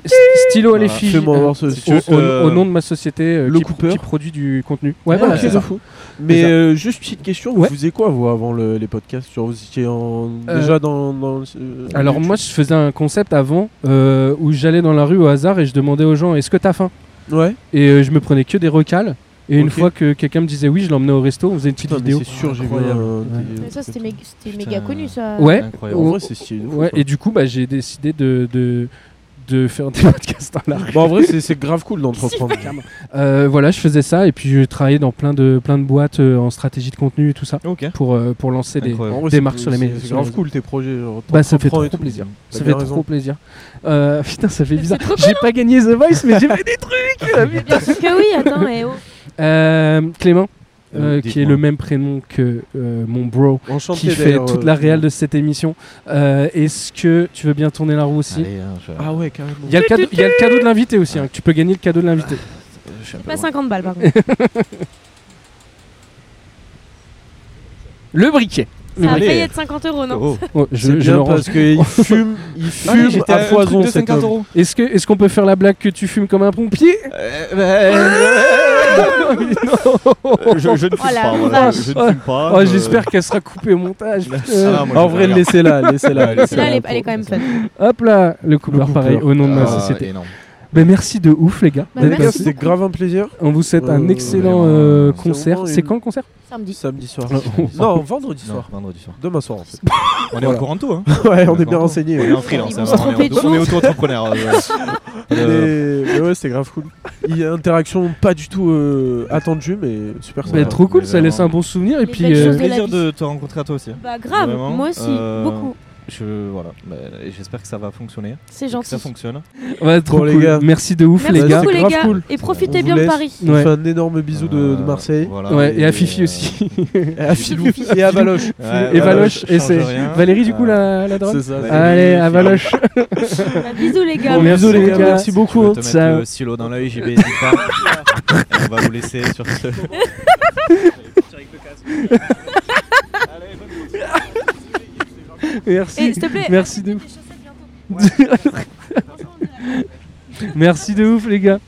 Speaker 1: stylo à
Speaker 9: Voilà.
Speaker 1: l'effigie.
Speaker 8: Fais-moi voir ce.
Speaker 9: Si tu
Speaker 1: Au,
Speaker 9: veux
Speaker 1: au-
Speaker 9: que-
Speaker 1: au nom de ma société euh,
Speaker 8: Le
Speaker 1: qui,
Speaker 8: Cooper.
Speaker 1: qui produit du contenu. Ouais,
Speaker 8: Ah,
Speaker 1: voilà.
Speaker 8: ok,
Speaker 1: c'est
Speaker 8: de
Speaker 1: ça.
Speaker 8: fou. Mais
Speaker 1: C'est ça.
Speaker 8: euh, juste petite question,
Speaker 1: Ouais.
Speaker 8: vous faisiez quoi vous avant le- les podcasts Genre, Vous étiez en-
Speaker 1: Euh,
Speaker 8: déjà dans. dans le- euh,
Speaker 1: Alors moi, je faisais un concept avant euh, où j'allais dans la rue au hasard et je demandais aux gens Est-ce que t'as faim
Speaker 8: Ouais.
Speaker 1: Et euh, je me prenais que des recales. Et une
Speaker 8: Ok.
Speaker 1: fois que quelqu'un me disait oui, je l'emmenais au resto, on faisait une petite
Speaker 8: Putain, mais
Speaker 1: vidéo.
Speaker 8: c'est sûr, j'ai vu.
Speaker 1: Incroyable.
Speaker 8: un-
Speaker 1: Ouais.
Speaker 8: des-
Speaker 2: Mais ça, c'était méga, c'était
Speaker 9: Putain.
Speaker 2: méga connu, ça.
Speaker 1: Ouais.
Speaker 9: Incroyable.
Speaker 8: En vrai, c'est stylé. de fou,
Speaker 1: Ouais,
Speaker 9: hein.
Speaker 8: quoi.
Speaker 1: et du coup, bah, j'ai décidé de, de, de faire des *laughs* podcasts dans la rue.
Speaker 8: Bon, en vrai, c'est- c'est grave cool d'entreprendre.
Speaker 1: Euh, voilà, je faisais ça et puis je travaillais dans plein de, plein de boîtes euh, en stratégie de contenu et tout ça
Speaker 9: Ok.
Speaker 1: pour, euh, pour lancer des.
Speaker 9: Incroyable.
Speaker 8: En vrai,
Speaker 1: Des
Speaker 8: c'est-
Speaker 1: marques sur les
Speaker 8: c'est-
Speaker 1: mé- sur
Speaker 8: C'est
Speaker 1: les
Speaker 8: grave
Speaker 1: réseaux.
Speaker 8: cool tes projets. genre,
Speaker 1: Bah, ça fait
Speaker 8: t'entreprends et
Speaker 1: trop
Speaker 8: tout.
Speaker 1: plaisir.
Speaker 8: T'as
Speaker 1: Ça fait
Speaker 8: bien
Speaker 1: trop
Speaker 8: raison.
Speaker 1: plaisir. Euh, *laughs* putain, ça fait bizarre. J'ai pas gagné The Voice, mais
Speaker 8: *laughs*
Speaker 1: j'ai fait des trucs. euh, putain.
Speaker 2: Bien sûr que oui, attends,
Speaker 1: *laughs*
Speaker 2: eh oh.
Speaker 1: Euh, Clément, euh,
Speaker 9: Euh,
Speaker 1: qui est
Speaker 9: dites-moi.
Speaker 1: le même prénom que euh, mon bro,
Speaker 8: Enchanté
Speaker 1: qui fait
Speaker 8: d'ailleurs,
Speaker 1: toute
Speaker 8: euh,
Speaker 1: la réale de cette émission. Euh, Est-ce que tu veux bien tourner la roue aussi
Speaker 9: Allez, hein, je-
Speaker 8: Ah ouais, carrément.
Speaker 1: Il y, a le cadeau- il y a le cadeau de l'invité aussi. hein, que tu peux gagner le cadeau de
Speaker 8: *laughs*
Speaker 1: l'invité.
Speaker 9: je suis un peu
Speaker 2: Pas
Speaker 9: loin.
Speaker 2: 50 balles, par contre.
Speaker 1: Le briquet. Le
Speaker 2: Ça a
Speaker 1: briquet.
Speaker 2: failli être 50 euros, non
Speaker 9: Oh.
Speaker 1: Oh,
Speaker 8: C'est
Speaker 1: je, je
Speaker 8: bien
Speaker 1: le range.
Speaker 8: parce
Speaker 1: *laughs*
Speaker 8: qu'il fume, il
Speaker 9: Allez,
Speaker 8: fume
Speaker 9: j'étais
Speaker 8: à
Speaker 9: un truc
Speaker 8: foison
Speaker 9: de
Speaker 8: cet
Speaker 9: 50
Speaker 8: homme.
Speaker 9: euros.
Speaker 1: Est-ce que est-ce qu'on peut faire la blague que tu fumes comme un pompier
Speaker 9: Euh,
Speaker 1: *laughs*
Speaker 9: Je, je ne fume
Speaker 2: Oh la
Speaker 9: pas, voilà, je, je ne fume pas.
Speaker 1: Oh,
Speaker 9: je-
Speaker 1: J'espère qu'elle sera coupée au montage. putain.
Speaker 9: Ah, moi, je
Speaker 8: En vrai,
Speaker 9: regarde.
Speaker 8: laissez-la, laissez-la.
Speaker 9: Ouais, laissez-la.
Speaker 2: Celle-là, elle, est- elle est quand même fun.
Speaker 1: Hop là, le coupeur,
Speaker 8: coupeur.
Speaker 1: pareil, au nom de ma
Speaker 9: Ah,
Speaker 1: société.
Speaker 9: énorme.
Speaker 1: Mais merci de ouf les gars.
Speaker 2: Bah,
Speaker 1: d'être
Speaker 8: Les gars,
Speaker 2: merci.
Speaker 1: passés.
Speaker 8: C'était grave un plaisir.
Speaker 1: On vous souhaite un
Speaker 8: Euh,
Speaker 1: excellent
Speaker 9: vraiment,
Speaker 1: euh,
Speaker 8: c'est
Speaker 1: concert.
Speaker 8: vraiment
Speaker 1: C'est
Speaker 8: une-
Speaker 1: quand le concert
Speaker 2: Samedi.
Speaker 8: Samedi soir.
Speaker 1: Non,
Speaker 8: Non, vendredi
Speaker 9: Non,
Speaker 8: soir.
Speaker 9: vendredi soir.
Speaker 8: Demain soir en fait.
Speaker 9: On est
Speaker 8: Voilà.
Speaker 9: au courant de tout, hein.
Speaker 8: *laughs* Ouais, on est
Speaker 9: D'accord.
Speaker 8: bien
Speaker 9: On
Speaker 8: renseigné.
Speaker 9: est en freelance,
Speaker 2: Ils
Speaker 9: hein,
Speaker 2: vont se
Speaker 9: on
Speaker 2: tromper
Speaker 9: est
Speaker 2: de
Speaker 9: auto- on est
Speaker 2: jour.
Speaker 9: auto-entrepreneur.
Speaker 8: *laughs*
Speaker 9: euh, euh,
Speaker 8: Mais mais ouais, c'était grave cool. Il y a interaction pas du tout euh, attendue, mais super
Speaker 1: Bah,
Speaker 8: sympa.
Speaker 9: Ouais,
Speaker 1: Trop cool,
Speaker 9: mais
Speaker 1: ça laisse un
Speaker 9: vraiment.
Speaker 1: bon souvenir. Et
Speaker 2: Les
Speaker 1: puis
Speaker 2: belles
Speaker 1: euh,
Speaker 2: choses.
Speaker 9: Plaisir
Speaker 2: de la
Speaker 9: de te rencontrer à toi aussi.
Speaker 2: Bah, grave,
Speaker 9: Vraiment,
Speaker 2: moi aussi,
Speaker 9: euh,
Speaker 2: beaucoup.
Speaker 9: Je voilà, Bah, et j'espère que ça va fonctionner.
Speaker 2: C'est
Speaker 9: Que ça
Speaker 2: gentil.
Speaker 9: fonctionne.
Speaker 1: ouais, trop
Speaker 8: Bon, les
Speaker 1: cool.
Speaker 8: gars.
Speaker 1: Merci de ouf
Speaker 2: Merci
Speaker 1: les gars.
Speaker 2: beaucoup, les
Speaker 8: grave
Speaker 2: gars.
Speaker 8: cool.
Speaker 2: Et
Speaker 8: On
Speaker 2: profitez
Speaker 8: vous
Speaker 2: bien de
Speaker 8: laisse.
Speaker 2: Paris.
Speaker 8: On
Speaker 1: Ouais.
Speaker 8: fait un énorme bisou de, de
Speaker 9: Euh,
Speaker 8: Marseille.
Speaker 9: voilà, euh,
Speaker 1: Ouais, et à Fifi aussi.
Speaker 8: *laughs* Et à Filou. Et à Valoche.
Speaker 9: Ouais,
Speaker 1: et
Speaker 9: voilà,
Speaker 1: Valoche,
Speaker 9: je
Speaker 1: et
Speaker 9: change
Speaker 1: c'est
Speaker 9: rien.
Speaker 1: Valérie du coup
Speaker 9: Euh,
Speaker 1: la, la drogue.
Speaker 8: C'est ça.
Speaker 9: Ouais.
Speaker 1: Allez, à
Speaker 9: Filou.
Speaker 1: Valoche.
Speaker 2: Bah, bisous, les gars.
Speaker 1: Bon, merci,
Speaker 8: Bisous les
Speaker 1: les
Speaker 8: gars,
Speaker 1: gars.
Speaker 8: merci
Speaker 9: Tu
Speaker 8: beaucoup.
Speaker 9: veux
Speaker 8: hein.
Speaker 9: te mettre
Speaker 1: Ciao.
Speaker 9: le stylo dans l'œil, JB, n'hésite pas. Et On va vous laisser sur ce.
Speaker 2: Et
Speaker 1: Merci.
Speaker 2: Eh, s'il te plaît.
Speaker 1: Merci de ouf. *laughs* Merci de ouf les gars.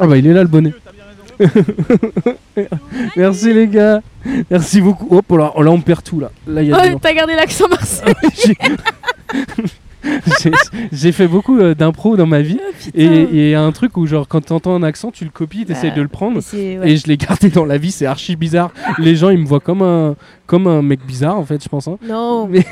Speaker 1: Ah bah il est là le bonnet. *laughs* Merci les gars. Merci beaucoup. Hop là, oh, là on perd tout là. Là il y a des
Speaker 2: Oh, t'as gardé l'accent marseillais.
Speaker 1: J'ai- *laughs* J'ai- J'ai fait beaucoup euh, d'impro dans ma vie
Speaker 2: Oh,
Speaker 1: et il y a un truc où genre quand t'entends un accent tu le copies, t'essayes
Speaker 2: Bah,
Speaker 1: de le prendre
Speaker 2: C'est
Speaker 1: et je l'ai gardé dans la vie, c'est archi bizarre. Les gens ils me voient comme un comme un mec bizarre en fait, je pense. hein.
Speaker 2: Non,
Speaker 1: Mais,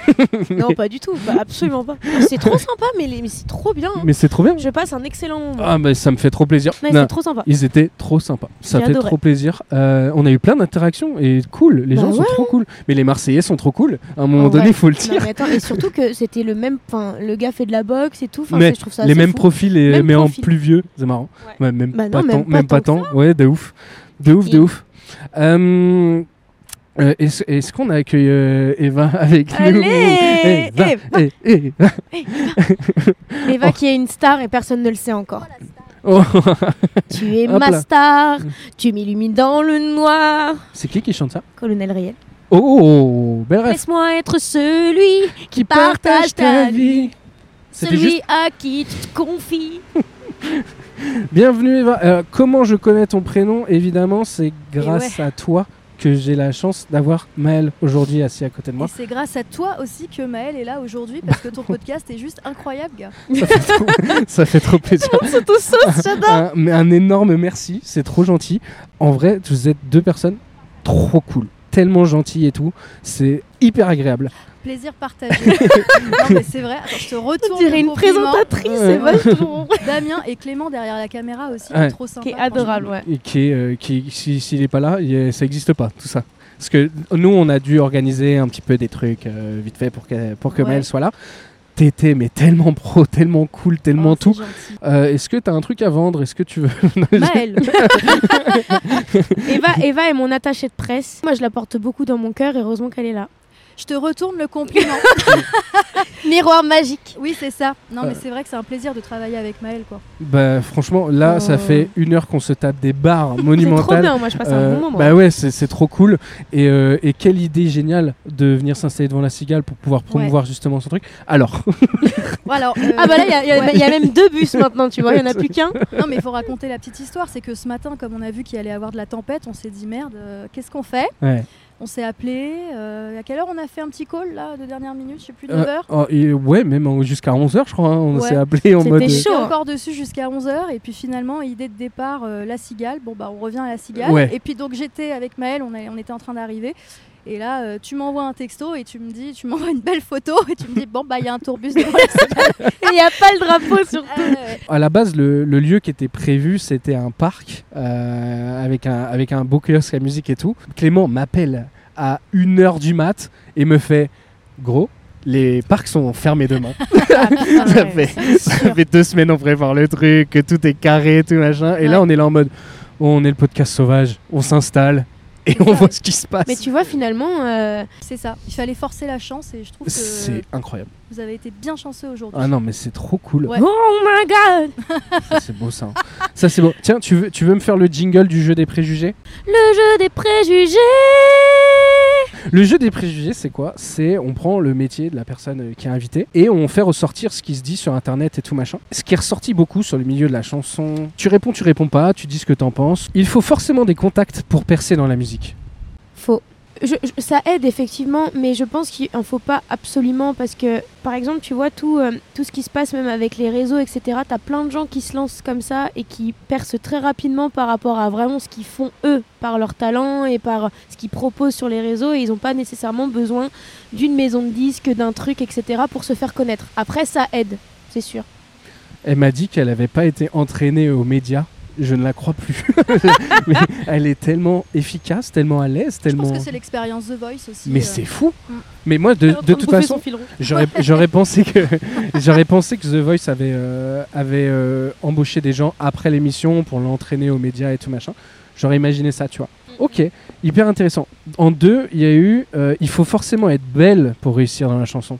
Speaker 2: non, pas du tout, bah, absolument pas. C'est trop sympa, mais, les- mais c'est trop bien. hein.
Speaker 1: mais c'est trop bien.
Speaker 2: Je passe un excellent moment.
Speaker 1: Ah mais ça me fait trop plaisir.
Speaker 2: Non,
Speaker 1: Non,
Speaker 2: c'est trop sympa.
Speaker 1: Ils étaient trop sympas. Ça
Speaker 2: J'ai
Speaker 1: fait
Speaker 2: adoré.
Speaker 1: trop plaisir. Euh, on a eu plein d'interactions et cool. Les
Speaker 2: Bah
Speaker 1: gens sont
Speaker 2: ouais.
Speaker 1: trop cool. Mais les Marseillais sont trop cool. À un moment
Speaker 2: Ah
Speaker 1: donné,
Speaker 2: ouais.
Speaker 1: il faut le
Speaker 2: Non,
Speaker 1: dire.
Speaker 2: mais attends, et surtout que c'était le même. Enfin, le gars fait de la boxe et tout. Enfin,
Speaker 1: Mais
Speaker 2: c'est- je trouve ça
Speaker 1: les
Speaker 2: assez
Speaker 1: mêmes
Speaker 2: fou.
Speaker 1: profils, et,
Speaker 2: Même
Speaker 1: mais
Speaker 2: profil.
Speaker 1: en plus vieux. C'est marrant.
Speaker 4: Ouais.
Speaker 1: Ouais, même,
Speaker 2: Bah non,
Speaker 1: pas
Speaker 2: même
Speaker 1: tant,
Speaker 2: pas
Speaker 1: même pas
Speaker 2: tant
Speaker 1: tant. Ouais, de ouf. De ouf, de
Speaker 2: Et-
Speaker 1: ouf. Euh, euh, Est-ce est-ce qu'on a accueilli euh, Eva *laughs* avec nous
Speaker 2: Allez
Speaker 1: Eva, eh, Eva.
Speaker 2: Eva qui est une star et personne ne le sait encore.
Speaker 1: Oh, *laughs*
Speaker 2: Tu es
Speaker 1: Hop
Speaker 2: ma
Speaker 1: là. Mm.
Speaker 2: star, tu m'illumines dans le noir.
Speaker 1: C'est qui qui chante ça
Speaker 2: Colonel Riel.
Speaker 1: Oh, oh, oh, belle rêve.
Speaker 2: Laisse-moi être celui qui partage ta vie.
Speaker 1: C'était
Speaker 2: Celui
Speaker 1: juste
Speaker 2: à qui tu te confies.
Speaker 1: Bienvenue Eva. Euh, comment je connais ton prénom Évidemment, c'est grâce à toi que j'ai la chance d'avoir Maël aujourd'hui assis à côté de
Speaker 10: Et
Speaker 1: moi.
Speaker 10: c'est grâce à toi aussi que Maël est là aujourd'hui parce que
Speaker 2: *laughs*
Speaker 10: ton podcast est juste incroyable, gars.
Speaker 1: *laughs* Ça fait trop, ça fait *laughs* trop plaisir.
Speaker 2: Sauce, j'adore.
Speaker 1: Un, mais un énorme merci, c'est trop gentil. En vrai, vous êtes deux personnes trop cool, tellement gentilles et tout. C'est hyper agréable.
Speaker 10: Plaisir partagé. *laughs* non mais c'est vrai. Attends, je te
Speaker 2: On
Speaker 10: retourne.
Speaker 2: dirait
Speaker 10: le
Speaker 2: une
Speaker 10: compliment.
Speaker 2: présentatrice,
Speaker 1: Ouais. *laughs*
Speaker 2: c'est vachement.
Speaker 10: Damien et Clément derrière la caméra aussi,
Speaker 1: Ouais. Oh,
Speaker 10: trop sympa.
Speaker 2: Qui est adorable, ouais.
Speaker 1: Et qui, est, euh, qui si- s'il n'est pas là, il est- ça n'existe pas, tout ça. Parce que nous, on a dû organiser un petit peu des trucs euh, vite fait pour que, pour que
Speaker 10: Ouais.
Speaker 1: Maël soit là. T'étais mais tellement pro, tellement cool,
Speaker 10: Oh,
Speaker 2: Oh,
Speaker 1: tellement tout. Euh, Est-ce que t'as un truc à vendre Est-ce que tu veux *laughs*
Speaker 2: Maëlle. Eva, Eva est mon attachée de presse. Moi, je la porte beaucoup dans mon cœur et heureusement qu'elle est là.
Speaker 10: Je te retourne le
Speaker 1: *laughs*
Speaker 10: compliment.
Speaker 2: Miroir magique.
Speaker 10: oui, c'est ça. Non,
Speaker 1: Euh.
Speaker 10: mais c'est vrai que c'est un plaisir de travailler avec Maël, quoi.
Speaker 1: Bah franchement, là, ça
Speaker 2: Euh.
Speaker 1: fait une heure qu'on se tape des barres
Speaker 2: *laughs* C'est trop
Speaker 1: monumentales.
Speaker 2: bien, moi je passe un
Speaker 1: Euh,
Speaker 2: bon moment. hein.
Speaker 1: bah ouais, c'est c'est trop cool. Et, euh, et quelle idée géniale de venir s'installer devant la cigale pour pouvoir promouvoir justement son truc. Alors, *laughs*
Speaker 10: Bon, alors, euh,
Speaker 2: Ah bah là, il y a- il y, a-
Speaker 10: ouais.
Speaker 2: il y a même deux bus maintenant, tu vois, il n'y en a plus *laughs* qu'un.
Speaker 10: Non, mais il faut raconter la petite histoire. C'est que ce matin, comme on a vu qu'il allait avoir de la tempête, on s'est dit merde, euh, qu'est-ce qu'on fait
Speaker 1: ouais.
Speaker 10: On s'est appelé. euh, à quelle heure on a fait un petit call là de dernière minute Je sais plus, 9
Speaker 1: Euh,
Speaker 10: heures.
Speaker 1: oh, et ouais, même en- jusqu'à 11h, je crois, hein, on
Speaker 10: Ouais.
Speaker 1: s'est appelé en
Speaker 2: C'était
Speaker 1: mode.
Speaker 10: On
Speaker 2: chaud. hein.
Speaker 10: était encore dessus jusqu'à 11h et puis finalement idée de départ euh, la cigale bon bah on revient à la cigale
Speaker 1: Ouais.
Speaker 10: et puis donc j'étais avec Maël on, a- on était en train d'arriver et là euh, tu m'envoies un texto et tu me dis tu m'envoies une belle photo et tu me dis bon bah il y a un tourbus
Speaker 2: *laughs*
Speaker 10: devant la cigale
Speaker 2: Et il n'y a pas le drapeau sur.
Speaker 10: Euh,
Speaker 1: À la base, le, le lieu qui était prévu, c'était un parc euh, avec, un, avec un beau kiosque à musique et tout. Clément m'appelle à 1h du mat et me fait Gros, les parcs sont fermés demain. ça, fait, ça fait deux semaines on prépare le truc, que tout est carré, tout machin. Et là, on est là en mode On est le podcast sauvage, on s'installe et on voit ce qui se passe.
Speaker 2: Mais tu vois, finalement, euh,
Speaker 10: c'est ça il fallait forcer la chance et je trouve
Speaker 1: C'est
Speaker 10: que
Speaker 1: incroyable.
Speaker 10: vous avez été bien chanceux aujourd'hui
Speaker 1: Ah non, mais c'est trop cool.
Speaker 10: Ouais.
Speaker 2: oh my god,
Speaker 1: Ça, c'est beau ça. Ça, c'est beau. Tiens, tu veux, tu veux me faire le jingle du jeu des préjugés
Speaker 2: le jeu des préjugés.
Speaker 1: Le jeu des préjugés, c'est quoi C'est on prend le métier de la personne euh, qui est invitée et on fait ressortir ce qui se dit sur internet et tout machin. Ce qui est ressorti beaucoup sur le milieu de la chanson. Tu réponds, tu réponds pas, tu dis ce que t'en penses. Il faut forcément des contacts pour percer dans la musique.
Speaker 2: Faux. Je- je- ça aide effectivement, mais je pense qu'il en faut pas absolument parce que, par exemple, tu vois tout, euh, tout ce qui se passe même avec les réseaux, etc. T'as plein de gens qui se lancent comme ça et qui percent très rapidement par rapport à vraiment ce qu'ils font eux, par leur talent et par ce qu'ils proposent sur les réseaux. Et ils n'ont pas nécessairement besoin d'une maison de disques, d'un truc, etc. pour se faire connaître. Après, ça aide, c'est sûr.
Speaker 1: Elle m'a dit qu'elle n'avait pas été entraînée aux médias. Je ne la crois plus. *laughs* Mais elle est tellement efficace, tellement à l'aise,
Speaker 10: je pense
Speaker 1: tellement.
Speaker 10: que c'est l'expérience The Voice aussi
Speaker 1: Mais
Speaker 10: euh.
Speaker 1: c'est fou.
Speaker 10: Mm.
Speaker 1: Mais moi, de, de toute façon, J'aurais j'aurais pensé
Speaker 2: *laughs*
Speaker 1: que j'aurais pensé que The Voice avait euh, avait euh, embauché des gens après l'émission pour l'entraîner aux médias et tout machin. J'aurais imaginé ça, tu vois.
Speaker 2: Mm.
Speaker 1: Ok, hyper intéressant. En deux, il y a eu euh, il faut forcément être belle pour réussir dans la chanson.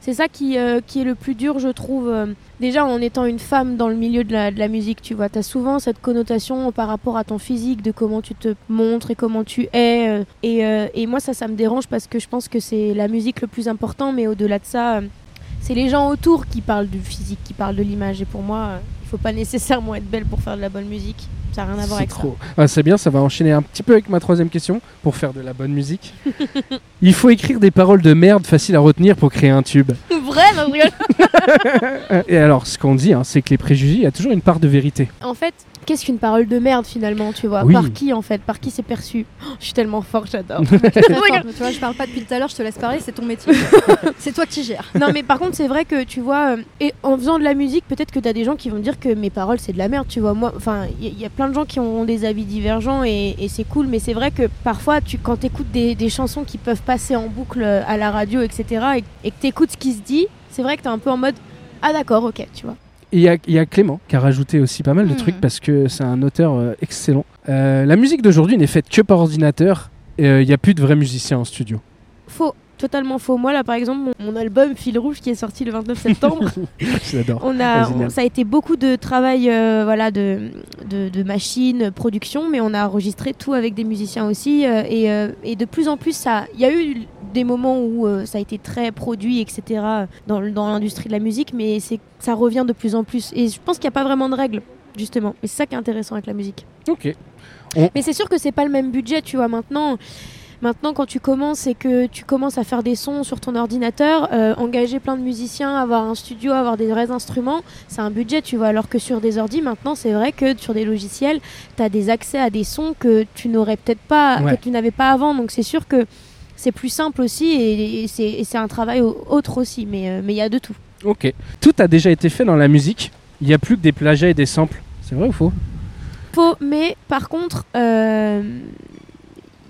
Speaker 2: C'est ça qui, euh, qui est le plus dur, je trouve. euh, déjà, en étant une femme dans le milieu de la, de la musique, tu vois, t'as souvent cette connotation par rapport à ton physique, de comment tu te montres et comment tu es. euh, et, euh, et moi, ça, ça me dérange parce que je pense que c'est la musique le plus important, mais au-delà de ça, euh, c'est les gens autour qui parlent du physique, qui parlent de l'image. Et pour moi, euh, il faut pas nécessairement être belle pour faire de la bonne musique. Ça n'a rien à voir
Speaker 1: C'est
Speaker 2: avec *laughs*
Speaker 1: trop. Ah, C'est bien, ça va enchaîner un petit peu avec ma troisième question pour faire
Speaker 2: *laughs*
Speaker 1: de la bonne musique. il faut écrire des paroles de merde faciles à retenir pour créer un tube. Euh,
Speaker 2: ça. Vrai, cambriole.
Speaker 1: Et alors, ce qu'on dit, hein, c'est que les préjugés, il y a toujours une part de vérité.
Speaker 2: En fait, qu'est-ce qu'une parole de merde finalement, tu vois
Speaker 1: Oui.
Speaker 2: Par qui en fait Par qui c'est perçu Oh, Je suis tellement forte, j'adore.
Speaker 10: Attends, tu vois, je parle pas depuis tout à l'heure, je te laisse parler, c'est
Speaker 1: *laughs*
Speaker 10: ton métier. *laughs* c'est toi qui gères.
Speaker 2: non mais par contre c'est vrai que tu vois euh, et en faisant de la musique peut-être que t'as des gens qui vont dire que mes paroles c'est de la merde tu vois moi enfin il y, y a plein de gens qui ont des avis divergents et, et c'est cool mais c'est vrai que parfois tu quand t'écoutes des, des chansons qui peuvent passer en boucle euh, à la radio etc et, et que t'écoutes ce qui se dit c'est vrai que t'es un peu en mode ah d'accord ok tu vois
Speaker 1: Et Il y, a- il y a Clément qui a rajouté aussi pas mal de trucs parce que c'est un auteur euh, excellent. Euh, la musique d'aujourd'hui n'est faite que par ordinateur. et, euh, Il n'y a plus de vrais musiciens en studio. *laughs*
Speaker 2: faux totalement faux moi là par exemple mon, mon album Fil rouge qui est sorti le 29
Speaker 1: *laughs*
Speaker 2: septembre
Speaker 1: J'adore.
Speaker 2: On a,
Speaker 1: Original.
Speaker 2: on- ça a été beaucoup de travail euh, voilà, de, de, de machines, production, mais on a enregistré tout avec des musiciens aussi. euh, et, euh, et de plus en plus, ça- il y a eu des moments où euh, ça a été très produit, etc., dans, le- dans l'industrie de la musique, mais c'est- ça revient de plus en plus. Et je pense qu'il n'y a pas vraiment de règles, justement. Et c'est ça qui est intéressant avec la musique.
Speaker 1: Ok. On-
Speaker 2: Mais c'est sûr que c'est pas le même budget, tu vois. Maintenant, maintenant quand tu commences et que tu commences à faire des sons sur ton ordinateur, euh, engager plein de musiciens, avoir un studio, avoir des vrais instruments, c'est un budget, tu vois. Alors que sur des ordi, maintenant, c'est vrai que sur des logiciels, tu as des accès à des sons que tu n'aurais peut-être pas,
Speaker 1: Ouais.
Speaker 2: que tu n'avais pas avant. Donc c'est sûr que c'est plus simple aussi et, et c'est et c'est un travail au- autre aussi. Mais euh, mais il y a de tout.
Speaker 1: Ok. Tout a déjà été fait dans la musique. Il n'y a plus que des plagiats et des samples. C'est vrai ou faux
Speaker 2: Faux, mais par contre, euh,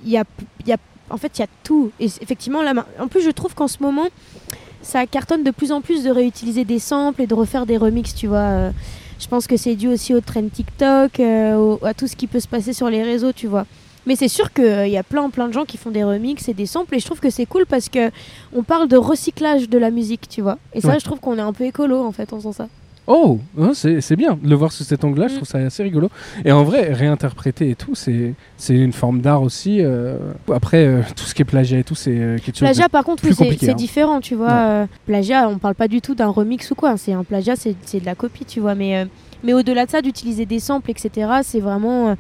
Speaker 2: il y a, il y a- en fait, il y a tout. Et c'est- effectivement, là, ma- en plus, je trouve qu'en ce moment, ça cartonne de plus en plus de réutiliser des samples et de refaire des remixes, tu vois. Euh, Je pense que c'est dû aussi au trend TikTok, euh, au- à tout ce qui peut se passer sur les réseaux, tu vois. Mais c'est sûr qu'il y a plein, plein de gens qui font des remixes et des samples, et je trouve que c'est cool parce que on parle de recyclage de la musique, tu vois. Et ça,
Speaker 1: Ouais.
Speaker 2: je trouve qu'on est un peu écolo, en fait, en faisant ça.
Speaker 1: Oh, hein, c'est c'est bien de le voir sous cet angle-là, je trouve ça assez rigolo. Et en vrai, réinterpréter et tout, c'est c'est une forme d'art aussi. euh. Après, euh, tout ce qui est plagiat et tout, c'est euh, quelque chose
Speaker 2: Plagiat,
Speaker 1: de
Speaker 2: par contre,
Speaker 1: plus
Speaker 2: oui, c'est
Speaker 1: compliqué,
Speaker 2: c'est
Speaker 1: hein.
Speaker 2: différent, tu vois.
Speaker 1: Ouais.
Speaker 2: Euh, plagiat, on parle pas du tout d'un remix ou quoi. hein, C'est un plagiat, c'est c'est de la copie, tu vois. Mais, euh, mais au-delà de ça, d'utiliser des samples, etc., c'est vraiment euh,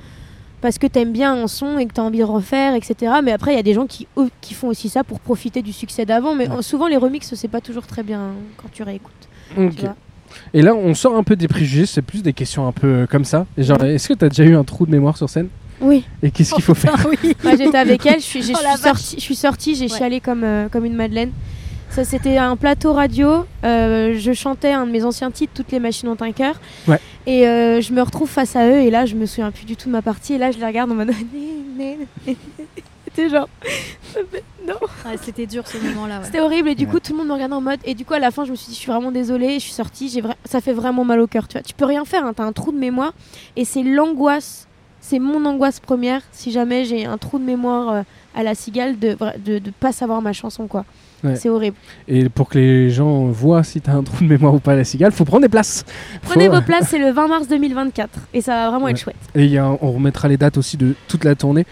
Speaker 2: parce que t'aimes bien un son et que t'as envie de refaire, etc. Mais après, il y a des gens qui, au- qui font aussi ça pour profiter du succès d'avant. Mais euh, souvent, les remixes, c'est pas toujours très bien hein, quand tu réécoutes. tu
Speaker 1: Ok.
Speaker 2: vois.
Speaker 1: Et là, on sort un peu des préjugés, c'est plus des questions un peu euh, comme ça. Et Genre, est-ce que t'as déjà eu un trou de mémoire sur scène
Speaker 2: Oui.
Speaker 1: Et qu'est-ce qu'il faut
Speaker 2: *laughs*
Speaker 1: faire
Speaker 2: Moi j'étais avec elle, je suis, j'ai-
Speaker 10: *laughs* Oh,
Speaker 2: je
Speaker 10: la
Speaker 2: suis sortie, je suis sortie, j'ai chialé comme, euh, comme une madeleine. Ça c'était un plateau radio, euh, je chantais un de mes anciens titres, Toutes les machines ont un cœur.
Speaker 1: Ouais.
Speaker 2: Et euh, je me retrouve face à eux et là je me souviens plus du tout de ma partie et là je les regarde en mode... *laughs* C'était genre... non.
Speaker 10: C'était dur ce moment-là. ouais.
Speaker 2: C'était horrible et du coup
Speaker 10: Ouais.
Speaker 2: tout le monde me regardait en mode et du coup à la fin je me suis dit je suis vraiment désolée, je suis sortie, j'ai vra- ça fait vraiment mal au cœur, tu vois. Tu peux rien faire, hein, t'as un trou de mémoire et c'est l'angoisse, c'est mon angoisse première si jamais j'ai un trou de mémoire euh, à la cigale de vra- de, de pas savoir ma chanson quoi.
Speaker 1: Ouais.
Speaker 2: C'est horrible.
Speaker 1: Et pour que les gens voient si t'as un trou de mémoire ou pas à la cigale, faut prendre des places.
Speaker 2: Prenez
Speaker 1: Faut- *laughs*
Speaker 2: vos places, c'est le 20 mars 2024 et ça va vraiment
Speaker 1: Ouais.
Speaker 2: être chouette.
Speaker 1: Et il y a un- on remettra les dates aussi de toute la tournée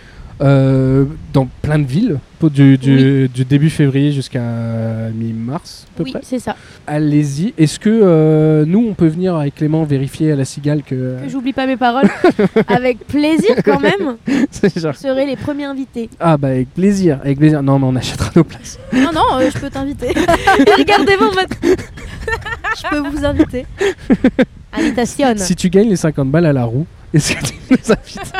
Speaker 1: euh, dans plein de villes, pour du, du- du début février jusqu'à euh, mi-mars à peu
Speaker 2: Oui,
Speaker 1: près.
Speaker 2: c'est ça.
Speaker 1: Allez-y. Est-ce que euh, nous, on peut venir avec Clément vérifier à la cigale que...
Speaker 2: Que j'oublie pas mes paroles avec plaisir quand même.
Speaker 1: *laughs* C'est
Speaker 2: Vous
Speaker 1: genre-
Speaker 2: serez les premiers invités.
Speaker 1: Ah bah avec plaisir, avec plaisir. Non mais on achètera nos places.
Speaker 10: Non, non, euh, je peux *laughs* t'inviter.
Speaker 2: Regardez-moi votre.
Speaker 10: je peux vous
Speaker 2: *laughs*
Speaker 10: inviter.
Speaker 2: Invitation.
Speaker 1: Si tu gagnes les 50 balles à la roue, est-ce que tu nous invites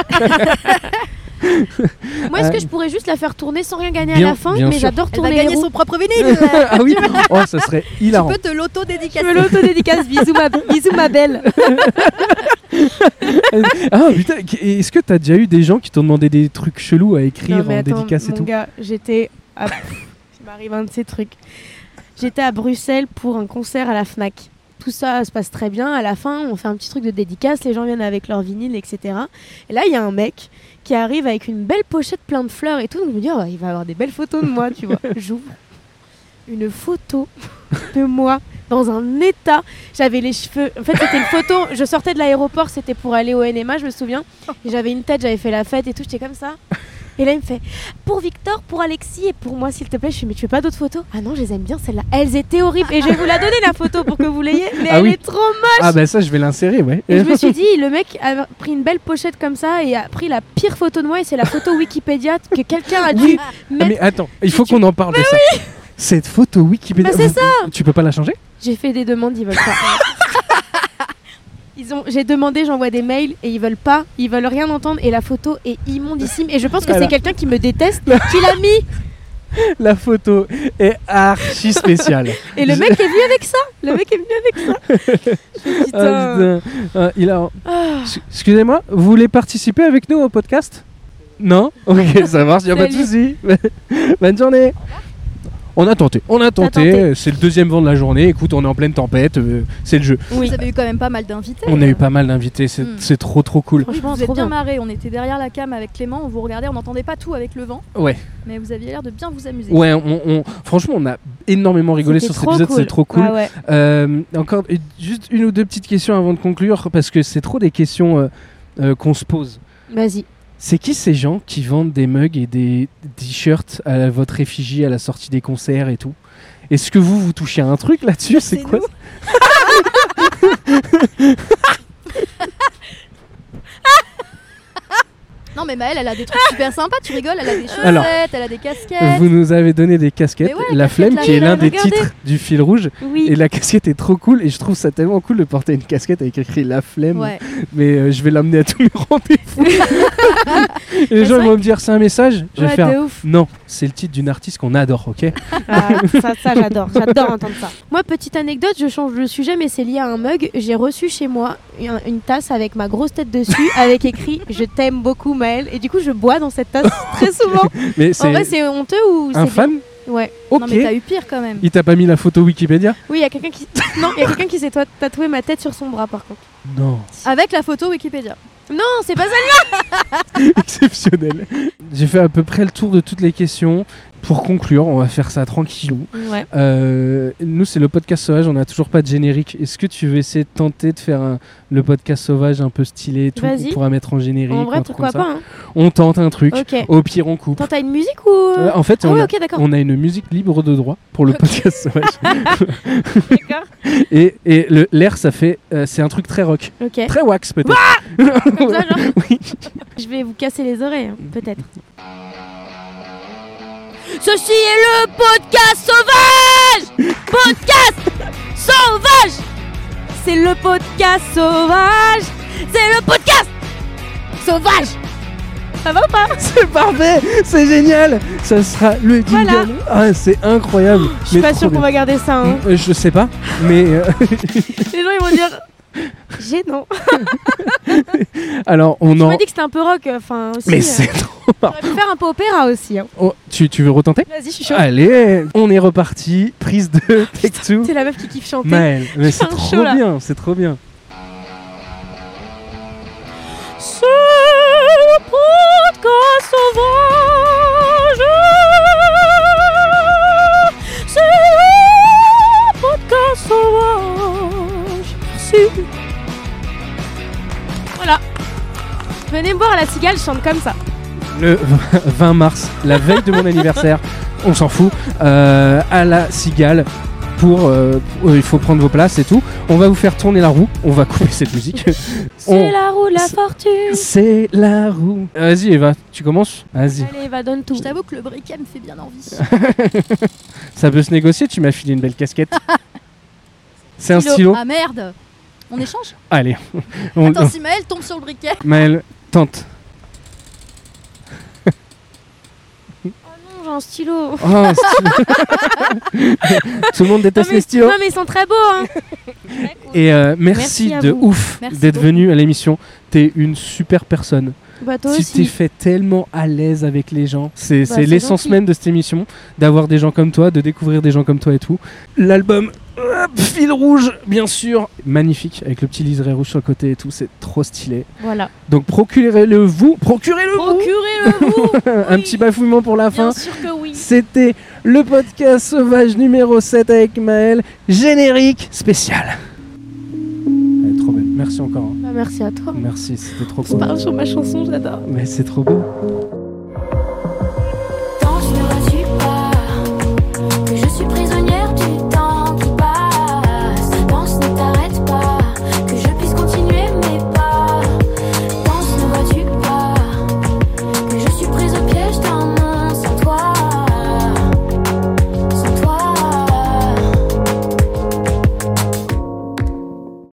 Speaker 2: Moi, est-ce
Speaker 1: Euh,
Speaker 2: que je pourrais juste la faire tourner sans rien gagner
Speaker 1: bien-
Speaker 2: à la fin
Speaker 1: bien
Speaker 2: Mais
Speaker 1: sûr.
Speaker 2: j'adore
Speaker 10: Elle va
Speaker 2: tourner les
Speaker 10: gagner
Speaker 2: roues.
Speaker 10: son propre
Speaker 2: *laughs*
Speaker 10: vinyle.
Speaker 2: Euh,
Speaker 1: Ah oui Oh ça serait
Speaker 10: Tu
Speaker 1: hilarant.
Speaker 10: peux te l'auto-dédicacer.
Speaker 2: Je me l'auto-dédicace. Bisous, ma... Bisous, ma belle.
Speaker 1: Ah putain, qu- et est-ce que t'as déjà eu des gens qui t'ont demandé des trucs chelous à écrire
Speaker 2: Non, mais
Speaker 1: en
Speaker 2: attends,
Speaker 1: dédicace et
Speaker 2: mon
Speaker 1: tout
Speaker 2: gars, j'étais. À... *laughs* Il m'arrive un de ces trucs. J'étais à Bruxelles pour un concert à la Fnac. Tout ça se passe très bien. À la fin, on fait un petit truc de dédicace. Les gens viennent avec leur vinyle, etc. Et là, il y a un mec qui arrive avec une belle pochette plein de fleurs et tout. Donc je me dis, Oh, il va avoir des belles photos de moi,
Speaker 1: *laughs*
Speaker 2: tu vois. J'ouvre une photo de moi dans un état. J'avais les cheveux. En fait, c'était une photo. Je sortais de l'aéroport, c'était pour aller au NMA, je me souviens. Et J'avais une tête, j'avais fait la fête et tout. J'étais comme ça. Et là, il me fait pour Victor, pour Alexis et pour moi, s'il te plaît. Je fais mais tu veux pas d'autres photos Ah non, je les aime bien celles-là. Elles étaient horribles et je vais vous la donner la photo pour que vous l'ayez. Mais
Speaker 1: Ah
Speaker 2: elle
Speaker 1: oui.
Speaker 2: est trop moche.
Speaker 1: Ah bah ça je vais l'insérer ouais. Ah,
Speaker 2: Et je
Speaker 1: *laughs*
Speaker 2: me suis dit, le mec a pris une belle pochette comme ça et a pris la pire photo de moi et c'est la photo Wikipédia que quelqu'un a dû
Speaker 1: Ah, mais
Speaker 2: mettre.
Speaker 1: attends, il faut qu'on en parle de ça. cette photo Wikipédia.
Speaker 2: Bah, c'est
Speaker 1: vous-
Speaker 2: ça
Speaker 1: Tu peux pas la changer
Speaker 2: J'ai fait des demandes, ils veulent pas. *laughs* Ils ont, j'ai demandé, j'envoie des mails et ils veulent pas, ils veulent rien entendre et la photo est immondissime et je pense que
Speaker 1: Voilà.
Speaker 2: c'est quelqu'un qui me déteste qui l'a mis
Speaker 1: La photo est archi *laughs* spéciale.
Speaker 2: et le mec est venu avec ça. Le mec est venu avec ça.
Speaker 1: *laughs* Ah, putain. Ah, il a...
Speaker 2: Ah.
Speaker 1: S- Excusez-moi, vous voulez participer avec nous au podcast Non
Speaker 10: *laughs*
Speaker 1: Ok, ça marche, il a pas de souci. *laughs*
Speaker 2: Salut.
Speaker 1: Bonne journée. On a tenté, on a tenté.
Speaker 10: tenté.
Speaker 1: C'est le deuxième vent de la journée. Écoute, on est en pleine tempête, euh, c'est le jeu.
Speaker 10: Vous avez eu quand même pas mal d'invités.
Speaker 1: On a eu pas mal d'invités, c'est
Speaker 10: Mm.
Speaker 1: c'est trop trop cool.
Speaker 10: Oui, vous êtes bien marrés. On était derrière la cam avec Clément, on vous regardait, on n'entendait pas tout avec le vent,
Speaker 1: Ouais.
Speaker 10: mais vous aviez l'air de bien vous amuser.
Speaker 1: Ouais, on, on- franchement, on a énormément rigolé
Speaker 10: C'était
Speaker 1: sur cet
Speaker 10: trop
Speaker 1: épisode,
Speaker 10: cool.
Speaker 1: c'est trop cool.
Speaker 2: ah
Speaker 10: Ouais, ouais.
Speaker 1: Euh, encore une- juste une ou deux petites questions avant de conclure, parce que c'est trop des questions euh, euh, qu'on se pose.
Speaker 2: Vas-y.
Speaker 1: C'est qui ces gens qui vendent des mugs et des t-shirts à votre effigie à la sortie des concerts et tout Est-ce que vous vous touchez à un truc là-dessus C'est quoi
Speaker 10: Non, mais Maëlle, elle a
Speaker 1: *laughs*
Speaker 10: des trucs super sympas, tu rigoles, elle a des chaussettes,
Speaker 1: Alors,
Speaker 10: elle a des casquettes.
Speaker 1: Vous nous avez donné des casquettes,
Speaker 10: Mais ouais,
Speaker 1: la
Speaker 10: casquette,
Speaker 1: flemme
Speaker 10: là,
Speaker 1: qui est
Speaker 10: là,
Speaker 1: l'un des
Speaker 10: regardez.
Speaker 1: titres du fil rouge.
Speaker 10: Oui.
Speaker 1: Et la casquette est trop cool et je trouve ça tellement cool de porter une casquette avec écrit la flemme.
Speaker 10: Ouais.
Speaker 1: Mais euh, je vais l'amener à tous mes *laughs* rendez-vous. et les gens ils vont me dire c'est un message. Je vais
Speaker 2: Ouais,
Speaker 1: faire
Speaker 2: de ouf.
Speaker 1: non, c'est le titre d'une artiste qu'on adore, ok
Speaker 2: Ah, ça, ça, j'adore, j'adore entendre ça. Moi, petite anecdote, je change de sujet, mais c'est lié à un mug. J'ai reçu chez moi un- une tasse avec ma grosse
Speaker 1: *laughs*
Speaker 2: tête dessus, avec écrit Je t'aime beaucoup, Maëlle. Et du coup, je bois dans cette tasse très souvent.
Speaker 1: Mais
Speaker 2: en
Speaker 1: c'est
Speaker 2: vrai, c'est honteux ou c'est.
Speaker 1: un
Speaker 2: bien
Speaker 1: fan
Speaker 2: Ouais.
Speaker 1: Ok. Non, mais t'as eu
Speaker 2: pire quand même.
Speaker 1: Il t'a pas mis la photo Wikipédia
Speaker 2: Oui, il y a quelqu'un qui. *laughs* Non, il y a quelqu'un qui s'est toi- tatoué ma tête sur son bras, par contre.
Speaker 1: Non.
Speaker 2: Avec la photo Wikipédia. Non, c'est pas celle-là
Speaker 1: exceptionnel. J'ai fait à peu près le tour de toutes les questions. Pour conclure, on va faire ça tranquillou.
Speaker 2: Ouais.
Speaker 1: Euh, nous, c'est le podcast sauvage, on n'a toujours pas de générique. Est-ce que tu veux essayer de tenter de faire un- le podcast sauvage un peu stylé et tout
Speaker 2: Vas-y.
Speaker 1: qu'on pourra mettre en générique
Speaker 2: En vrai,
Speaker 1: ou un truc
Speaker 2: pourquoi
Speaker 1: comme ça
Speaker 2: pas, hein.
Speaker 1: On tente un truc,
Speaker 2: Ok.
Speaker 1: au pire, on coupe.
Speaker 2: Attends, t'as une musique ou.
Speaker 1: Euh, en fait,
Speaker 2: Ah
Speaker 1: on,
Speaker 2: ouais,
Speaker 1: a,
Speaker 2: ok, d'accord.
Speaker 1: on a une musique libre de droit pour le podcast
Speaker 2: *laughs*
Speaker 1: sauvage.
Speaker 2: D'accord.
Speaker 1: Et, et le- l'air, ça fait. euh, c'est un truc très rock.
Speaker 2: Ok.
Speaker 1: Très wax, peut-être.
Speaker 2: Comme ça,
Speaker 1: *laughs*
Speaker 2: genre. Je vais vous casser les oreilles, hein, peut-être. *laughs* Ceci est le podcast sauvage Podcast sauvage C'est le podcast sauvage C'est le podcast sauvage Ça va ou pas
Speaker 1: *laughs* C'est parfait C'est génial Ça sera le jingle.
Speaker 2: Voilà.
Speaker 1: Ah, c'est incroyable.
Speaker 2: Je suis pas sûre qu'on va garder ça.
Speaker 1: *laughs*
Speaker 2: Hein.
Speaker 1: Euh, Je sais pas, mais euh, *laughs*
Speaker 2: Les gens ils vont dire gênant.
Speaker 1: alors on
Speaker 2: Tu
Speaker 1: en.
Speaker 2: m'as dit que c'était un peu rock, enfin aussi.
Speaker 1: Mais
Speaker 2: euh,
Speaker 1: c'est trop marrant.
Speaker 2: On peut faire un peu opéra aussi. Hein.
Speaker 1: Oh, tu, tu veux retenter
Speaker 2: Vas-y, je suis chaud.
Speaker 1: Allez, on est reparti. Prise
Speaker 2: *laughs*
Speaker 1: de Take Two.
Speaker 2: C'est la meuf qui kiffe chanter. euh.
Speaker 1: Maëlle, mais
Speaker 2: Je
Speaker 1: c'est
Speaker 2: suis un
Speaker 1: trop
Speaker 2: chaud, là.
Speaker 1: bien, c'est trop bien.
Speaker 5: C'est le podcast sauvage. C'est le podcast sauvage. Merci.
Speaker 2: Voilà. Venez me voir à la cigale, je chante comme ça.
Speaker 1: le 20 mars, la veille
Speaker 2: *laughs*
Speaker 1: de mon anniversaire, on s'en fout, euh, à la Cigale. Pour, euh, pour- euh, il faut prendre vos places et tout. On va vous faire tourner la roue. On va couper cette
Speaker 2: *laughs*
Speaker 1: musique. On-
Speaker 2: C'est la roue de la fortune.
Speaker 1: C'est la roue. Euh, Vas-y Eva, tu commences. Vas-y.
Speaker 2: Allez, va donne tout.
Speaker 10: Je t'avoue que le briquet me fait bien envie.
Speaker 1: Ça peut se négocier. Tu m'as filé une belle
Speaker 2: *laughs*
Speaker 1: casquette. C'est *laughs* un stylo.
Speaker 10: Ah merde On
Speaker 1: *laughs*
Speaker 10: échange
Speaker 1: Allez. On-
Speaker 10: Attends,
Speaker 1: on-
Speaker 10: si Maëlle tombe sur le briquet.
Speaker 1: Maëlle tente.
Speaker 2: Non, j'ai un stylo.
Speaker 1: Oh, un stylo. Tout *laughs* le monde déteste
Speaker 2: Non, mais-
Speaker 1: les stylos.
Speaker 2: Non, mais ils sont très beaux. Hein.
Speaker 1: Et euh,
Speaker 2: Merci
Speaker 1: merci,
Speaker 2: à
Speaker 1: de
Speaker 2: vous.
Speaker 1: ouf
Speaker 2: Merci
Speaker 1: d'être
Speaker 2: beaucoup.
Speaker 1: venu à l'émission. T'es une super personne.
Speaker 2: *laughs* Bah, toi
Speaker 1: tu
Speaker 2: aussi.
Speaker 1: t'es fait tellement à l'aise avec les gens. C'est
Speaker 2: Bah,
Speaker 1: c'est
Speaker 2: c'est
Speaker 1: l'essence
Speaker 2: gentil.
Speaker 1: même de cette émission, d'avoir des gens comme toi, de découvrir des gens comme toi et tout. L'album hop, Fil Rouge, bien sûr, magnifique, avec le petit liseré rouge sur le côté et tout, c'est trop stylé.
Speaker 2: Voilà.
Speaker 1: Donc procurez-le vous, procurez-le vous.
Speaker 2: Procurez-le vous.
Speaker 1: *laughs* Un petit bafouillement pour la fin.
Speaker 2: Bien sûr que oui.
Speaker 1: C'était le podcast sauvage numéro 7 avec Maël, générique spécial. Elle est trop belle. Merci encore. hein.
Speaker 2: Bah, merci à toi.
Speaker 1: Merci, c'était trop
Speaker 2: On
Speaker 1: cool.
Speaker 2: parle sur ma chanson, j'adore.
Speaker 1: Mais c'est trop beau.